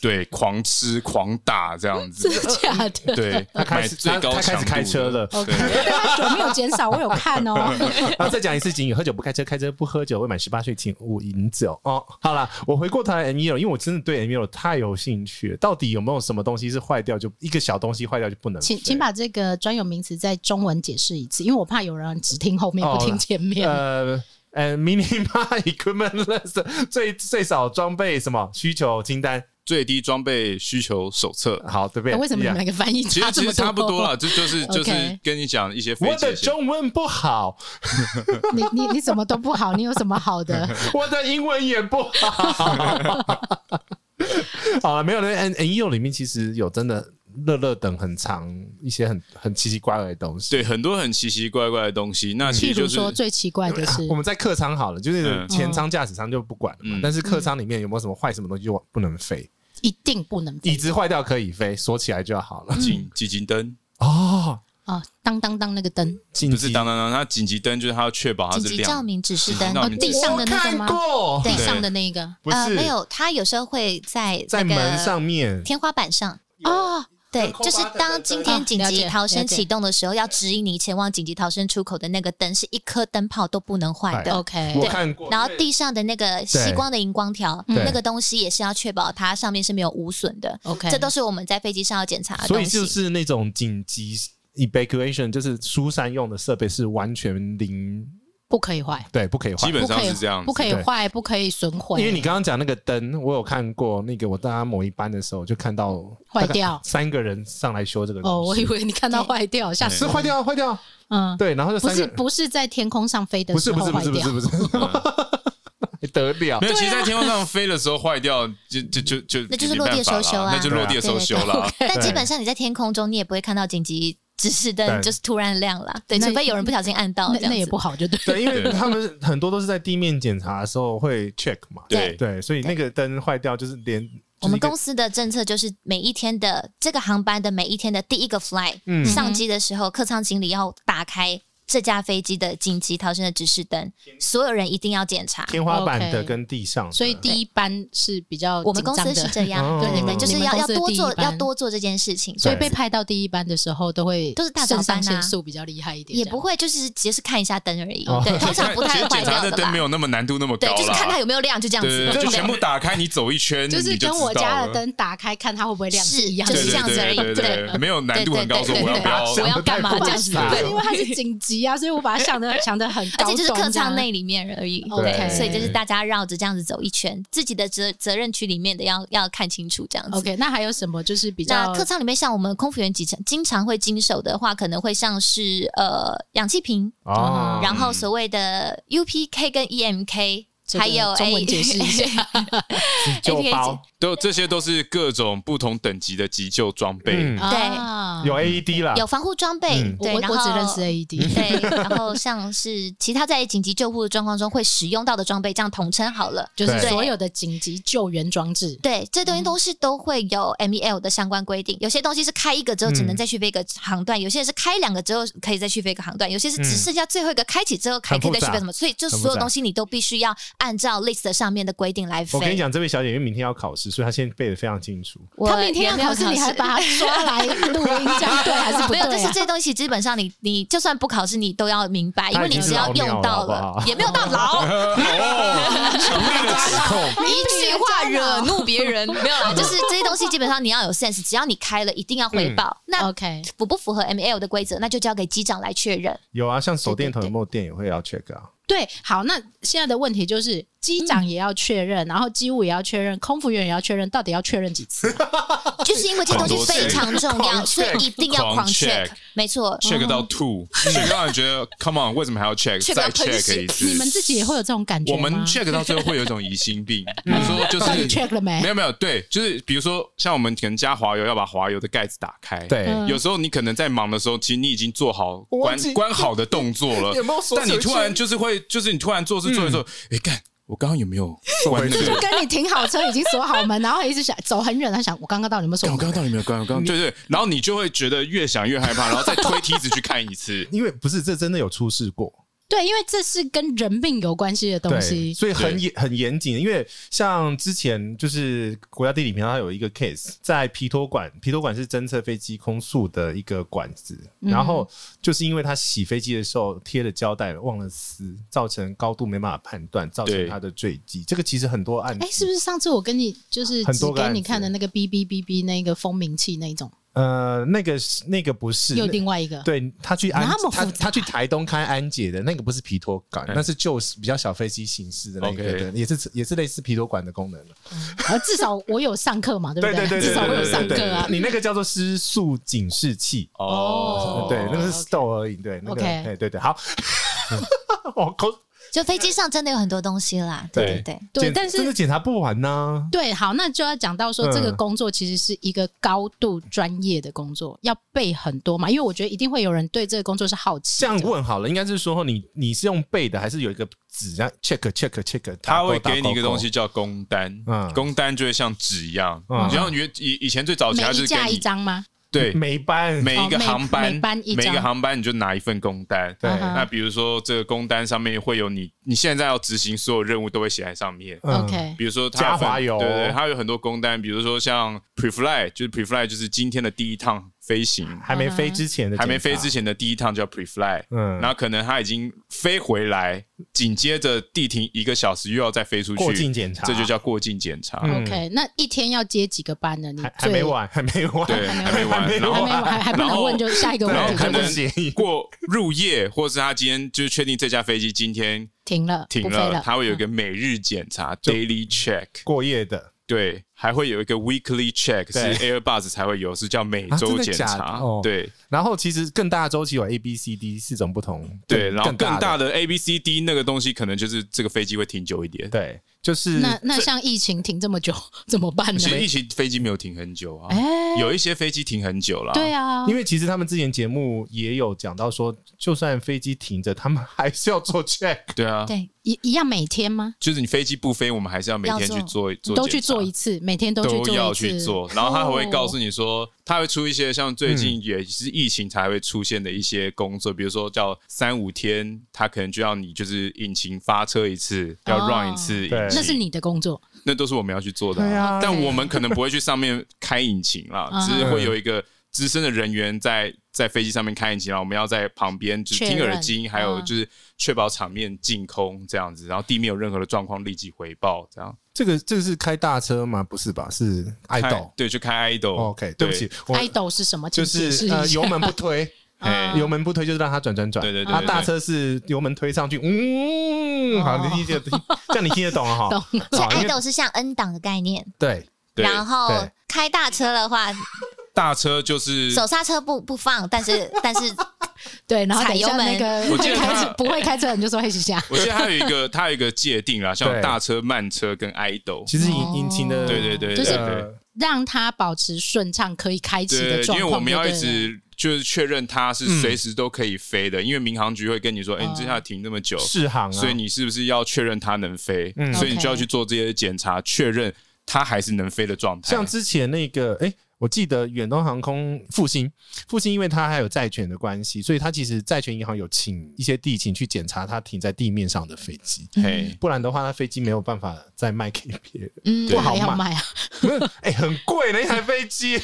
S1: 对，狂吃狂打这样子，
S6: 假的。
S1: 对，
S5: 他开
S1: 买
S5: 始
S1: 最高
S5: 他他开
S1: 强
S5: 始
S1: 度
S5: 开车了，
S6: OK，他啊酒没有减少，我有看哦。
S5: 然后再讲一次警语：喝酒不开车，开车不喝酒。未满十八岁，请勿饮酒。哦，好了，我回过头来 M E O，因为我真的对 M E O 太有兴趣了。到底有没有什么东西是坏掉就一个小东西坏掉就不能飞？
S6: 请请把这个专有名词在中文解释一次，因为我怕有人只听后面不听前面。
S5: 呃呃，minima equipment list 最最少装备什么需求清单？
S1: 最低装备需求手册。
S5: 好，对不对？
S6: 哎为什么你们两个翻译
S1: 其
S6: 差
S1: 实
S6: 这
S1: 其
S6: 么
S1: 实差不多
S6: 多？
S1: 了，这就是
S6: OK
S1: 就是跟你讲一些飞
S5: 我
S1: 机
S5: 的中文不好，
S6: 你你你怎么都不好？你有什么好 的？
S5: 我的英文也不好。 好了，没有了。N N E O 里面其实有真的乐乐等很长一些很很奇奇怪怪的东西。
S1: 对很多很奇奇怪怪的东西，那其
S6: 譬
S1: 实
S6: 如
S1: 就是
S6: 说最奇怪的是
S5: 我，们在客舱好了，就是
S1: 嗯
S5: 前舱、驾驶舱就不管了嘛。
S1: 嗯
S5: 但是客舱里面有没有什么坏什么东西就不能飞？
S6: 一定不能
S5: 椅
S6: 飞
S5: 子坏掉可以飞，锁起来就好了。
S6: 嗯
S1: 紧紧急灯，
S5: 哦，
S6: 啊！当当当那个灯，
S5: 紧
S1: 不
S5: 急
S1: 是当当当，它紧急灯就是它要确保它
S2: 紧
S1: 是
S2: 急照
S1: 亮。
S2: 明指示灯
S1: 那我
S6: 哦，
S1: 们
S6: 地上的那个吗？
S5: 过，
S6: 地
S1: 对
S6: 上的那一个
S5: 不
S2: 呃，
S5: 是
S2: 没有，他有时候会在
S5: 在
S2: 那个
S5: 门上面。
S2: 天花板上。
S6: 哦，
S2: 对，就是当今天紧
S6: 啊了
S2: 急
S6: 解
S2: 逃生
S6: 了解
S2: 启动的时候，要指引你前往紧急逃生出口的那个灯是一颗灯泡都不能坏的。
S6: OK，
S5: 哎我
S2: 对
S5: 看过，
S2: 然后地上的那个吸光的荧光条，
S5: 对
S2: 那个东西也是要确保它上面是没有无损的。
S6: OK
S2: 这都是我们在飞机上要检查的
S5: 所
S2: 东
S5: 以
S2: 西。
S5: 就是那种紧急 evacuation，就是疏散用的设备是完全零，
S6: 不可以坏，
S5: 对，不可以换
S1: 基。本
S6: 不
S1: 上
S6: 可以
S1: 是这样子，
S6: 不可以坏，不可以损毁，
S5: 因为你刚刚讲那个灯，我有看过那个，我搭某一班的时候就看到
S6: 坏掉
S5: 三个人上来修这个东西。
S6: 哦，我以为你看到坏掉，吓死
S5: 是
S6: 我
S5: 坏，掉，啊坏掉，
S6: 嗯，
S5: 对，然后就
S6: 不
S5: 三
S6: 是
S5: 个，
S6: 不是在天空上飞的
S5: 不是
S6: 时
S5: 不
S6: 候
S5: 是不
S6: 坏
S5: 是不
S6: 掉
S5: 是，不是，还 得了
S1: 没？有，其实在天空上飞的时候坏掉，就就就就
S2: 那就是
S1: 没
S2: 落地
S1: 办法
S2: 收
S1: 啦
S2: 修啊
S1: 那就落地
S2: 对
S1: 收
S2: 对
S1: 修
S2: 对
S1: 啦。
S2: 但基本上你在天空中，你也不会看到紧急指示
S5: 对
S2: 灯就是突然亮了，对，
S6: 那
S2: 除非有人不小心按到，
S6: 那
S2: 这样
S6: 那也
S2: 子
S6: 不好，就对了。
S5: 对，因为他们很多都是在地面检查的时候会 check 嘛，
S1: 对
S5: 对，所以那个灯坏掉就是连
S2: 我们公
S5: 司
S2: 司的政策就是每一天的这个航班的每一天的第一个 fly、
S5: 嗯
S2: 上机的时候，客舱经理要打开这架飞机的紧急逃生的指示灯，所有人一定要检查。
S5: 天花板的
S6: OK
S5: 跟地上的，
S6: 所以 第一班是比较
S2: 我们公司
S6: 紧张
S2: 是
S6: 的
S2: 这样，
S5: 哦
S2: 对对对，就是要
S6: 你
S2: 要
S6: 们公司
S2: 多
S6: 第一
S2: 做
S6: 班
S2: 要多做这件事情，
S6: 所以
S5: 对
S6: 被派到第一班的时候，都会
S2: 都是大早
S6: 肾
S2: 班啊
S6: 上腺素比较厉害一点，
S2: 也不
S6: 会
S2: 会就是只是看一下灯而已
S5: 哦，
S2: 对，通常不
S1: 其
S2: 太
S1: 实
S2: 会坏
S1: 检查
S2: 掉
S1: 的
S2: 的
S1: 灯
S2: 啦
S1: 没。有那么难度那么高
S2: 对
S1: 啦，，
S2: 就是看它有没有亮，就这样子
S1: 对，对，
S2: 就
S1: 就
S2: 没有
S1: 全部打开，你走一圈，
S6: 就是
S1: 你
S6: 跟我
S1: 知道
S6: 家的
S1: 了
S6: 灯打开看它会不会亮
S2: 是
S6: 一样，
S2: 就
S1: 对
S2: 是这样子而已
S1: 对对对对
S2: 对
S1: 没有难度很高，说
S2: 对对
S1: 我要不
S2: 对对
S1: 要
S2: 对我要干嘛这样子
S5: 想得太复杂
S6: 对，因为它是紧急啊，所以我把它想 的想的很
S2: 而
S6: 高
S2: 且
S6: 中这
S2: 就是
S6: 样，
S2: 客舱内里面而已。
S6: OK，
S2: 所以就是
S5: 对
S2: 大家绕着这样子走一圈，自己的责责任区里面的要要看清楚这样子。
S6: OK，那还有什么就是比较
S2: 那客舱里面像我们空服员经常经常会经手的话，可能会像是呃氧气瓶，
S5: 哦，
S2: 然后所谓的 UPK 跟 EMK，
S6: 这个
S2: 还有哎
S6: 中文解释一下
S5: 就
S2: APK
S5: 包
S1: 都这些都是各种不同等级的急救装备
S5: 嗯。
S6: 啊
S5: 有 AED 啦，
S2: 有防护装备，
S5: 嗯
S6: 我
S2: 对，
S6: 我
S2: 然
S6: 我
S2: 后
S6: 只认识 E AED，
S2: 对，然后像是其他在紧急救护的状况中会使用到的装备，这样统称好了。
S6: 就是
S5: 对
S6: 所有的紧急救援装置。
S2: 对，这
S5: 嗯
S2: 东西都是都会有 MEL 的相关规定。有些东西是开一个之后只
S5: 嗯
S2: 能再续飞一个航段，有些是开两个之后可以再续飞一个航段，有些是
S5: 嗯
S2: 只剩下最后一个开启之后还可以再续飞什么。所以就所有东西你都必须要按照 list 上面的规定来飞。
S5: 我跟你讲，这位小姐因为明天要考试，所以她现在背的非常清楚。
S2: 我
S6: 他明天
S2: 也
S6: 要
S2: 没有
S6: 考试，你还 把他抓来录音，这 样对还是不
S2: 没
S6: 对
S2: 有，
S6: 啊？
S2: 但是这东西基本上你你就算不考试，你都要明白，因为你只要用到
S5: 他已经是老鸟了好不好
S2: 也没有到 老，
S1: 哦，强烈的指控，
S2: 一句话惹怒别人，没 有啦，就是这些东西基本上你要有 sense，只要你开了，一定要
S1: 嗯
S2: 回报。那
S6: OK，
S2: 符不符合 ML 的规则，那就交给机长来确认。
S5: 有啊，像手电筒
S2: 对对对
S5: 有没有电也会要 check 啊。
S6: 对，好，那现在的问题就是，机长也要确认，然后机务也要确认，空服员也要确认，到底要确认几 次？
S2: 就是因为这东西非常重
S1: 哦狂
S2: 要，
S1: check
S2: 所以一定要
S1: 狂
S2: 狂 check
S1: check。
S2: 没错，
S1: check 到吐，check 到你觉得 come on，为什么还要 check？
S2: check
S1: 再
S2: 到喷血
S1: check 一次。
S6: 你们自己也会有这种感觉
S1: 我
S6: 吗？
S1: 们 check 到最后会有一种疑心病，比如说就
S6: 到底
S1: 是
S6: check 了没
S1: 没？有没有，对，就是比如说像我们可能加滑油要把滑油的盖子打开，
S5: 对嗯
S1: 有时候你可能在忙的时候，其实你已经做好
S5: 我忘
S1: 关
S5: 记
S1: 关好的动作了，
S5: 有没有手
S1: 但你
S5: 指。
S1: 突然就是会，就是你突然做事做的时候，哎干，我刚刚有没有关那
S6: 就
S1: 个？
S6: 跟你停好车，已经锁好门，然后一直想走很远，他想我刚刚到底有没有锁
S1: 干我
S6: 门？
S1: 刚刚到底有没有关？我刚刚对对，然后你就会觉得越想越害怕，然后再推 梯子去看一次
S5: 因为不是这真的有出事过，
S6: 对，因为这是跟人命有关系的东
S5: 对，
S6: 西。
S5: 所以很严很严谨。因为像之前就是国家地理频道它有一个 case，在皮托管，皮托管是侦测飞机空速的一个管子，
S6: 嗯
S5: 然后就是因为它洗飞机的时候贴了胶带忘了撕，造成高度没办法判断，造
S1: 对
S5: 成它的坠机。这个其实很多案
S6: 哎，是
S5: 子，
S6: 不是上次我跟你就是
S5: 嗯很
S6: 只
S5: 多个
S6: 给
S5: 案
S6: 你
S5: 子
S6: 看的那个哔哔哔哔那个蜂鸣器那一种，
S5: 呃，那个是那个不是
S6: 又
S5: 那
S6: 另外一个？
S5: 对他去安
S6: 那么
S5: 他
S6: 复杂
S5: 他去台东开安检的那个不是皮托管，那是旧式比较小飞机形式的那个
S1: OK
S5: 对，也是也是类似皮托管的功能的。
S6: 而啊至少我有上课嘛，对不
S5: 对
S6: 至少我有
S5: 对
S6: 上课啊。
S5: 你那个叫做失速警示器，
S6: 哦
S5: 对，那个是
S6: OK
S5: stow 而已，对，那个哎
S6: OK
S5: 对对对， 好，哦我口
S2: 就飞机上真的有很多东西啦。对对对，
S6: 对，
S5: 检
S6: 但是
S5: 真的检查不完呢。
S6: 对，好，那就要讲到说，这个
S5: 嗯
S6: 工作其实是一个高度专业的工作，要背很多嘛，因为我觉得一定会有人对这个工作是好奇
S5: 这
S6: 的。
S5: 样问好了，应该是说你你是用背的，还是有一个纸这样 check check check？
S1: 他会
S5: 打勾
S1: 给你一个东，西
S5: 打勾
S1: 叫工单，
S5: 嗯
S1: 工单就会像纸一样，
S5: 嗯
S1: 然后你以以前最早期
S6: 每
S1: 他就
S6: 一
S1: 是给
S6: 架一
S1: 你
S6: 张吗？
S1: 对
S5: 每班
S1: 每一个
S6: 哦每
S1: 航班，
S6: 每班一张
S1: 每一个航班你就拿一份工单。
S5: 对
S6: 嗯哼
S1: 那比如说这个工单上面会有你，你现在要执行所有任务都会写在上面。
S5: 嗯
S6: OK，
S1: 比如说它
S5: 加
S1: 有分
S5: 滑油
S1: 对对，它有很多工单，比如说像 prefly，就是 prefly 就是今天的第一趟飞行，
S5: 还
S6: 嗯
S5: 没飞之前的
S1: 还没飞
S5: 检查
S1: 之前的第一趟叫 prefly，
S5: 嗯
S1: 然后可能它已经飞回来，紧接着地停一个小时又要再飞出去
S5: 过境检查
S1: 这就叫过境检查。
S5: 嗯
S6: OK，那一天要接几个班呢？你
S5: 还还
S6: 最
S5: 没，完，还没完，
S1: 对，还没完，然
S6: 还
S1: 后
S6: 没完，还还不
S1: 然
S6: 能
S1: 后
S6: 问，就下一个
S1: 然
S6: 问
S1: 后
S6: 题
S1: 可
S6: 就
S1: 能
S6: 问
S5: 协议
S1: 过入夜，或是他今天就是确定这架飞机今天
S6: 停了，
S1: 停
S6: 不飞
S1: 了，
S6: 了，
S1: 他会有一个每日检查 （daily check），
S5: 过夜的
S1: 对，还会有一个 weekly check，
S5: 对
S1: 是 Airbus 才会有，是叫每
S5: 啊真
S1: 周
S5: 的
S1: 检
S5: 假的
S1: 查
S5: 哦。
S1: 对
S5: 然后其实更大的周期有 A、B、C、D 四种不同，
S1: 对，然后更大
S5: 的
S1: 的 A、B、C、D 那个东西，可能就是这个飞机会停久一点。
S5: 对，就是
S6: 嗯那那像疫情停这么久怎么办呢
S1: 其？实疫情飞机没有停很久啊，
S6: 哎
S1: 有一些飞机停很久了。
S6: 对啊，
S5: 因为其实他们之前节 目也有讲到说，就算飞机停着，他们还是要做 check，
S1: 对啊，
S2: 对
S6: 一一样每天吗？
S1: 就是你飞机不飞，我们还是要每天去做做，
S6: 都去做一次，每天都去
S1: 都
S6: 做
S1: 要
S6: 一次哦
S1: 去做。然后他还会告诉你说，他会出一些像最
S5: 嗯
S1: 近也是疫情才会出现的一些工作，比如说叫三五天，他可能就要你就是引擎发车一次，要 run 一次引擎，
S5: 对
S6: 哦那是你的工作，
S1: 那都是我们要去做的
S5: 对
S1: 啊、
S5: 啊
S1: 但我们可能不会去上面开引擎啦，
S6: 嗯
S1: 只是会有一个资深的人员在在飞机上面开引擎，然后我们要在旁边就是
S6: 确
S1: 听
S6: 认
S1: 耳机，还有
S6: 嗯
S1: 就是确保场面净空这样子，然后地面有任何的状况立即回报这样。
S5: 这个这个是开大车吗？不是吧？是爱
S1: 开
S5: 豆。
S1: 对，去开 idol。
S5: 哦 OK，对不起，我
S6: 爱豆是什么？
S5: 就
S6: 请解释
S5: 是
S6: 一
S5: 呃
S6: 下
S5: 油门不推，
S1: 哎
S5: 油门不推就是让它转转转。
S1: 对对对
S5: 啊
S1: 对对
S5: 大车是油门推上去，嗯，好，
S6: 哦
S5: 你理解，这样你听得懂了哈。
S6: 懂
S2: 所以
S5: 好因
S2: 爱
S5: 为
S2: 豆是像 N 档的概念，
S5: 对，
S1: 对，
S2: 然后
S5: 对
S2: 开大车的话，
S1: 大车就是
S2: 手刹车不不放，但是但是
S6: 对，然后
S2: 踩
S6: 等一下
S2: 油门
S6: 那个
S1: 我记
S6: 会
S1: 得
S6: 开
S1: 他
S6: 车不会开车的人就说黑 旗下，
S1: 我记得它有一 个，它有一个界定啦，像
S5: 对
S1: 大车、慢车跟 idol。
S5: 其实
S6: 哦
S5: 引引擎的，
S1: 对对对对
S6: 就是
S1: 对
S5: 呃
S6: 让他保持顺畅可以开启的
S1: 对，
S6: 状
S1: 因为
S6: 况。
S1: 我们要
S6: 对
S1: 一
S6: 不对
S1: 直就是确认它
S5: 嗯
S1: 是随时都可以飞的，因为民航局会跟你
S6: 哦
S1: 说，哎，你这下停那么久，
S5: 试航啊，
S1: 所以你是不是要确认它能飞？
S5: 嗯
S1: 所以你
S6: OK
S1: 就要去做这些检查，确认它还是能飞的状态。
S5: 像之前那个，哎、我记得远东航空复兴，复兴因为它还有债权的关系，所以它其实债权银行有请一些地勤去检查它停在地面上的飞机，
S1: 嘿，
S5: 不然的话，它飞机没有办法再卖给别人。
S2: 嗯
S5: 不
S6: 不
S5: 好
S6: 还要
S5: 卖
S6: 卖啊，
S5: 哎、很贵呢，一台 飞机。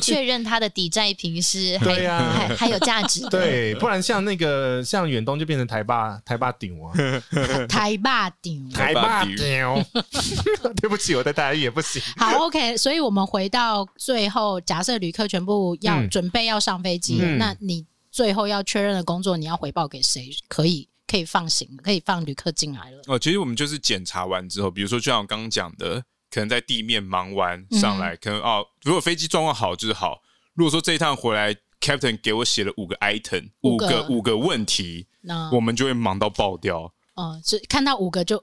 S2: 确认它的抵债品是还
S5: 对呀、
S1: 啊
S2: 还还有价值的。
S5: 对，不然像那个像远东就变成台霸台霸顶 啊，
S6: 台霸顶。
S5: 台
S1: 霸
S5: 霸
S1: 顶
S5: 顶。 对不起，我的台语也不行。
S6: 好，OK，所以 我们回到最后，假设旅客全部要、
S5: 嗯
S6: 准备要上飞机，
S5: 嗯
S6: 那你最后要确认的工作，你要回报给谁？可以，可以放行，可以放旅客进来了。
S1: 哦，其实我们就是检查完之后，比如说就像我刚刚讲的，可能在地面忙完
S6: 嗯
S1: 上来，可能哦，如果飞机状况好就是好。如果说这一趟回来，Captain 给我写了五个 item，五
S6: 五
S1: 个
S6: 个嗯
S1: 五个问题，
S6: 那
S1: 我们就会忙到爆掉。
S6: 呃，就看到五个就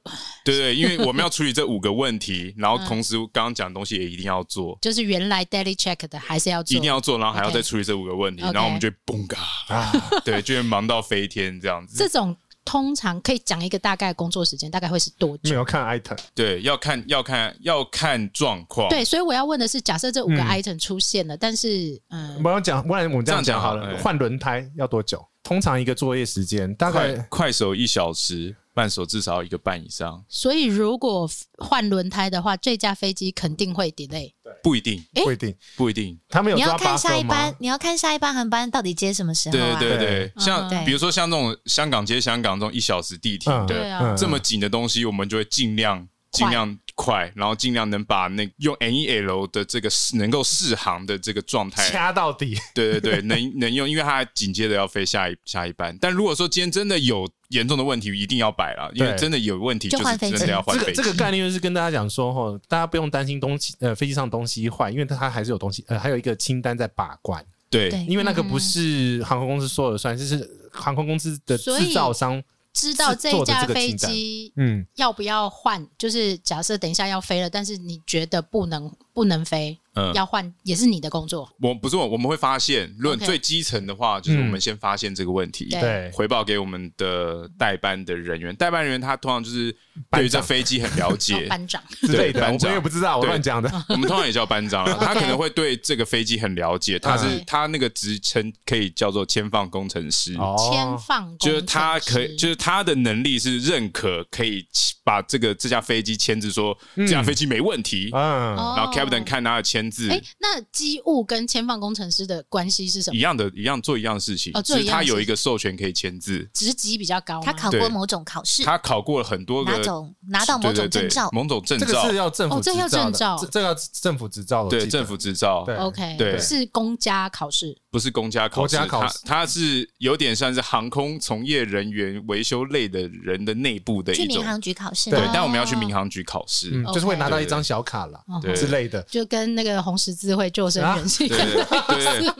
S1: 对对，因为我们要处理这五个问题，然后
S6: 嗯
S1: 同时刚刚讲的东西也一定要做，
S6: 就是原来 daily check 的还是要做，
S1: 一定要做，然后还要
S6: OK
S1: 再处理这五个问题，
S6: OK
S1: 然后我们就会蹦嘎，啊对，就会忙到飞天这样
S6: 这
S1: 子。
S6: 种。通常可以讲一个大概的工作时间，大概会是多
S5: 没
S6: 久？
S5: 有看 item，
S1: 对，要看要看要看状况。
S6: 对，所以我要问的是，假设这五个
S5: 嗯
S6: item 出现了，但是嗯，
S5: 不要讲，不然我们这样
S1: 这样讲
S5: 讲好
S1: 好
S5: 了。
S1: 了哎
S5: 换轮胎要多久？通常一个作业时间大
S1: 快
S5: 概
S1: 快手一小时，慢手至少要一个半以上，
S6: 所以如果换轮胎的话，这架飞机肯定会 delay。
S1: 不一定，
S6: 诶
S5: 不一定。
S1: 不一定。
S5: 他们有
S2: 你要
S5: 抓
S2: 看下
S5: buffer
S2: 一班
S5: 吗？，
S2: 你要看下一班航班到底接什么时候
S1: 对
S2: 啊？
S1: 对
S5: 对
S1: 对，像
S6: 嗯
S1: 比如说像这种香港接香港这种一小时地铁
S5: 嗯
S6: 对
S1: 的
S6: 啊
S5: 嗯
S1: 这么紧的东西，我们就会尽量
S6: 快
S1: 尽量快，然后尽量能把那用 N E L 的这个试能够试航的这个状态，
S5: 哎掐到底，
S1: 对对对， 能能用，因为它紧接着要飞下一下一班。但如果说今天真的有严重的问题，一定要摆了，因为
S5: 对
S1: 真的有问题
S2: 就
S1: 就是
S2: 换飞
S1: 真
S2: 机
S1: 的要换
S5: 这
S1: 飞机
S5: 个这。个概念就是跟大家讲说，吼，大家不用担心东西，呃，飞机上东西坏，因为它还是有东西，呃，还有一个清单在把关，
S6: 嗯
S1: 对
S2: 对
S5: 因为那个不是航空公司说了算，就是航空公司的制造商，
S6: 知道这
S5: 做的
S6: 架
S5: 这个
S6: 飞
S5: 清单
S6: 机
S5: 嗯，
S6: 要不要换，就是假设等一下要飞了，但是你觉得不能不能飞，
S1: 嗯
S6: 要换也是你的工作。
S1: 我不是我，我们会发现，论
S6: OK 嗯
S1: 最基层的话，就是我们
S5: 嗯
S1: 先发现这个问题，
S6: 对
S5: 对，
S1: 回报给我们的代班的人员。代班人员他通常就是对于这
S5: 班长
S1: 飞机很了
S6: 然
S1: 解
S6: 后，哦班长，
S5: 之类的，
S1: 班
S5: 我
S1: 长
S5: 们也不知道，我
S1: 对
S5: 乱讲的，
S1: 我们通常也叫班 长了。啊他
S6: OK
S1: 可能会对这个飞机很了解，他是
S5: 嗯
S6: OK
S1: 他那个职称可以叫做签放工程师。
S5: 哦
S6: 签放工程师
S1: 就是他可以，就是他的能力是认可，可以把这个这架飞机签字说、
S5: 嗯
S1: 这架飞机没问题，
S5: 嗯，
S6: 哦
S1: 然后 Captain 看他的签字，
S6: 哎，那机务跟签放工程师的关系是什
S1: 一
S6: 么？
S1: 样的，一样做一样的事情，
S6: 哦
S1: 只
S6: 做
S1: 是
S6: 一样
S1: 他
S6: 的事情
S1: 有一个授权可以签字。
S6: 职级比较高吗，
S2: 他考
S1: 对
S2: 过某种考试，
S1: 他考过了很多个
S2: 拿种拿到某
S1: 对
S2: 种
S1: 对对
S2: 证照，
S1: 某种证
S5: 这个
S1: 照
S5: 是，要政府
S6: 哦这个要
S5: 执照的
S6: 证照
S5: 这这个要政府执照的，我
S1: 对
S5: 记得
S1: 政府执照，
S5: 对
S6: OK，
S1: 对
S6: 是公家考试。
S1: 不是公家考
S5: 国
S1: 试，
S5: 家考试
S1: 它它是有点像是航空从业人员维修类的人的内部的
S2: 去
S1: 一种
S2: 民，航局考试
S5: 对
S1: 对
S2: 嘛。，
S1: 但我们要
S6: 哦
S1: 去民航局考试，
S5: 嗯，
S6: OK 嗯
S5: 就是会拿到一张小卡啦
S6: 对
S1: 对
S5: 之类的，
S6: 就跟那个红十字会救生员是一
S1: 对
S6: 个
S1: 啊对对对，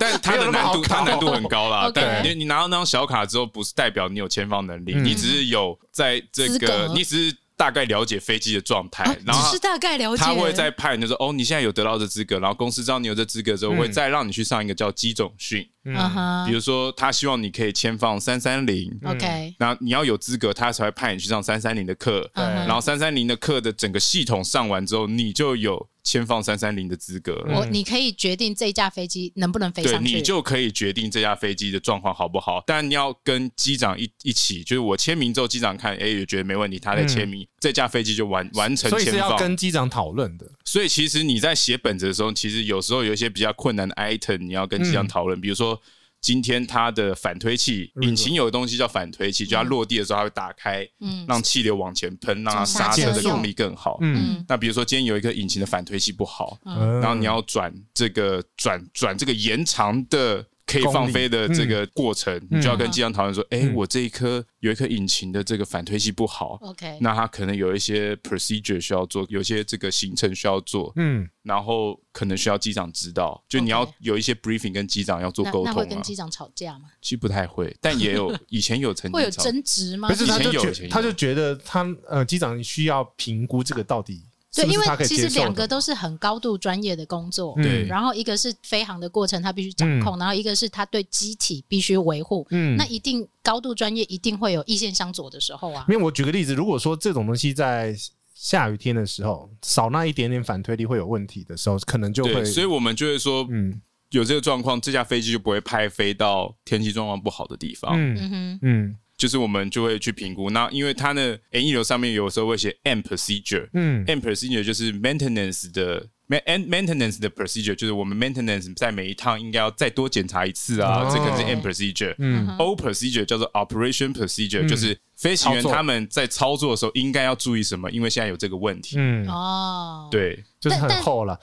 S1: 但它的难度
S5: 没有那么好
S1: 它
S5: 考
S1: 难度很高啦
S6: OK，
S1: 但你你拿到那张小卡之后，不是代表你有签放能力，
S5: 嗯
S1: 你只是有在这
S6: 资
S1: 个
S6: 格，
S1: 你只是大概了解飞机的状态
S6: 啊，
S1: 哎然
S6: 只
S1: 后
S6: 是大概了解，
S1: 他会再派人就说哦，你现在有得到这资格，然后公司知道你有这资格之后，
S5: 嗯
S1: 会再让你去上一个叫机种训，
S6: 嗯哼
S1: 比如说，他希望你可以签放三三零，
S5: 嗯
S6: ，OK，
S1: 那你要有资格，他才会派你去上三三零的课。
S6: 嗯哼
S1: 然后三三零的课的整个系统上完之后，你就有签放三三零的资格了。
S6: 我你可以决定这架飞机能不能飞
S1: 对，
S6: 上
S1: 你
S6: 去，
S1: 就可以决定这架飞机的状况好不好，但你要跟机长一一起，就是我签名之后，机长看，哎，也觉得没问题，他再签名，这架飞机就完完成
S5: 嗯所以
S1: 签
S5: 是要
S1: 放。
S5: 跟机长讨论的。
S1: 所以其实你在写本子的时候，其实有时候有一些比较困难的 item，你要跟机
S5: 嗯
S1: 长讨论，比如说。今天它的反推器，引擎有个东西叫反推器，就它落地的时候它会打开，
S6: 嗯
S1: 让气流往前喷，让它刹车的动力更好。
S5: 嗯，
S6: 嗯
S1: 那比如说今天有一个引擎的反推器不好，
S5: 嗯
S1: 然后你要转这个转转这个延长的可以放飞的这个过程，
S5: 嗯
S1: 你就要跟机长讨论说，哎，我这一颗有一颗引擎的这个反推器不好，
S6: ，OK，
S1: 那它可能有一些 procedure 需要做，有些这个行程需要做，
S5: 嗯，
S1: 然后可能需要机长知道，就你要
S6: OK
S1: 有一些 briefing 跟机长要做
S6: 那
S1: 沟
S6: 那
S1: 通
S6: 会跟
S1: 啊。
S6: 机长吵架吗？
S1: 其实不太 会，但也有以前有曾经
S6: 会有
S1: 吵
S6: 争执吗？
S5: 不是，
S1: 以前
S5: 他就
S1: 有以
S5: 觉
S1: 前有
S5: 他就觉得他呃，机长需要评估这个到底是
S6: 对，
S5: 不
S6: 因
S5: 是他可
S6: 为
S5: 以
S6: 其
S5: 接
S6: 实
S5: 受
S6: 两个
S5: 的。
S6: 都是很高度专业的工作，
S5: 嗯
S1: 对
S6: 然后一个是飞航的过程，他必须掌控，然后一个是他对机体必须维护。
S5: 嗯
S6: 那一定高度专业，一定会有意见相左的时候啊。
S5: 因为我举个例子，如果说这种东西在下雨天的时候，少那一点点反推力会有问题的时候，可能就会
S1: 对，，所以我们就会说，
S5: 嗯
S1: 有这个状况，这架飞机就不会派飞到天气状况不好的地方。
S5: 嗯
S6: 嗯哼，
S5: 嗯
S1: 就是我们就会去评估。那因为它的 N 一流上面有时候会写 M procedure，
S5: 嗯
S1: m procedure 就是 maintenance 的 ma- and maintenance 的 procedure，就是我们 maintenance 在每一趟应该要再多检查一次啊，
S5: 哦
S1: 这可能是 M procedure。
S5: 嗯
S1: O procedure 叫做 operation procedure，、
S5: 嗯
S1: 就是飞行员
S5: 操作
S1: 他们在操作的时候应该要注意什么，因为现在有这个问题。
S5: 嗯，
S6: 哦，，
S1: 对，
S5: 就是
S2: 但
S5: 很
S2: 但
S5: 厚了，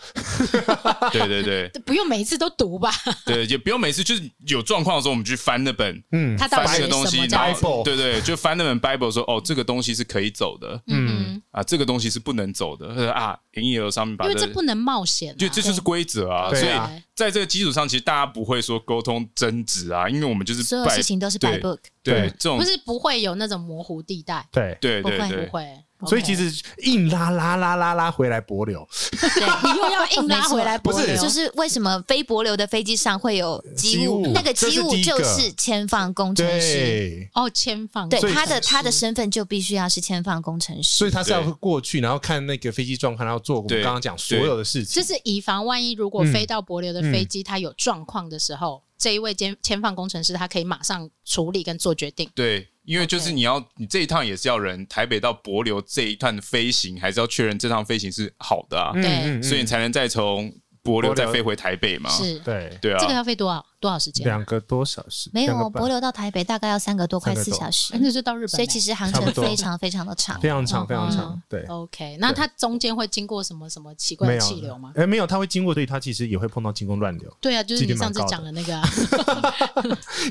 S1: 对对对
S6: 不用每一次都读吧？
S1: 对，也不用每次就是有状况的时候我们去翻那本
S5: 嗯
S6: 他到
S1: 翻那
S6: 底写
S1: 个
S6: 什
S1: 东西，
S6: 么这
S1: 然
S6: 样子？
S1: 后对对，就翻那本 Bible 说哦，这个东西是可以走的，
S6: 嗯
S1: 啊，这个东西是不能走的，或者啊，营业额上面把
S6: 哼，因为
S1: 这
S6: 这不能冒险啊，
S1: 就这就是规则啊，
S5: 对
S1: 所
S5: 啊
S1: 以在这个基础上，其实大家不会说沟通争执啊，因为我们就是
S2: 所有
S1: 拜
S2: 事情都是 by
S1: 对
S2: book。
S1: 对
S5: 对
S1: 这种
S6: 不是不会有那种模糊地带，
S5: 对。
S1: 对对
S2: 不会
S1: 对
S6: 不，会。
S5: 所以
S6: OK
S5: 其实硬拉拉拉拉拉回来柏流，
S6: 你又要硬拉回 来，
S5: 不是
S6: 柏流
S2: 就是为什么飞柏流的飞机上会有机
S5: 哦机务
S2: 务？那个
S5: 这是
S2: 机务
S5: 第一个
S2: 就是签放工程师，
S5: 对，
S6: 哦，签放
S2: 对
S5: 所以
S2: 他的
S6: 工程
S2: 他的
S6: 师
S2: 身份就必须要是签放工程
S5: 所以
S2: 师。
S5: 他是要
S1: 对
S5: 过去，然后看那个飞机状况，然后做我们
S1: 对
S5: 刚刚讲所有的事情
S6: 就。是以防万一，如果
S5: 嗯
S6: 飞到柏流的飞机它有状况的时候，这一位监签放工程师他可以马上处理跟做决定。
S1: 对，因为就是你要你这一趟也是要人台北到柏流这一趟飞行，还是要确认这趟飞行是好的啊，
S5: 嗯
S6: 对
S5: 嗯嗯
S1: 所以你才能再从柏流
S5: 柏流
S1: 再飞回台北嘛，
S6: 是，
S5: 对
S1: 对
S6: 这个
S1: 啊，
S6: 要费多少多少时间啊？
S5: 两个多小时，
S2: 没有
S5: 两个
S2: 哦，
S5: 半
S2: 柏流到台北大概要三个多，快
S5: 三个
S2: 四
S5: 多
S2: 小时
S6: 哎，那就到日本欸。
S2: 所以其实航
S5: 差不
S2: 程
S5: 多
S2: 非常非常的长
S5: 非。常长，非常
S6: 嗯
S5: 长，对，
S6: OK，那它中间会经过什么什么奇怪
S5: 没
S6: 的
S5: 有
S6: 气流吗？
S5: 哎，没有，它会经过，对，它其实也会碰到进攻乱 流，
S6: 对啊，就是
S5: 几
S6: 你
S5: 率蛮
S6: 上次
S5: 高的
S6: 讲的那 个啊，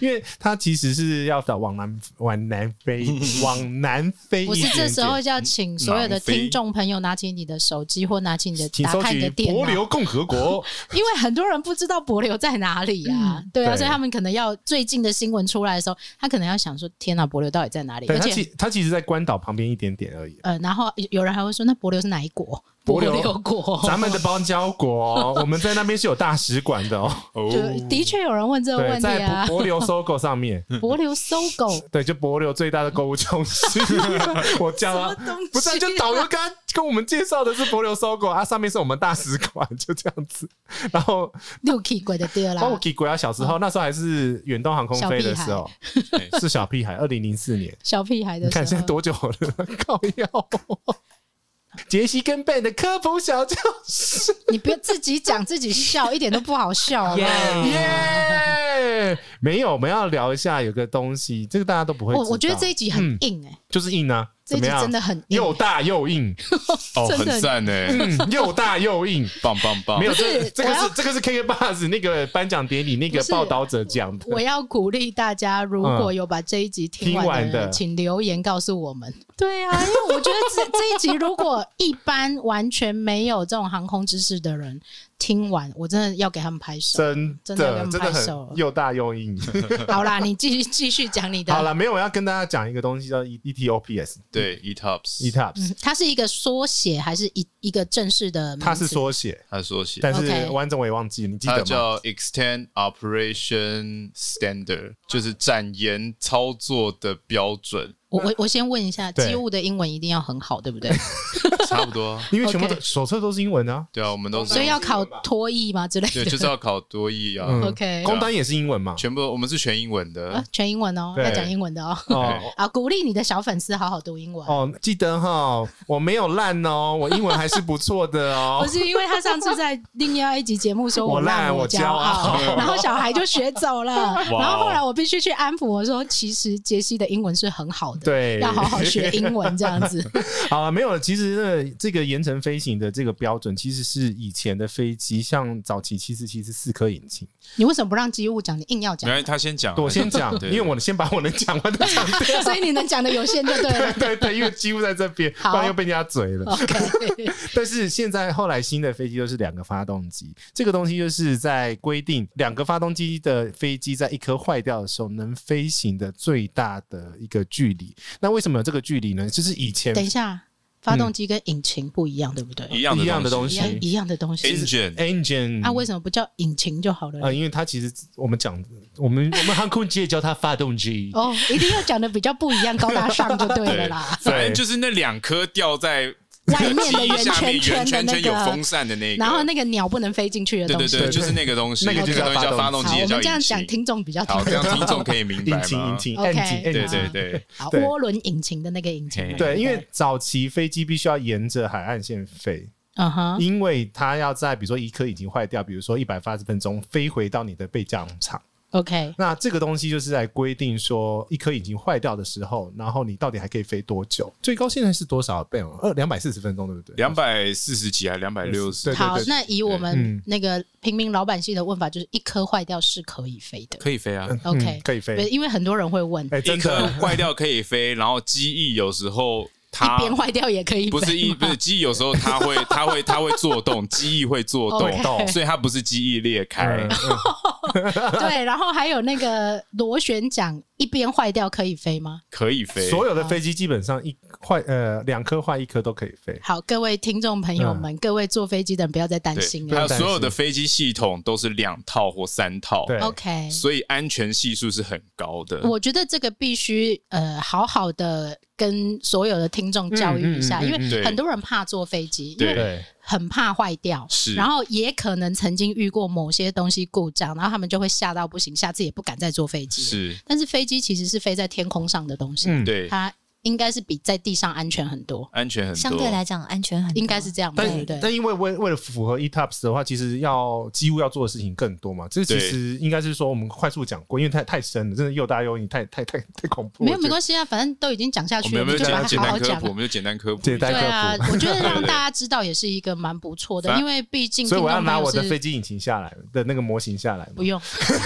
S5: 因为它其实是要到往南往南 飞，往南飞
S6: 我
S5: 一
S6: 是
S5: 点点。
S6: 这时候
S5: 嗯
S6: 就要请所有的
S1: 南非
S6: 听众朋友拿起你的手机或拿起你的
S5: 请
S6: 打
S5: 搜
S6: 开你
S5: 取
S6: 的电
S5: 柏
S6: 脑，
S5: 流共和 国，
S6: 因为很多人不知道柏流在哪里啊，对啊，
S5: 嗯对
S6: 所以他们可能要最近的新闻出来的时候，他可能要想说：天哪，柏流到底在哪里？
S5: 对
S6: 而
S5: 它
S6: 且
S5: 其它其实，在关岛旁边一点点而 已。
S6: 呃，然后有有人还会说：那柏流是哪一国？
S5: 帛琉
S6: 流国，
S5: 咱们的邦交国，我们在那边是有大使馆的哦。
S1: 哦
S6: 就的确有人问这个
S5: 对，
S6: 问题
S5: 在
S6: 啊。
S5: 柏流搜狗上面，
S6: 柏流搜狗，
S5: 对，就柏流最大的购物中心。我叫啊
S6: 什么东西啊，
S5: 不是啊，就导游刚刚跟我们介绍的是柏流搜狗啊，上面是我们大使馆， 就这样子。然后
S6: 六 K 鬼的对啦
S5: 哦，我。给国瑶小时候，那时候还是远东航空飞的时候，
S1: 哎
S5: 是小屁孩，二零零四年。
S6: 小屁孩
S5: 你
S6: 的
S5: 看
S6: 时
S5: 现在
S6: 候，
S5: 多久了？ 靠腰。杰西跟贝的科普小教 室，
S6: 你别自己讲 自己笑，一点都不好笑 好不好
S5: 耶！没有，我们要聊一下有个东西，这个大家都不会知道。
S6: 哦
S5: 嗯
S6: 我我觉得这一集很硬哎，
S5: 就是硬啊，怎
S6: 这一
S5: 么
S6: 集
S5: 样？
S6: 真的很硬
S5: 又。大又硬，
S1: 哦，
S6: 真的
S1: 很赞呢，
S5: 嗯， 又大又硬。
S1: 棒棒棒
S5: 没，有，
S6: 不
S5: 这
S6: 是
S5: 这个
S6: 我要
S5: 是这个是 KK Bus 那个颁奖典礼那个
S6: 不是
S5: 报道者讲的，
S6: 我要鼓励大家，如果有把这一集嗯听
S5: 听
S6: 完
S5: 完
S6: 的人，
S5: 的
S6: 请留言告诉我们。对 啊，因为我觉得这这一集如果一般完全没有这种航空知识的人听完，我真的要给他们拍手。
S5: 真
S6: 真的
S5: 的
S6: 跟
S5: 真的
S6: 拍手
S5: 很又大又硬。
S6: 好啦，你继续继续讲你的。
S5: 好了，没有，我要跟大家讲一个东西叫 E T O P S。
S1: 对，ETOPS，
S5: ETOPS，
S6: 嗯，它是一个缩写还是一一个正式的名字？
S5: 它是缩写，
S1: 它的缩写，
S5: 但是
S6: 嗯 OK
S5: 完整我也忘记，了，你记
S1: 嗯它
S5: 得吗？
S1: 叫 Extend Operation Standard，就是展延操作的标准，
S6: 我我我先问一下，
S5: 对
S6: 机务的英文一定要很好，对不对？
S1: 差不多。
S5: 因为全部都
S6: OK
S5: 手册都是英文啊，
S1: 对啊，我们都是
S6: 所以要考脱译吗之类
S1: 对，
S6: 的？
S1: 就是要考多译啊，
S5: 嗯
S6: OK
S5: 工单也是英文嘛。
S1: 全部我们是全英文的
S6: 啊，，全英文哦，
S5: 对
S6: 要讲英文的哦。
S5: 哦
S6: 啊，鼓励你的小粉丝好好读英文。
S5: 哦，记得哈，我没有烂哦，我英文还是不错的哦
S6: 不。是因为他上次在另外一集节目说
S5: 我烂
S6: 烂
S5: 我
S6: 骄
S5: 骄 傲哦
S6: 然后小孩就学走了。然后后来我必须去安抚我说，其实杰西的英文是很好的，
S5: 对
S6: 要好好学英文这样 子。
S5: 好啊了，没有了。其实呢，这个延程飞行的这个标准，其实是以前的飞机，像早期七四七是四颗引擎。
S6: 你为什么不让机务讲？你硬要 讲
S1: 没，关系，他先讲，
S6: 哦
S5: 我先讲，
S1: 对
S5: 因为我先把我能讲完的讲掉。
S6: 所以你能讲的有限就对了。
S5: 对对，因为几乎在这边，不
S6: 好
S5: 然又被人家嘴了。
S6: OK，
S5: 但是现在后来新的飞机都是两个发动机，这个东西就是在规定两个发动机的飞机在一颗坏掉的时候能飞行的最大的一个距离。那为什么有这个距离呢？就是以前
S6: 等一
S1: 嗯
S6: 下，发动机跟引擎不一样，对不对？
S1: 一样
S5: 一样的
S1: 东
S5: 东
S1: 西
S6: 一
S5: 西哎
S6: 样一样的东西。啊
S1: ，engine
S5: engine
S6: 啊，为什么不叫引擎就好了
S5: 啊、？因为它其实我们讲，我 们我们航空界叫它发动机，
S6: 哦，一定要讲的比较不一样，高大上就对了啦。
S1: 反正就是那两颗掉在
S6: 外面的
S1: 机
S6: 圆
S1: 下面
S6: 圈
S1: 圆
S6: 圈
S1: 圈
S6: 的
S1: 圈
S6: 那
S1: 有
S6: 个
S1: 风扇的那个，
S6: 然后那个鸟不能飞进去的
S1: 对
S6: 东
S1: 对
S6: 西。
S1: 对，就是那个东西，
S5: 那个就
S1: 那
S5: 叫
S1: 个东西叫
S5: 发
S1: 发
S5: 动
S1: 动
S5: 机
S1: 机，
S6: 好，
S1: 也
S6: 我们这
S1: 叫
S6: 样
S1: 引
S6: 讲，听
S1: 擎。
S6: 众比较听
S1: 好，这
S6: 得
S1: 样听
S6: 懂。
S1: 众可以明白
S5: 引
S1: 吗？
S5: 擎引擎
S6: OK
S5: engine
S1: 对对
S5: engine。
S1: 对，
S6: 好，
S5: 对
S6: 涡轮引擎的那个引擎
S1: 嘿。
S5: 对，因为早期飞机必须要沿着海岸线飞，
S6: 嗯哼，
S5: 因为它要在比如说一颗已经坏掉，比如说一百八十分钟飞回到你的备降场。
S6: OK，
S5: 那这个东西就是来规定说，一颗已经坏掉的时候，然后你到底还可以飞多久？最高现在是多少倍哦？二两百四十分钟，对不对？
S1: 两百四十几还两百六十
S5: 对，
S6: 好，
S5: 对
S6: 那以我
S5: 嗯
S6: 们那个平民老百姓的问法，就是一颗坏掉是可以飞的。
S1: 可以飞啊。
S6: OK，
S5: 可以飞
S6: 对因为很多人会问，
S5: 哎，
S1: 一
S5: 嗯真
S1: 颗
S5: 的，
S1: 坏掉可以飞，然后机翼有时候它
S6: 一边坏掉也可以飞吗，
S1: 不是一不是机翼，有时候它 会它会它会做动，机翼会做动，
S5: OK
S1: 所以它不是机翼裂开
S5: 嗯，
S6: 对，然后还有那个螺旋桨一边坏掉可以飞吗？
S1: 可以飞。
S5: 嗯所有的飞机基本上一坏呃两颗坏一颗都可以飞。
S6: 好，各位听众朋友们，各位坐飞机的人不要再担心
S1: 嗯
S6: 啊
S1: 对，还有。
S6: 了
S1: 所有的飞机系统都是两套或三套，
S5: 对
S6: OK，
S1: 所以安全系数是很高的。
S6: 我觉得这个必须呃好好的跟所有的听众教育一下，
S5: 嗯嗯嗯嗯
S6: 因为
S1: 对
S6: 很多人怕坐飞机，因
S1: 对
S6: 为
S5: 对，
S6: 很怕坏掉，
S1: 是
S6: 然后也可能曾经遇过某些东西故障，然后他们就会吓到不行，下次也不敢再坐飞机。，
S1: 是，
S6: 但是飞机其实是飞在天空上的东西，
S5: 嗯
S1: 对，
S6: 它应该是比在地上安全很多，
S1: 安全很多。
S2: 相对来讲安全很多，
S6: 应该是这样吧，对不
S5: 但
S6: 对？
S5: 但因为为为了符合 E ETOPS 的话，其实要几乎要做的事情更多嘛。这其实应该是说我们快速讲过，因为太太深了，真的又大又硬，太太太太恐怖了。
S6: 没有没关系啊，反正都已经讲下
S1: 我
S6: 去
S1: 们
S6: 了，
S1: 有没有
S6: 你就
S1: 简
S6: 把
S1: 单简
S6: 它好
S1: 单
S6: 好
S1: 科
S6: 讲
S1: 普？。我们就简单科普
S5: 简
S1: 一
S5: 单
S1: 下。
S6: 对啊，我觉 得让
S1: 对对
S6: 大家知道也是一个蛮不错的，
S1: 反
S6: 因为毕竟
S5: 所以我要
S6: 听众
S5: 拿
S6: 朋友
S5: 我的
S6: 是
S5: 飞机引擎下来的那个模型下来嘛
S6: 不。用，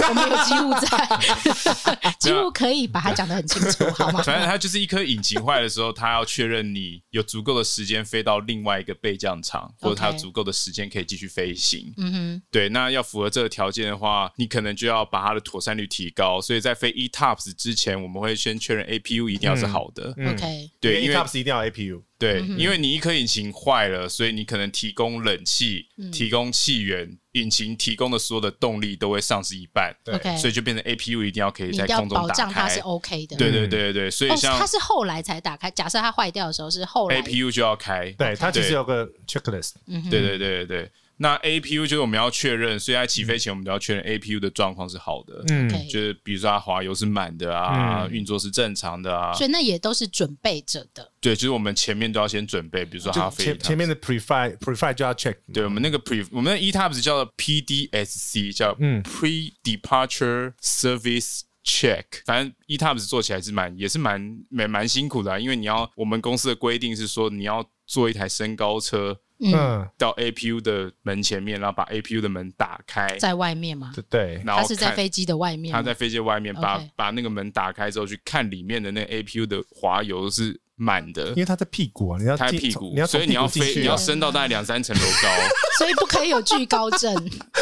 S6: 我们有机务 在，机
S1: 啊
S6: 务可以把它讲得很清楚，好吗？
S1: 反正它就是一颗引擎坏的时候，它要确认你有足够的时间飞到另外一个备降场，或者它有
S6: OK
S1: 足够的时间可以继续飞行。
S6: 嗯
S1: 对，那要符合这个条件的话，你可能就要把它的妥善率提高。所以在飞 E ETOPS 之前，我们会先确认 APU 一定要是好的。
S6: 哼
S5: 嗯，
S6: ，OK，
S1: 对，因为 E
S5: ETOPS 一定要 APU。
S1: 对，
S6: 嗯
S1: 因为你一颗引擎坏了，所以你可能提供冷气、
S6: 嗯
S1: 提供气源、引擎提供的所有的动力都会丧失一半。
S5: 对
S6: OK
S1: 所以就变成 APU 一定要可以
S6: 你
S1: 在
S6: 一定要
S1: 空中
S6: 保
S1: 打
S6: 障它
S1: 开
S6: 是。OK 的。
S1: 对
S6: 哦，
S1: 对对对，所以像
S6: 它是后来才打开。假设它坏掉的时候是后来，
S1: APU 就要开。
S5: 对，它其实
S1: 对
S5: 有个 checklist。
S6: 嗯哼
S1: 对对对对对。那 APU 就是我们要确认，所以在起飞前我们都要确认 APU 的状况是好的，
S5: 嗯
S6: OK
S1: 就是比如说它滑油是满的啊，运作是正常的啊，
S6: 所以那也都是准备着的。
S1: 对，就是我们前面都要先准备，比如说它
S5: 就
S1: 飞一
S5: 前
S1: 趟
S5: 前面的 prefi prefi 就要 check。
S1: 对我们那个 pre，我们的 ETAPS 叫做 PDSC，叫
S5: 嗯
S1: Pre Departure Service Check。反正 ETAPS 做起来是蛮也是蛮蛮蛮辛苦的啊、因为你要我们公司的规定是说你要坐一台升高车
S6: 嗯，
S5: 嗯，
S1: 到 APU 的门前面，然后把 APU 的门打开，
S6: 在外面嘛，
S5: 对对，
S1: 然后
S6: 它是在
S1: 看
S6: 飞机的外面
S1: 他
S6: 吗。
S1: 在飞机外面把
S6: OK
S1: 把那个门打开之后去看里面的那个 APU 的滑油是满的
S5: 因。为它在屁股啊，你要
S1: 它在
S5: 进
S1: 屁股
S5: 你要，从
S1: 所以你要
S5: 屁股
S1: 飞，
S5: 进去啊
S1: 你要升到大概两三层楼高，
S6: 所以不可以有惧高症。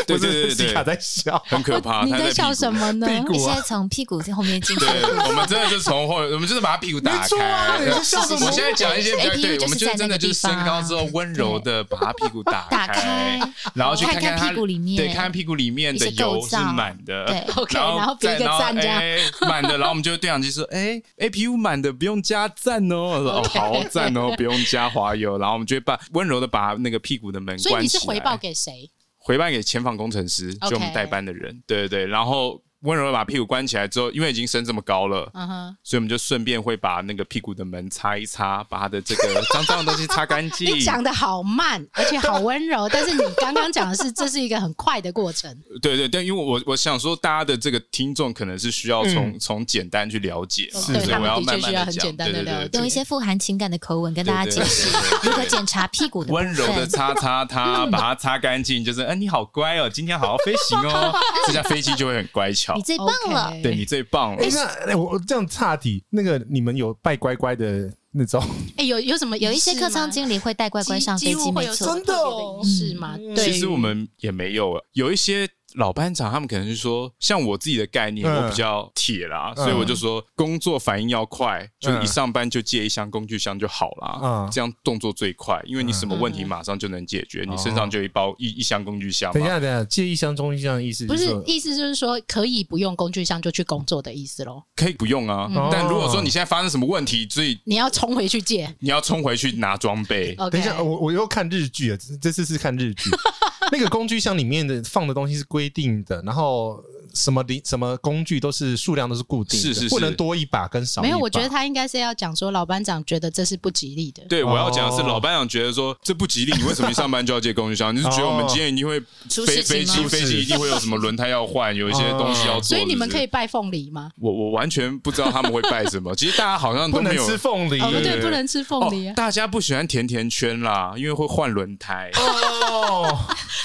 S1: 对
S7: 不是
S1: 对对对
S7: 西卡在笑。
S1: 很可 怕。
S6: 你
S1: 他
S6: 在
S1: 屁
S6: 笑
S1: 股
S6: 什？么呢？
S7: 屁股
S2: 你
S7: 我
S5: 啊
S2: 现在从屁股后面进去
S1: 对，，我们真的就是从后，我们就是把他屁股打
S7: 没错啊
S1: 开。
S7: 你是笑什么
S1: 我现在讲一些比较
S2: APU
S1: 对，我们就
S2: 就是
S1: 是
S2: 在
S1: 真的
S2: 那个
S1: 就是
S2: 地
S1: 升
S2: 方啊
S1: 高之后温柔的把他屁股打
S2: 打开，
S1: 然后去
S2: 看
S1: 看
S2: 看
S1: 他
S2: 屁股里面
S1: 对，看看屁股里面的
S2: 一些构
S1: 油是
S2: 造
S1: 满的，
S2: 对
S6: OK，
S1: 然
S6: 然后比一
S1: 再
S6: 个
S1: 然后
S6: 赞这样
S1: 哎满的，然后我们就对讲机说，哎，APU 满的不用加赞哦，我说哦
S6: OK
S1: 好赞哦，不用加滑油，然后我们就会把温柔的把那个屁股的门
S6: 所以
S1: 关
S6: 你
S1: 起
S6: 是
S1: 来，
S6: 回报给谁？
S1: 回报给前方工程师，
S6: OK
S1: 就我们代班的人，对对对，然后温柔的把屁股关起来之后，因为已经升这么高了。
S6: 嗯哼，
S1: 所以我们就顺便会把那个屁股的门擦一擦，把它的这个脏脏的东西擦干净。
S6: 你讲的好 慢，而且好温柔，但是你刚刚讲的是这是一个很快的过程。
S1: 对对，但因为我我想说，大家的这个听众可能是需要从、从简单去了解嘛，
S6: 是
S1: 所以
S6: 他们
S1: 我要
S6: 的确
S1: 慢慢
S6: 需要
S1: 的
S6: 很
S1: 讲，
S6: 简单
S1: 对
S6: 地
S1: 对对
S6: 了
S1: 对
S2: 用一些富含情感的口吻跟大家解
S1: 对对对
S2: 释
S1: 对对
S2: 如何检查屁股的部分
S1: 温柔的擦擦它，把它擦干净，就是，哎，你好乖哦，今天好好飞行哦，这架飞机就会很乖巧
S2: 你，最棒了。
S1: 对你最棒了
S7: 哎，。那哎我我这样岔题，那个你们有拜乖乖的那种？
S6: 哎，有有什么
S2: 有一些
S6: 仪式吗
S2: 客舱经理会带乖乖上飞
S6: 几
S2: 机，
S6: 几乎会
S2: 没
S6: 有
S2: 错嗯
S7: 真。的哦
S6: 是吗？对，
S1: 其实我们也没有，有一些老班长他们可能是说，像我自己的概念，
S7: 嗯
S1: 我比较铁啦，
S7: 嗯
S1: 所以我就说工作反应要快，就是一上班就借一箱工具箱就好啦
S7: 嗯，哦
S1: 这样动作最快，因为你什么问题马上就能解决，你身上就有一包一一箱工具箱
S7: 等一
S1: 嘛。
S7: 下，等一下，借一箱中一箱的意思
S6: 不是
S7: 说
S6: 意思就是说可以不用工具箱就去工作的意思喽？
S1: 可以不用啊，
S7: 嗯
S1: 但如果说你现在发生什么问题，所以
S6: 你要冲回去借。
S1: 你要冲回去拿装备。
S6: OK，
S7: 等一下，我我又看日剧了，这这次是看日 剧。那个工具箱里面的放的东西是规定的，然后什么零什么工具都是数量都是固定的，
S1: 是是是
S7: 不能多一把跟少一把。
S6: 没有，我觉得他应该是要讲说老班长觉得这是不吉利的。
S1: 对，我要讲的是，
S7: 哦
S1: 老班长觉得说这不吉利，你为什么一上班就要借工具箱？你是觉得我们今天一定会
S2: 出
S1: 飞
S2: 事情
S1: 飞
S2: 吗
S1: 机飞机一定会有什么轮胎要换，有一些东西要做，
S6: 哦所以你们
S1: 是不
S6: 可
S1: 是
S6: 以拜凤梨吗？
S1: 我我完全不知道他们会拜什么。其实大家好像
S7: 不
S1: 都
S7: 能
S1: 没有
S7: 吃凤梨
S6: 哦，不
S1: 对
S6: 对，不能吃凤梨
S1: 哦
S6: 啊，
S1: 大家不喜欢甜甜圈啦，因为会换轮胎。
S7: 哦，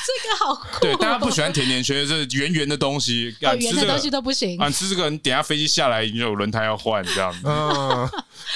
S6: 这个好酷。
S1: 对，大家不喜欢甜甜圈，就是圆圆的东西，
S6: 哦，
S1: 敢吃
S6: 圆
S1: 这
S6: 的东
S1: 个
S6: 西都不行，
S1: 啊，吃这个，你等一下飞机下来，你就有轮胎要换这样 子。
S6: 哦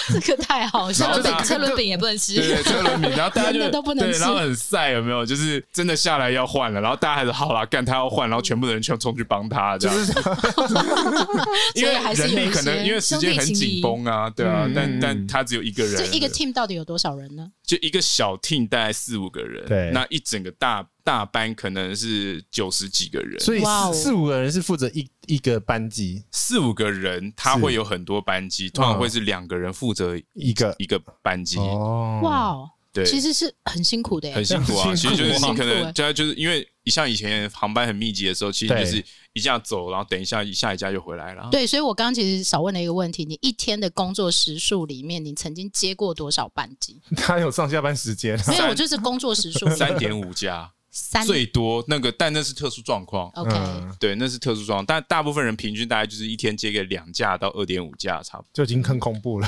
S7: 嗯，
S6: 这个太好笑
S1: 然后
S6: 了。
S1: 大家
S3: 车轮饼也不能
S1: 对
S3: 吃，
S1: 对，车轮饼，然后大家就
S6: 真的都不能
S1: 对，
S6: 吃
S1: 然后很晒，有没有？就是真的下来要换了，然后大家还是好啦，干他要换，然后全部的人全冲去帮他，这样， 因为
S6: 所以还是有
S1: 人力
S6: 一
S1: 可能
S6: 些
S1: 因为时间很紧绷啊，对啊，
S7: 嗯
S1: 但但他只有一个人，嗯
S6: 这一个 team 到底有多少人呢？
S1: 就一个小 team 大概四五个人，
S7: 对
S1: 那一整个大大班可能是九十几个人，
S7: 所以
S6: 哇哦
S7: 四四五个人是负责一一个班级
S1: 四五个人他
S7: 是嗯
S1: 会有很多班机，通常会是两个人负责
S7: 一个
S1: 一个班机，
S7: 哦，
S6: 哇，哦，
S1: 对，
S6: 其实是很辛苦的耶
S1: 很。辛苦啊。
S7: 很
S1: 其
S7: 辛
S1: 实
S7: 苦
S1: 就是你可
S6: 很辛苦
S1: 能
S6: 欸
S1: 家就是因为像以前航班很密集的时候，其实
S7: 对
S1: 就是一下走，然后等一下一下一架就回来了。
S6: 对，所以我刚刚其实少问了一个问题：你一天的工作时数里面，你曾经接过多少班 机？
S7: 他有上下班时间，
S6: 没有，我就是工作时数
S1: 三点五 架
S6: 三
S1: 最多那个，但那是特殊状况。
S6: OK，
S7: 嗯
S1: 对，那是特殊状况，但大部分人平均大概就是一天接个两架到二点五架，差不多。
S7: 就已经很恐怖了。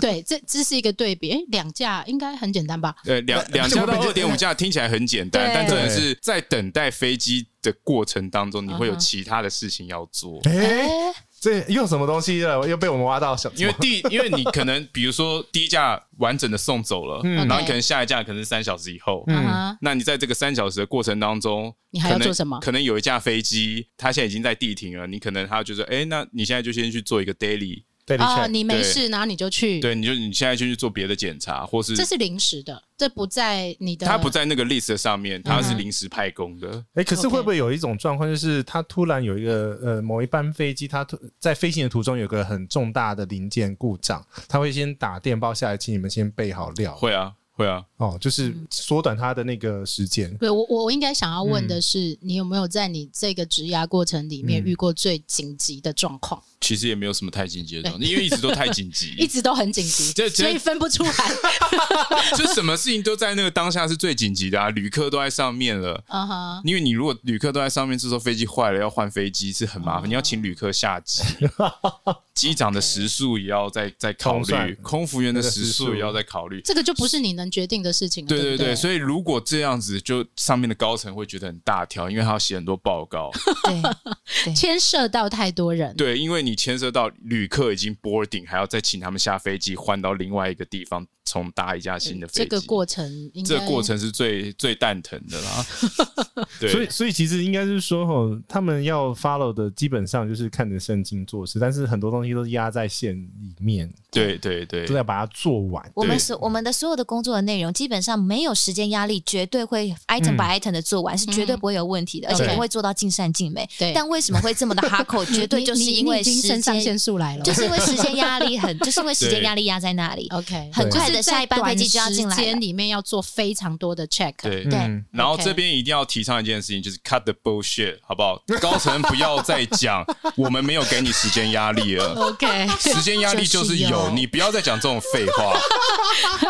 S6: 对，这这是一个对比。哎，两架应该很简单吧？
S1: 呃，两两架到二点五架听起来很简单，
S3: 对
S1: 但真的是在等待飞机的过程当中，你
S6: 嗯
S1: 会有其他的事情要做。
S7: 哎，这又什么东西了？又被我们挖到小，
S1: 因为 第，因为你可能比如说第一架完整的送走了，
S7: 嗯
S1: 然后你可能下一架可能是三小时以后，
S6: 嗯哼，
S1: 那你在这个三小时的过程当中，
S6: 你还要
S1: 可能
S6: 做什么
S1: 可能有一架飞机，它现在已经在地停了，你可能它就说，哎，那你现在就先去做一个 daily，
S7: 对
S6: 哦，你没事，然后你就去，
S1: 对，你就你现在就去做别的检查，或是
S6: 嗯这是临时的，这不在你的，嗯
S1: 它不在那个 list 上面，它是临时派工的。
S7: 哎、可是会不会有一种状况，就是他突然有一个呃某一班飞机，它突在飞行的途中有个很重大的零件故障，他会先打电报下来，请你们先备好料
S1: 会啊，会啊，
S7: 哦，就是缩短他的那个时间。
S6: 对我，我我应该想要问
S1: 嗯
S6: 的是，你有没有在你这个职涯过程里面
S7: 嗯
S6: 遇过最紧急的状况？
S1: 其实也没有什么太紧急的状态，因为一直都太紧 急，
S6: 一直都很紧急
S1: 嗯这，这
S6: 所以分不出来。
S1: 就什么事情都在那个当下是最紧急的啊，旅客都在上面了。
S6: 嗯哼，
S1: 因为你如果旅客都在上面，这时候飞机坏了要换飞机是很麻
S6: 哦
S1: 烦，你要请旅客下 机，机长的时速也要再再考
S7: 空
S1: 虑，
S7: 算
S1: 空服员的时
S7: 那个时
S1: 速
S7: 速
S1: 也要再考虑。
S6: 这个就不是你能决定的事情了，
S1: 对
S6: 对
S1: 对
S6: 不对
S1: 对，所以如果这样子，就上面的高层会觉得很大条，因为他要写很多报 告。
S2: 对，
S6: 牵涉到太多人，
S1: 对，因为你牵涉到旅客已经 boarding，还要再请他们下飞机换到另外一个地方重搭一架新的飞机。
S6: 这个过程应该，
S1: 这个过程是最最蛋疼的 啦。对，
S7: 所以，所以其实应该是说，吼，他们要 follow 的基本上就是看着圣经做事，但是很多东西都是压在线里面，
S1: 对对对
S7: 都，
S5: 啊
S7: 要把它做完。
S2: 我们所我们的所有的工作的内容，基本上没有时间压力，绝对会 item by item 的做完，是绝对不会有问题的，而且我们会做到尽善尽美。
S6: 嗯对
S2: 但为什么会这么的哈 扣？绝对就是因为
S6: 你你
S2: 时
S6: 已经肾上
S2: 间
S6: 腺，素来了，
S2: 就是因为时间压力很，就是因为时间压力压在那里。
S6: OK，
S2: 很快的
S6: 就是在
S2: 下一班飞机就要进来了
S6: 短时间里面要做非常多的 check。
S1: 对
S2: 对
S7: 嗯
S1: 然后
S6: OK
S1: 这边一定要提倡一件事情，就是 cut the bullshit，好不好？高层不要再 讲，我们没有给你时间压力了。
S6: ，OK，
S1: 时间压力就是
S6: 就是
S1: 有
S6: 有，
S1: 你不要再讲这种废话，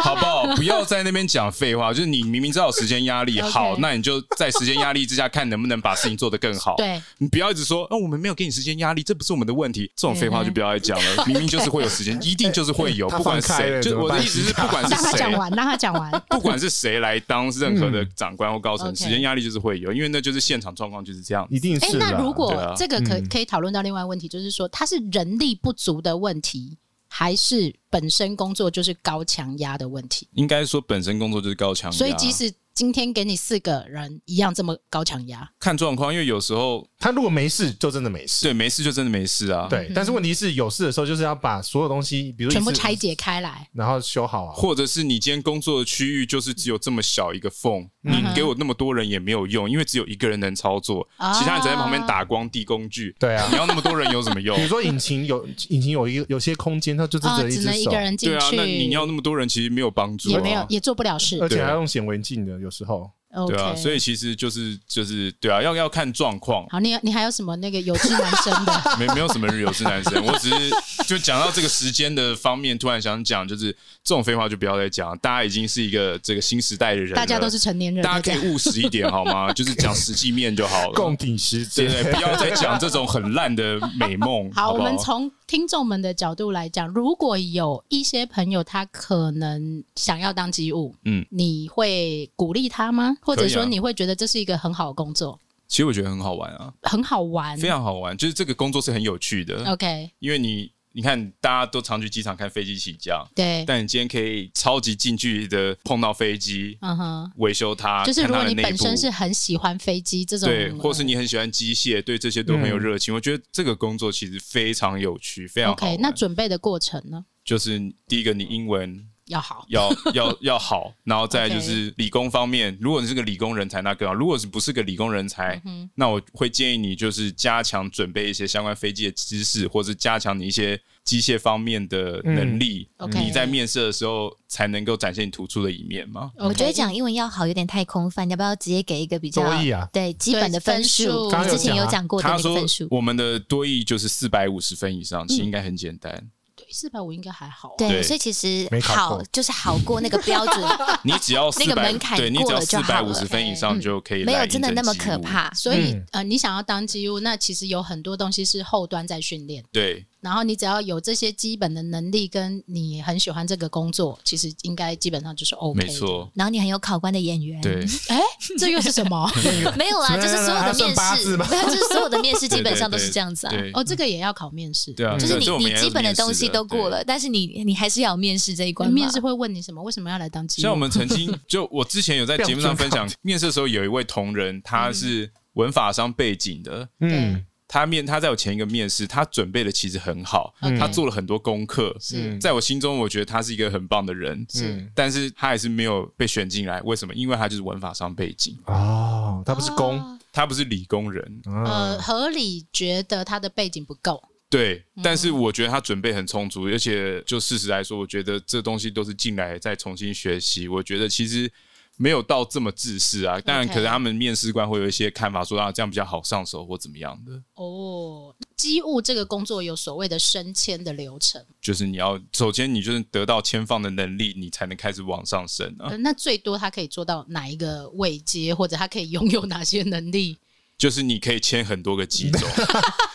S1: 好不好？不要在那边讲废话，就是你明明知道有时间压力，
S6: OK
S1: 好，那你就在时间压力之下看能不能把事情做得更好。
S6: 对，
S1: 你不要一直说，哦，我们没有给你时间压力，这不是我们的问题，这种废话就不要再讲了。明明就是会有时间，一定就是会有，
S7: 他
S1: 不管
S7: 放开
S1: 谁，
S7: 了
S1: 就
S7: 怎么
S1: 我
S7: 办
S1: 的意思是，不管是啊
S6: 让他
S1: 谁
S6: 讲，完，让他讲 完。
S1: 不管是谁来当任何的长官或高层，
S6: 嗯
S1: 时间压力就是会有，因为那就是现场状况就是这样。
S7: 一定
S6: 哎
S7: 是，啦。
S6: 那如
S1: 对啊
S6: 果这个可
S7: 嗯
S6: 可以讨论到另外一个问题，就是说它是人力不足的问题，还是本身工作就是高强压的问题？
S1: 应该说本身工作就是高强压，
S6: 所以即使今天给你四个人一样这么高强压，
S1: 看状况，因为有时候
S7: 他如果没事，就真的没事。
S1: 对没事就真的没事啊，，
S7: 对，但是问题是有事的时候，就是要把所有东西，比如
S6: 嗯全
S7: 一
S6: 部
S7: 次
S6: 拆，解开来，
S7: 然后修好啊。
S1: 或者是你今天工作的区域就是只有这么小一个缝，
S7: 嗯
S1: 你给我那么多人也没有用，因为只有一个人能操作，
S6: 啊
S1: 其他人只在旁边打光递工具，
S7: 对 啊
S1: 你要那么多人有什么用
S7: 比如？说引擎有引擎有一个有些空间，它就只
S6: 哦，
S7: 有一
S6: 只
S7: 只
S6: 能一
S7: 手
S6: 个，人进
S1: 对啊，
S6: 去，
S1: 那你要那么多人其实没有帮助
S6: 也
S1: 啊，
S6: 没有也做不了事
S7: 而。且
S1: 对
S7: 还要用显微镜的，有时候。
S1: 对啊，
S6: OK
S1: 所以其实就是就是对啊，要要看状况，
S6: 好，你你还有什么那个有志男生 的？
S1: 没没有什么人有志男生，我只是就讲到这个时间的方面，突然想讲，就是这种废话就不要再讲了，大家已经是一个这个新时代的人了，
S6: 大家都是成年人，
S1: 啊大家
S6: 这
S1: 可
S6: 样
S1: 以务实一点好吗？ 就是讲实际面就好了，
S7: 共体时
S1: 对
S7: 间，
S1: 对，不要再讲这种很烂的美梦，
S6: 好，
S1: 好
S6: 我
S1: 不
S6: 们
S1: 好？
S6: 从听众们的角度来讲，如果有一些朋友他可能想要当机务，
S1: 嗯
S6: 嗯，你会鼓励他吗？或者
S1: 可以
S6: 说
S1: 啊
S6: 你会觉得这是一个很好的工作，
S1: 其实我觉得很好玩啊，
S6: 很好玩？
S1: 非常好玩，就是这个工作是很有趣的，
S6: OK，
S1: 因为你你看大家都常去机场看飞机起降，
S6: 对，
S1: 但你今天可以超级近距离的碰到飞机。
S6: 嗯哼，
S1: 维修它，
S6: 就是如
S1: 啊看它
S6: 果
S1: 的
S6: 你
S1: 内
S6: 本身
S1: 部
S6: 是很喜欢飞机这种，嗯
S1: 对，或是你很喜欢机械，对这些都很有
S7: 嗯
S1: 热情。我觉得这个工作其实非常有趣，非常好玩。
S6: OK，那准备的过程呢
S1: 就是第一个，你英文
S6: 要好。
S1: 要要要好，然后再来就
S6: OK
S1: 是理工方面，如果你是个理工人才，那更好；如果是不是个理工人才，
S6: 嗯
S1: 那我会建议你就是加强准备一些相关飞机的知识，或是加强你一些机械方面的能力，
S6: 嗯，OK
S1: 你在面试的时候才能够展现你突出的一面嘛。
S2: 我觉得
S6: OK，
S2: 讲英文要好有点太空泛，你要不要直接给一个比较
S7: 多益啊
S2: 对基本的分数？
S6: 对分数刚
S2: 你
S6: 刚有
S2: 之前
S7: 讲啊
S2: 有讲过的
S1: 他
S2: 那个
S1: 说
S2: 分数，
S1: 我们的多益就是四百五十分以上，
S6: 嗯
S1: 其实应该很简单。
S6: 对四百五应该还好啊。
S1: 对
S2: 对，所以其实
S7: 没考
S2: 好
S7: 过
S2: 就是好过那个标准，
S1: 你只要四
S2: 那个
S1: 百
S2: 门，槛
S1: 对你只
S2: 过
S1: 要
S2: 了
S1: 四
S2: 就
S1: 百
S2: 好
S1: 五
S2: 了
S1: 十分以上就可以
S2: 没
S1: 来
S2: 有
S1: 应
S2: 真的
S1: 征
S2: 那么
S1: 机
S2: 可
S1: 务。
S2: 怕。
S6: 所以、
S7: 嗯
S6: 呃，你想要当机务，那其实有很多东西是后端在训练。
S1: 对，
S6: 然后你只要有这些基本的能力，跟你很喜欢这个工作，其实应该基本上就是 OK。
S1: 没，错，
S2: 然后你很有考官的眼缘，
S1: 对，
S6: 哎，这又是 什么？
S2: 没有啦，
S7: 什么
S2: 就是所有
S7: 还
S2: 的
S7: 算
S2: 面
S7: 八
S2: 试，
S7: 字吗
S2: 没有， 就是所有的面试
S1: 对
S2: 基本上都
S1: 对
S2: 是这样子啊。
S1: 对
S6: 哦，这个也要考面试。
S1: 对啊，
S2: 就是你
S1: 这我们
S2: 你
S1: 也
S2: 基
S1: 有
S2: 本的
S1: 面试
S2: 东西
S1: 的
S2: 都过。
S1: 对
S2: 了，但是你你还是要有面试这一关嘛。
S6: 面试会问你什么？为什么要来当
S1: 啊
S6: 机务？
S1: 像我们曾 经就我之前有在节目上分享，面试的时候有一位同仁，
S2: 嗯
S1: 他是文法商背景的，
S7: 嗯，
S1: 他面他在我前一个面试，他准备的其实很好，
S7: 嗯
S1: 他做了很多功课，
S6: 是
S1: 在我心中我觉得他是一个很棒的人，
S7: 是，
S1: 但是他还是没有被选进来，为什么？因为他就是文法商背景，
S7: 哦，他不是公，
S6: 哦
S1: 他不是理工人，
S6: 呃，
S5: 啊
S7: 嗯，
S6: 合理觉得他的背景不够。
S1: 对，
S2: 嗯
S1: 但是我觉得他准备很充足，而且就事实来说，我觉得这东西都是进来再重新学习。我觉得其实没有到这么自私啊，当然，可
S6: OK
S1: 能他们面试官会有一些看法说啊，这样比较好上手或怎么样的。
S6: 哦，机务这个工作有所谓的升迁的流程，
S1: 就是你要首先你就是得到签放的能力，你才能开始往上升啊。
S2: 嗯
S6: 呃那最多他可以做到哪一个位阶，或者他可以拥有哪些能力？
S1: 就是你可以签很多个机 种，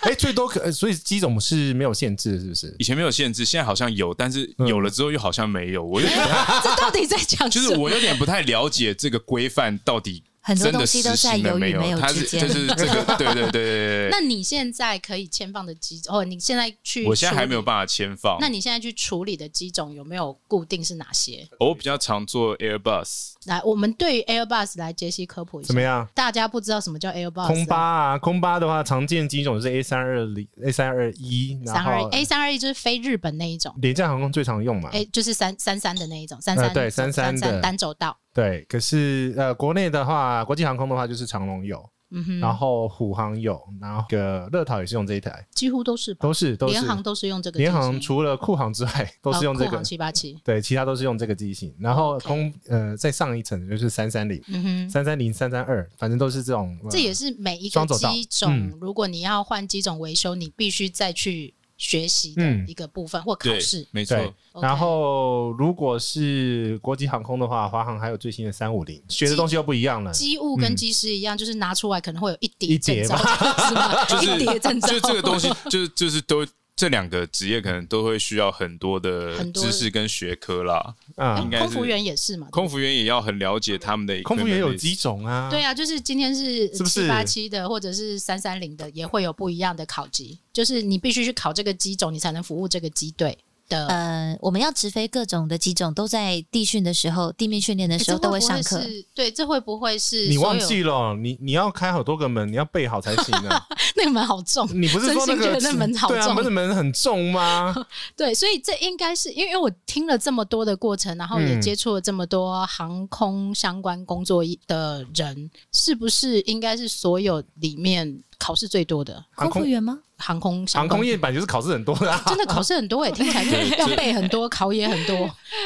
S7: 哎，最多可，呃所以机种是没有限制，是不是？
S1: 以前没有限制，现在好像有，但是有了之后又 好像没有。我就
S6: 这到底在讲
S1: 就
S6: 什
S1: 是
S6: 么？
S1: 我有点不太了解这个规范到底
S2: 很多
S1: 真
S2: 东
S1: 的
S2: 西都
S1: 实
S2: 在
S1: 行
S2: 犹
S1: 了没
S2: 豫没有
S1: 它
S2: 之
S1: 是就
S2: 间。
S1: 是这 个，对对对对对。
S6: 那你现在可以签放的机种，哦，你现在去，
S1: 我现在还没有。办法签放。
S6: 那你现在去处理的机种有没有固定是哪些？
S1: 我比较常做 Airbus，
S6: 来，我们对于 Airbus 来解析科普一下。
S5: 怎么？样？
S6: 大家不知道什么叫 Airbus？
S5: 空八啊，空八的话，常见机种是 A 三二零、A 三二一，然
S6: 三二
S5: 后
S6: A 三二一就是飞日本那一种，
S5: 廉价航空最常用嘛。
S6: 哎，就是三三三的那一种，三
S5: 呃
S6: 三
S5: 对
S6: 三
S5: 33的
S6: 单走道。
S5: 对，可是呃，国内的话，国际航空的话就是长龙有，
S6: 嗯哼，
S5: 然后虎航有，然后个乐桃也是用这一台，
S6: 几乎都是吧，
S5: 都是都是
S6: 联航都是用这个机
S5: 联
S6: 型，哦
S5: 航除了库航之外，都是用这个。
S6: 七八七。
S5: 对，其他都是用这个机型，然后
S6: OK
S5: 空呃再上一层就是三三零、
S6: 嗯哼，
S5: 三三零、三三二，反正都是这种。呃
S6: 这也是每一
S5: 双
S6: 个
S5: 走道
S6: 机种
S5: 嗯，
S6: 如果你要换机种维修，你必须再去学习的
S5: 嗯
S6: 一个部分或考
S1: 对
S6: 试，。
S1: 没错。
S5: 对。
S6: OK
S5: 然后如果是国际航空的话，华航还有最新的三五零，学的东西又不一样了。
S6: 机务跟机师一样，就是拿出来可能会有
S5: 嗯一
S6: 一叠
S5: 叠
S6: 证照， 是吗？
S1: 就是
S6: 一叠证照，
S1: 就这个东西，就就是都这两个职业可能都会需要很多的
S6: 很多
S1: 知识跟学科啦。
S6: 哎
S5: 嗯
S1: 应，该是
S6: 空服员也是嘛？
S1: 空服员也要很了解他们的
S5: 空服员有
S1: equipment
S5: 几种啊？
S6: 对啊，就是今天是
S5: 是不是
S6: 七八七的，或者是三三零的，也会有不一样的考级，就是你必须去考这个机种，你才能服务这个机队的。
S2: 呃，我们要直飞各种的机种，都在地训的时候、地面训练的
S6: 诶
S2: 时候
S6: 哎这
S2: 都会
S6: 不
S2: 上课。
S6: 是对，这会不会是
S5: 你
S6: 所
S5: 忘
S6: 有
S5: 记了，你你要开好多个门，你要备好才行啊！
S6: 那个门好重？
S5: 你不是说那个
S6: 真心觉得那门好
S5: 对啊，
S6: 重
S5: 门的门很重 吗？
S6: 对，所以这应该是因为因为我听了这么多的过程，然后也
S5: 嗯
S6: 接触了这么多航空相关工作的人，是不是应该是所有里面考试最多的
S5: 航
S2: 空
S5: 空
S2: 服员吗？
S6: 航空相
S5: 航
S6: 关
S5: 空业版就是考试很多的、啊，
S6: 真的考试很多 欸诶，听起来就是要
S1: 对
S6: 背很多，考也很多，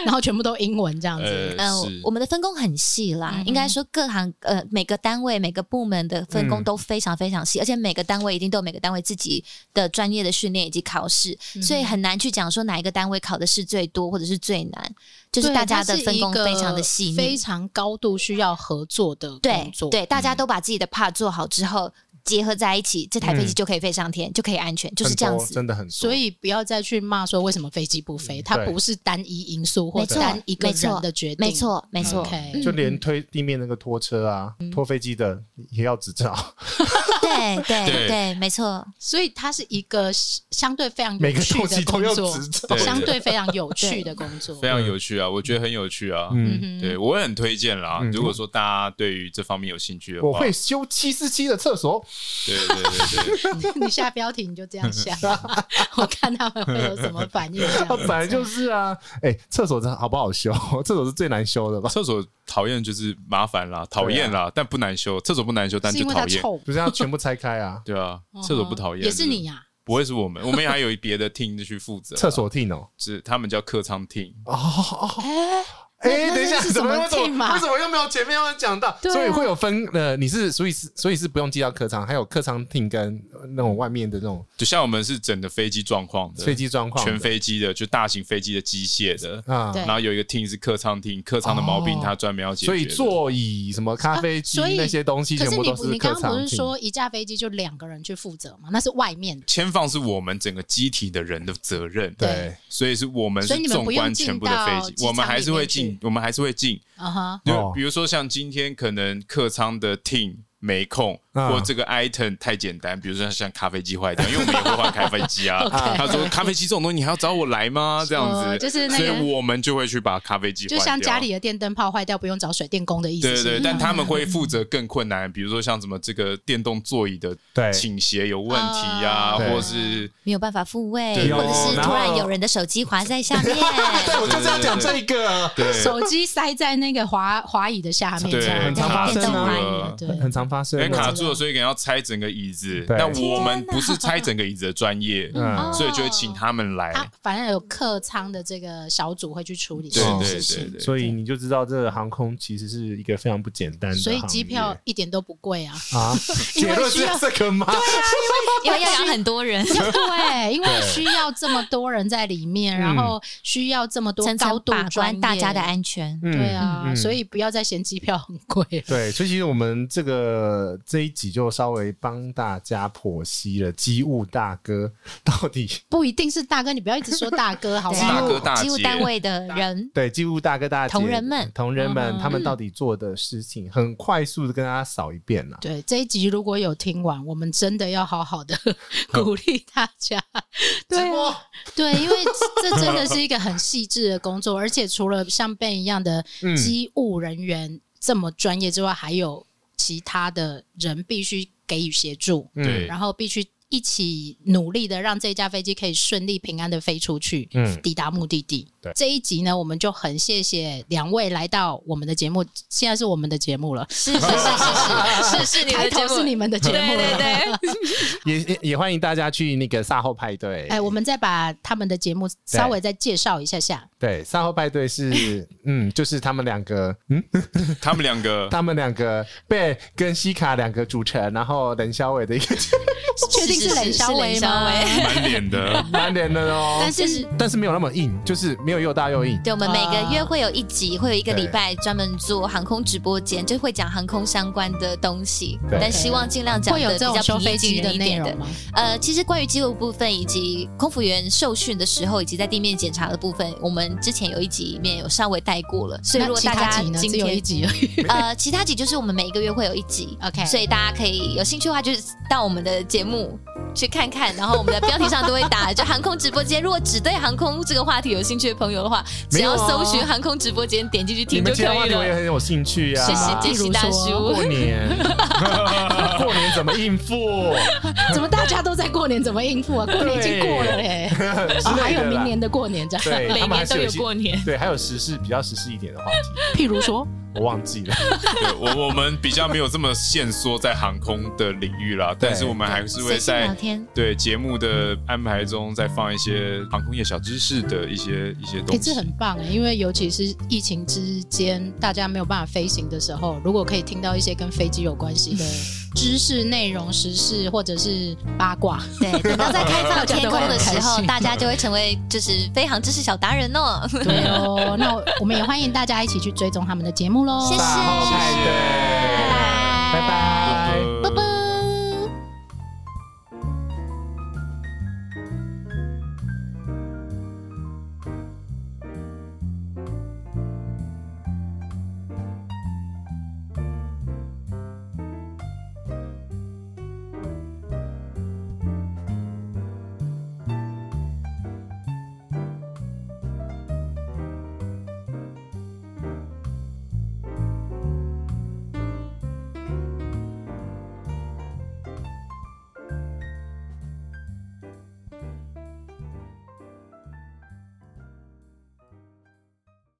S6: 然后全部都英文这样子。
S1: 呃
S2: 呃
S1: 是，
S2: 我们的分工很细啦，
S6: 嗯哼
S2: 应该说各行呃每个单位每个部门的分工
S5: 嗯
S2: 都非常非常细，而且每个单位一定都有每个单位自己的专业的训练以及考试，
S6: 嗯
S2: 所以很难去讲说哪一个单位考的是最多或者是最难，就是大家的分工非常的细
S6: 对它是一个非
S2: 腻。
S6: 常嗯高度需要合作的工
S2: 对
S6: 作。
S2: 对，大家都把自己的 part 做好之后，结合在一起，这台飞机
S5: 嗯
S2: 就可以飞上天，就可以安全，就是这样
S5: 很多
S2: 子。
S5: 真的很多。
S6: 所以不要再去骂说为什么飞机不飞，它
S5: 嗯对
S6: 不是单一因素或
S2: 没错
S6: 单一个
S2: 没错
S6: 人的决定。
S2: 没错，没错。
S6: OK
S2: 嗯
S5: 就连推地面那个拖车啊、
S6: 嗯
S5: 拖飞机的也要执照，
S2: 对
S1: 对
S2: 对对，没错。
S6: 所以它是一个相对非常
S5: 每
S6: 有
S5: 个
S6: 趣
S5: 东
S6: 的
S5: 西都要
S6: 工作
S5: 执，照。
S1: 对
S6: 相对非常有趣的工作。
S1: 非常有趣啊，我觉得很有趣啊。
S5: 嗯，
S6: 嗯
S1: 对，
S6: 哼，
S1: 我也很推荐啦。
S5: 嗯
S1: 如果说大家对于这方面有兴趣的话，
S5: 我会修七四七的厕所，
S1: 对对对 对，
S6: 你下标题你就这 样下， 我看他们会有什么反应。这 样
S5: 啊本来就是啊。哎、厕所真的好不好修？厕所是最难修的吧？
S1: 厕所讨厌就是麻烦啦，讨
S5: 啊
S1: 厌啦，但不难修。厕所不难修，但
S6: 是
S1: 就
S6: 因为它
S1: 讨厌。？
S6: 臭，哦
S5: 不是要全部拆开啊
S1: 对啊，厕所不讨厌，
S6: 也是你啊呀、
S1: 不会是我们，我们也还有别的 team 去负责啊
S5: 厕，所 T 哦，
S1: 是他们叫客舱 team。
S5: 哦哦，
S6: 哎、
S5: 哎、
S6: 那
S5: 等一下，
S6: 那是
S5: 怎么
S6: 什么
S5: 为什
S6: team
S5: 么
S6: 啊
S5: 为什么又没有前面又没有讲到？
S6: 对啊
S5: 所以会有分呃，你是所以是所以是不用记到客舱，还有客舱 T 跟那种外面的那种
S1: 就像我们是整的飞机状况的，
S5: 飞机状况的，
S1: 全飞机的，就大型飞机的机械的。
S5: 啊，
S6: 对
S1: 然后有一个 team 是客舱 team，客舱的毛病
S5: 哦
S1: 他专门要解决
S5: 所
S1: 的。
S5: 以座椅什么咖啡机
S6: 啊所以
S5: 那些东西
S6: 可
S5: 全
S6: 是
S5: 部
S6: 你
S5: 都
S6: 不你
S5: 客
S6: 刚刚不
S5: 舱 T。
S6: 是说一架飞机就两个人去负责吗？那是外面的，
S1: 签放是我们整个机体的人的责任，
S5: 对，
S1: 所以是我们
S6: 所
S1: 是
S6: 以你们
S1: 纵
S6: 不用
S1: 观
S6: 进
S1: 全部的
S6: 到
S1: 飞
S6: 机
S1: 机，我们
S6: 舱
S1: 还
S6: 里
S1: 是
S6: 面
S1: 会
S6: 去
S1: 进，我们还是会进。
S6: 啊哈、
S1: 就
S5: 哦
S1: 比如说像今天可能客舱的 team 没空，
S5: 啊
S1: 或这个 item 太简单，比如说像咖啡机坏掉， 因为我们也会换咖啡机 啊。
S6: OK
S1: 他说咖啡机这种东西你还要找我来吗？这样子，
S6: 哦就是那
S1: 所
S6: 个
S1: 以我们就会去把咖啡机换
S6: 就
S1: 掉。
S6: 像家里的电灯泡坏掉，不用找水电工的意思
S1: 对对
S6: 是
S1: 对，
S6: 吗
S1: 但他们会负责更困难，比如说像什么这个电动座椅的
S5: 对
S1: 倾斜有问题呀、
S6: 啊
S1: 或
S5: 对
S1: 是
S2: 没有办法复位，
S1: 对
S2: 或者是
S5: 然
S2: 突
S5: 后
S2: 然有人的手机滑在下面。
S5: 对，我就是要讲这个，
S1: 对
S6: 手机塞在那个滑滑椅的下面，
S1: 对
S6: 这样
S5: 很常发生啊
S6: 电动滑椅对，
S5: 很常发生
S1: 因为卡
S5: 的。
S1: 住了，所以可能要拆整个椅子。
S5: 对
S1: 那我们 不是拆整个椅子的专业，
S6: 哦
S5: 嗯
S1: 所以就会请他们来。
S6: 他反正有客舱的这个小组会去处理这
S1: 对
S6: 件
S1: 对
S6: 事
S1: 对
S6: 情，
S1: 对，
S5: 哦所以你就知道这个航空其实是一个非常不简单的
S6: 所
S5: 行业，
S6: 以机票一点都不 贵啊。
S5: 啊，
S6: 因
S5: 结
S6: 为
S5: 论
S6: 需
S5: 是
S6: 要
S5: 这个吗？
S6: 啊
S2: 因为要养很多人，
S6: 对，因为需要这么多人在里
S5: 嗯
S6: 面，然后需要这么多
S2: 层
S6: 高
S2: 层
S6: 度
S2: 把
S6: 专
S2: 关
S6: 业
S2: 大家的安全。
S5: 嗯
S6: 对啊，
S5: 嗯
S6: 所以不要再嫌机票很贵了。
S5: 对，所以其实我们这个这一集就稍微帮大家剖析了机务大哥到底
S6: 不一定是大哥，你不要一直说大哥，好不
S1: 大
S6: 好？
S1: 哥大
S2: 机务
S1: 姐
S2: 单位的人，
S5: 对机务大哥大姐
S2: 同仁们
S5: 同仁们
S6: 嗯
S5: 他们到底做的事情，很快速的跟大家扫一遍啦。
S6: 对这一集如果有听完，我们真的要好好的鼓励大 家。对啊、对，因为这这真的是一个很细致的工作，而且除了像 Ben 一样的
S5: 嗯
S6: 机务人员这么专业之外，还有其他的人必须给予协助，
S5: 嗯
S1: 对
S6: 然后必须一起努力的让这架飞机可以顺利平安的飞出去，
S5: 嗯
S6: 抵达目的地
S5: 对。
S6: 这一集呢，我们就很谢谢两位来到我们的节目，现在是我们的节目了，
S2: 是是是是是是是你
S6: 开
S2: 的节
S6: 头
S2: 目，
S6: 是你们的节目
S2: 对
S6: 了，
S2: 对对。
S5: 也也也欢迎大家去那个赛后派对。
S6: 哎，我们再把他们的节目稍微再介绍一下下。
S5: 对，赛后派对 是嗯，就是他们两个，嗯，
S1: 他们两个
S5: 他们两个被跟西卡两个组成，然后冷小伟的一 个
S6: 确定是冷肖威吗？
S2: 是是是
S1: 满脸的
S5: 蛮连的哦。
S2: 但是，
S5: 但是没有那么硬，就是没有又大又硬。
S2: 对我们每个月会有一集，会有一个
S5: 对
S2: 礼拜专门做航空直播间，就会讲航空相关的东西，
S5: 对
S2: 但希望尽量讲
S6: 会有
S2: 的
S6: 这
S2: 比
S6: 种
S2: 较
S6: 收
S2: 平
S6: 飞
S2: 易近
S6: 机
S2: 人一
S6: 内
S2: 点的
S6: 容。吗？
S2: 呃，其实关于机务部分以及空服员受训的时候，以及在地面检查的部分，我们之前有一集里面有稍微带过了，所以如
S6: 那
S2: 果
S6: 其
S2: 大
S6: 他
S2: 家
S6: 集呢？
S2: 今
S6: 只有一
S2: 天
S6: 集而已。
S2: 呃，其他集就是我们每一个月会有一集
S6: OK
S2: 所以大家可以有兴趣的话，就是到我们的节目去看看，然后我们的标题上都会打就航空直播间。如果只对航空这个话题有兴趣的朋友的话， 只
S5: 没有
S2: 要
S5: 啊
S2: 搜寻航空直播间，点进去
S5: 你
S2: 听就
S5: 们
S2: 可
S5: 其他话
S2: 以
S5: 题我也
S2: 了。
S5: 很有兴趣啊。
S2: 谢谢
S6: 比
S2: 杰
S6: 如
S2: 西大
S6: 说
S2: 叔
S5: 过，年，过年怎么应付？
S6: 怎么大家都在过年？怎么应付 啊？过年已经过了嘞、
S5: 之
S6: 哦，还
S5: 类
S6: 有
S5: 的啦
S6: 明年的过年这样。
S5: 对，
S8: 每
S5: 他们还
S8: 年
S5: 是
S8: 都有
S5: 一些
S8: 过年。
S5: 对，还有时事比较时事一点的话题，
S6: 譬如说，
S5: 我忘记了。
S1: 对我我们比较没有这么限缩在航空的领域啦，但是我们还是会
S2: 随性聊
S1: 在
S2: 天。
S1: 对节目的安排中再放一些航空业小知识的一些一些
S6: 哎、
S1: 东
S6: 这
S1: 西。
S6: 很棒哎、因为尤其是疫情之间，大家没有办法飞行的时候，如果可以听到一些跟飞机有关系的 知识内容、时事或者是八卦，
S2: 对，等到在开 放天空的时
S6: 大家
S2: 候
S6: 都会很开，心
S2: 大家就会成为就是飞航知识小达人哦。
S6: 对哦，那我们也欢迎大家一起去追踪他们的节目喽。
S2: 谢谢
S5: 大后派对。
S1: 呃
S6: 啊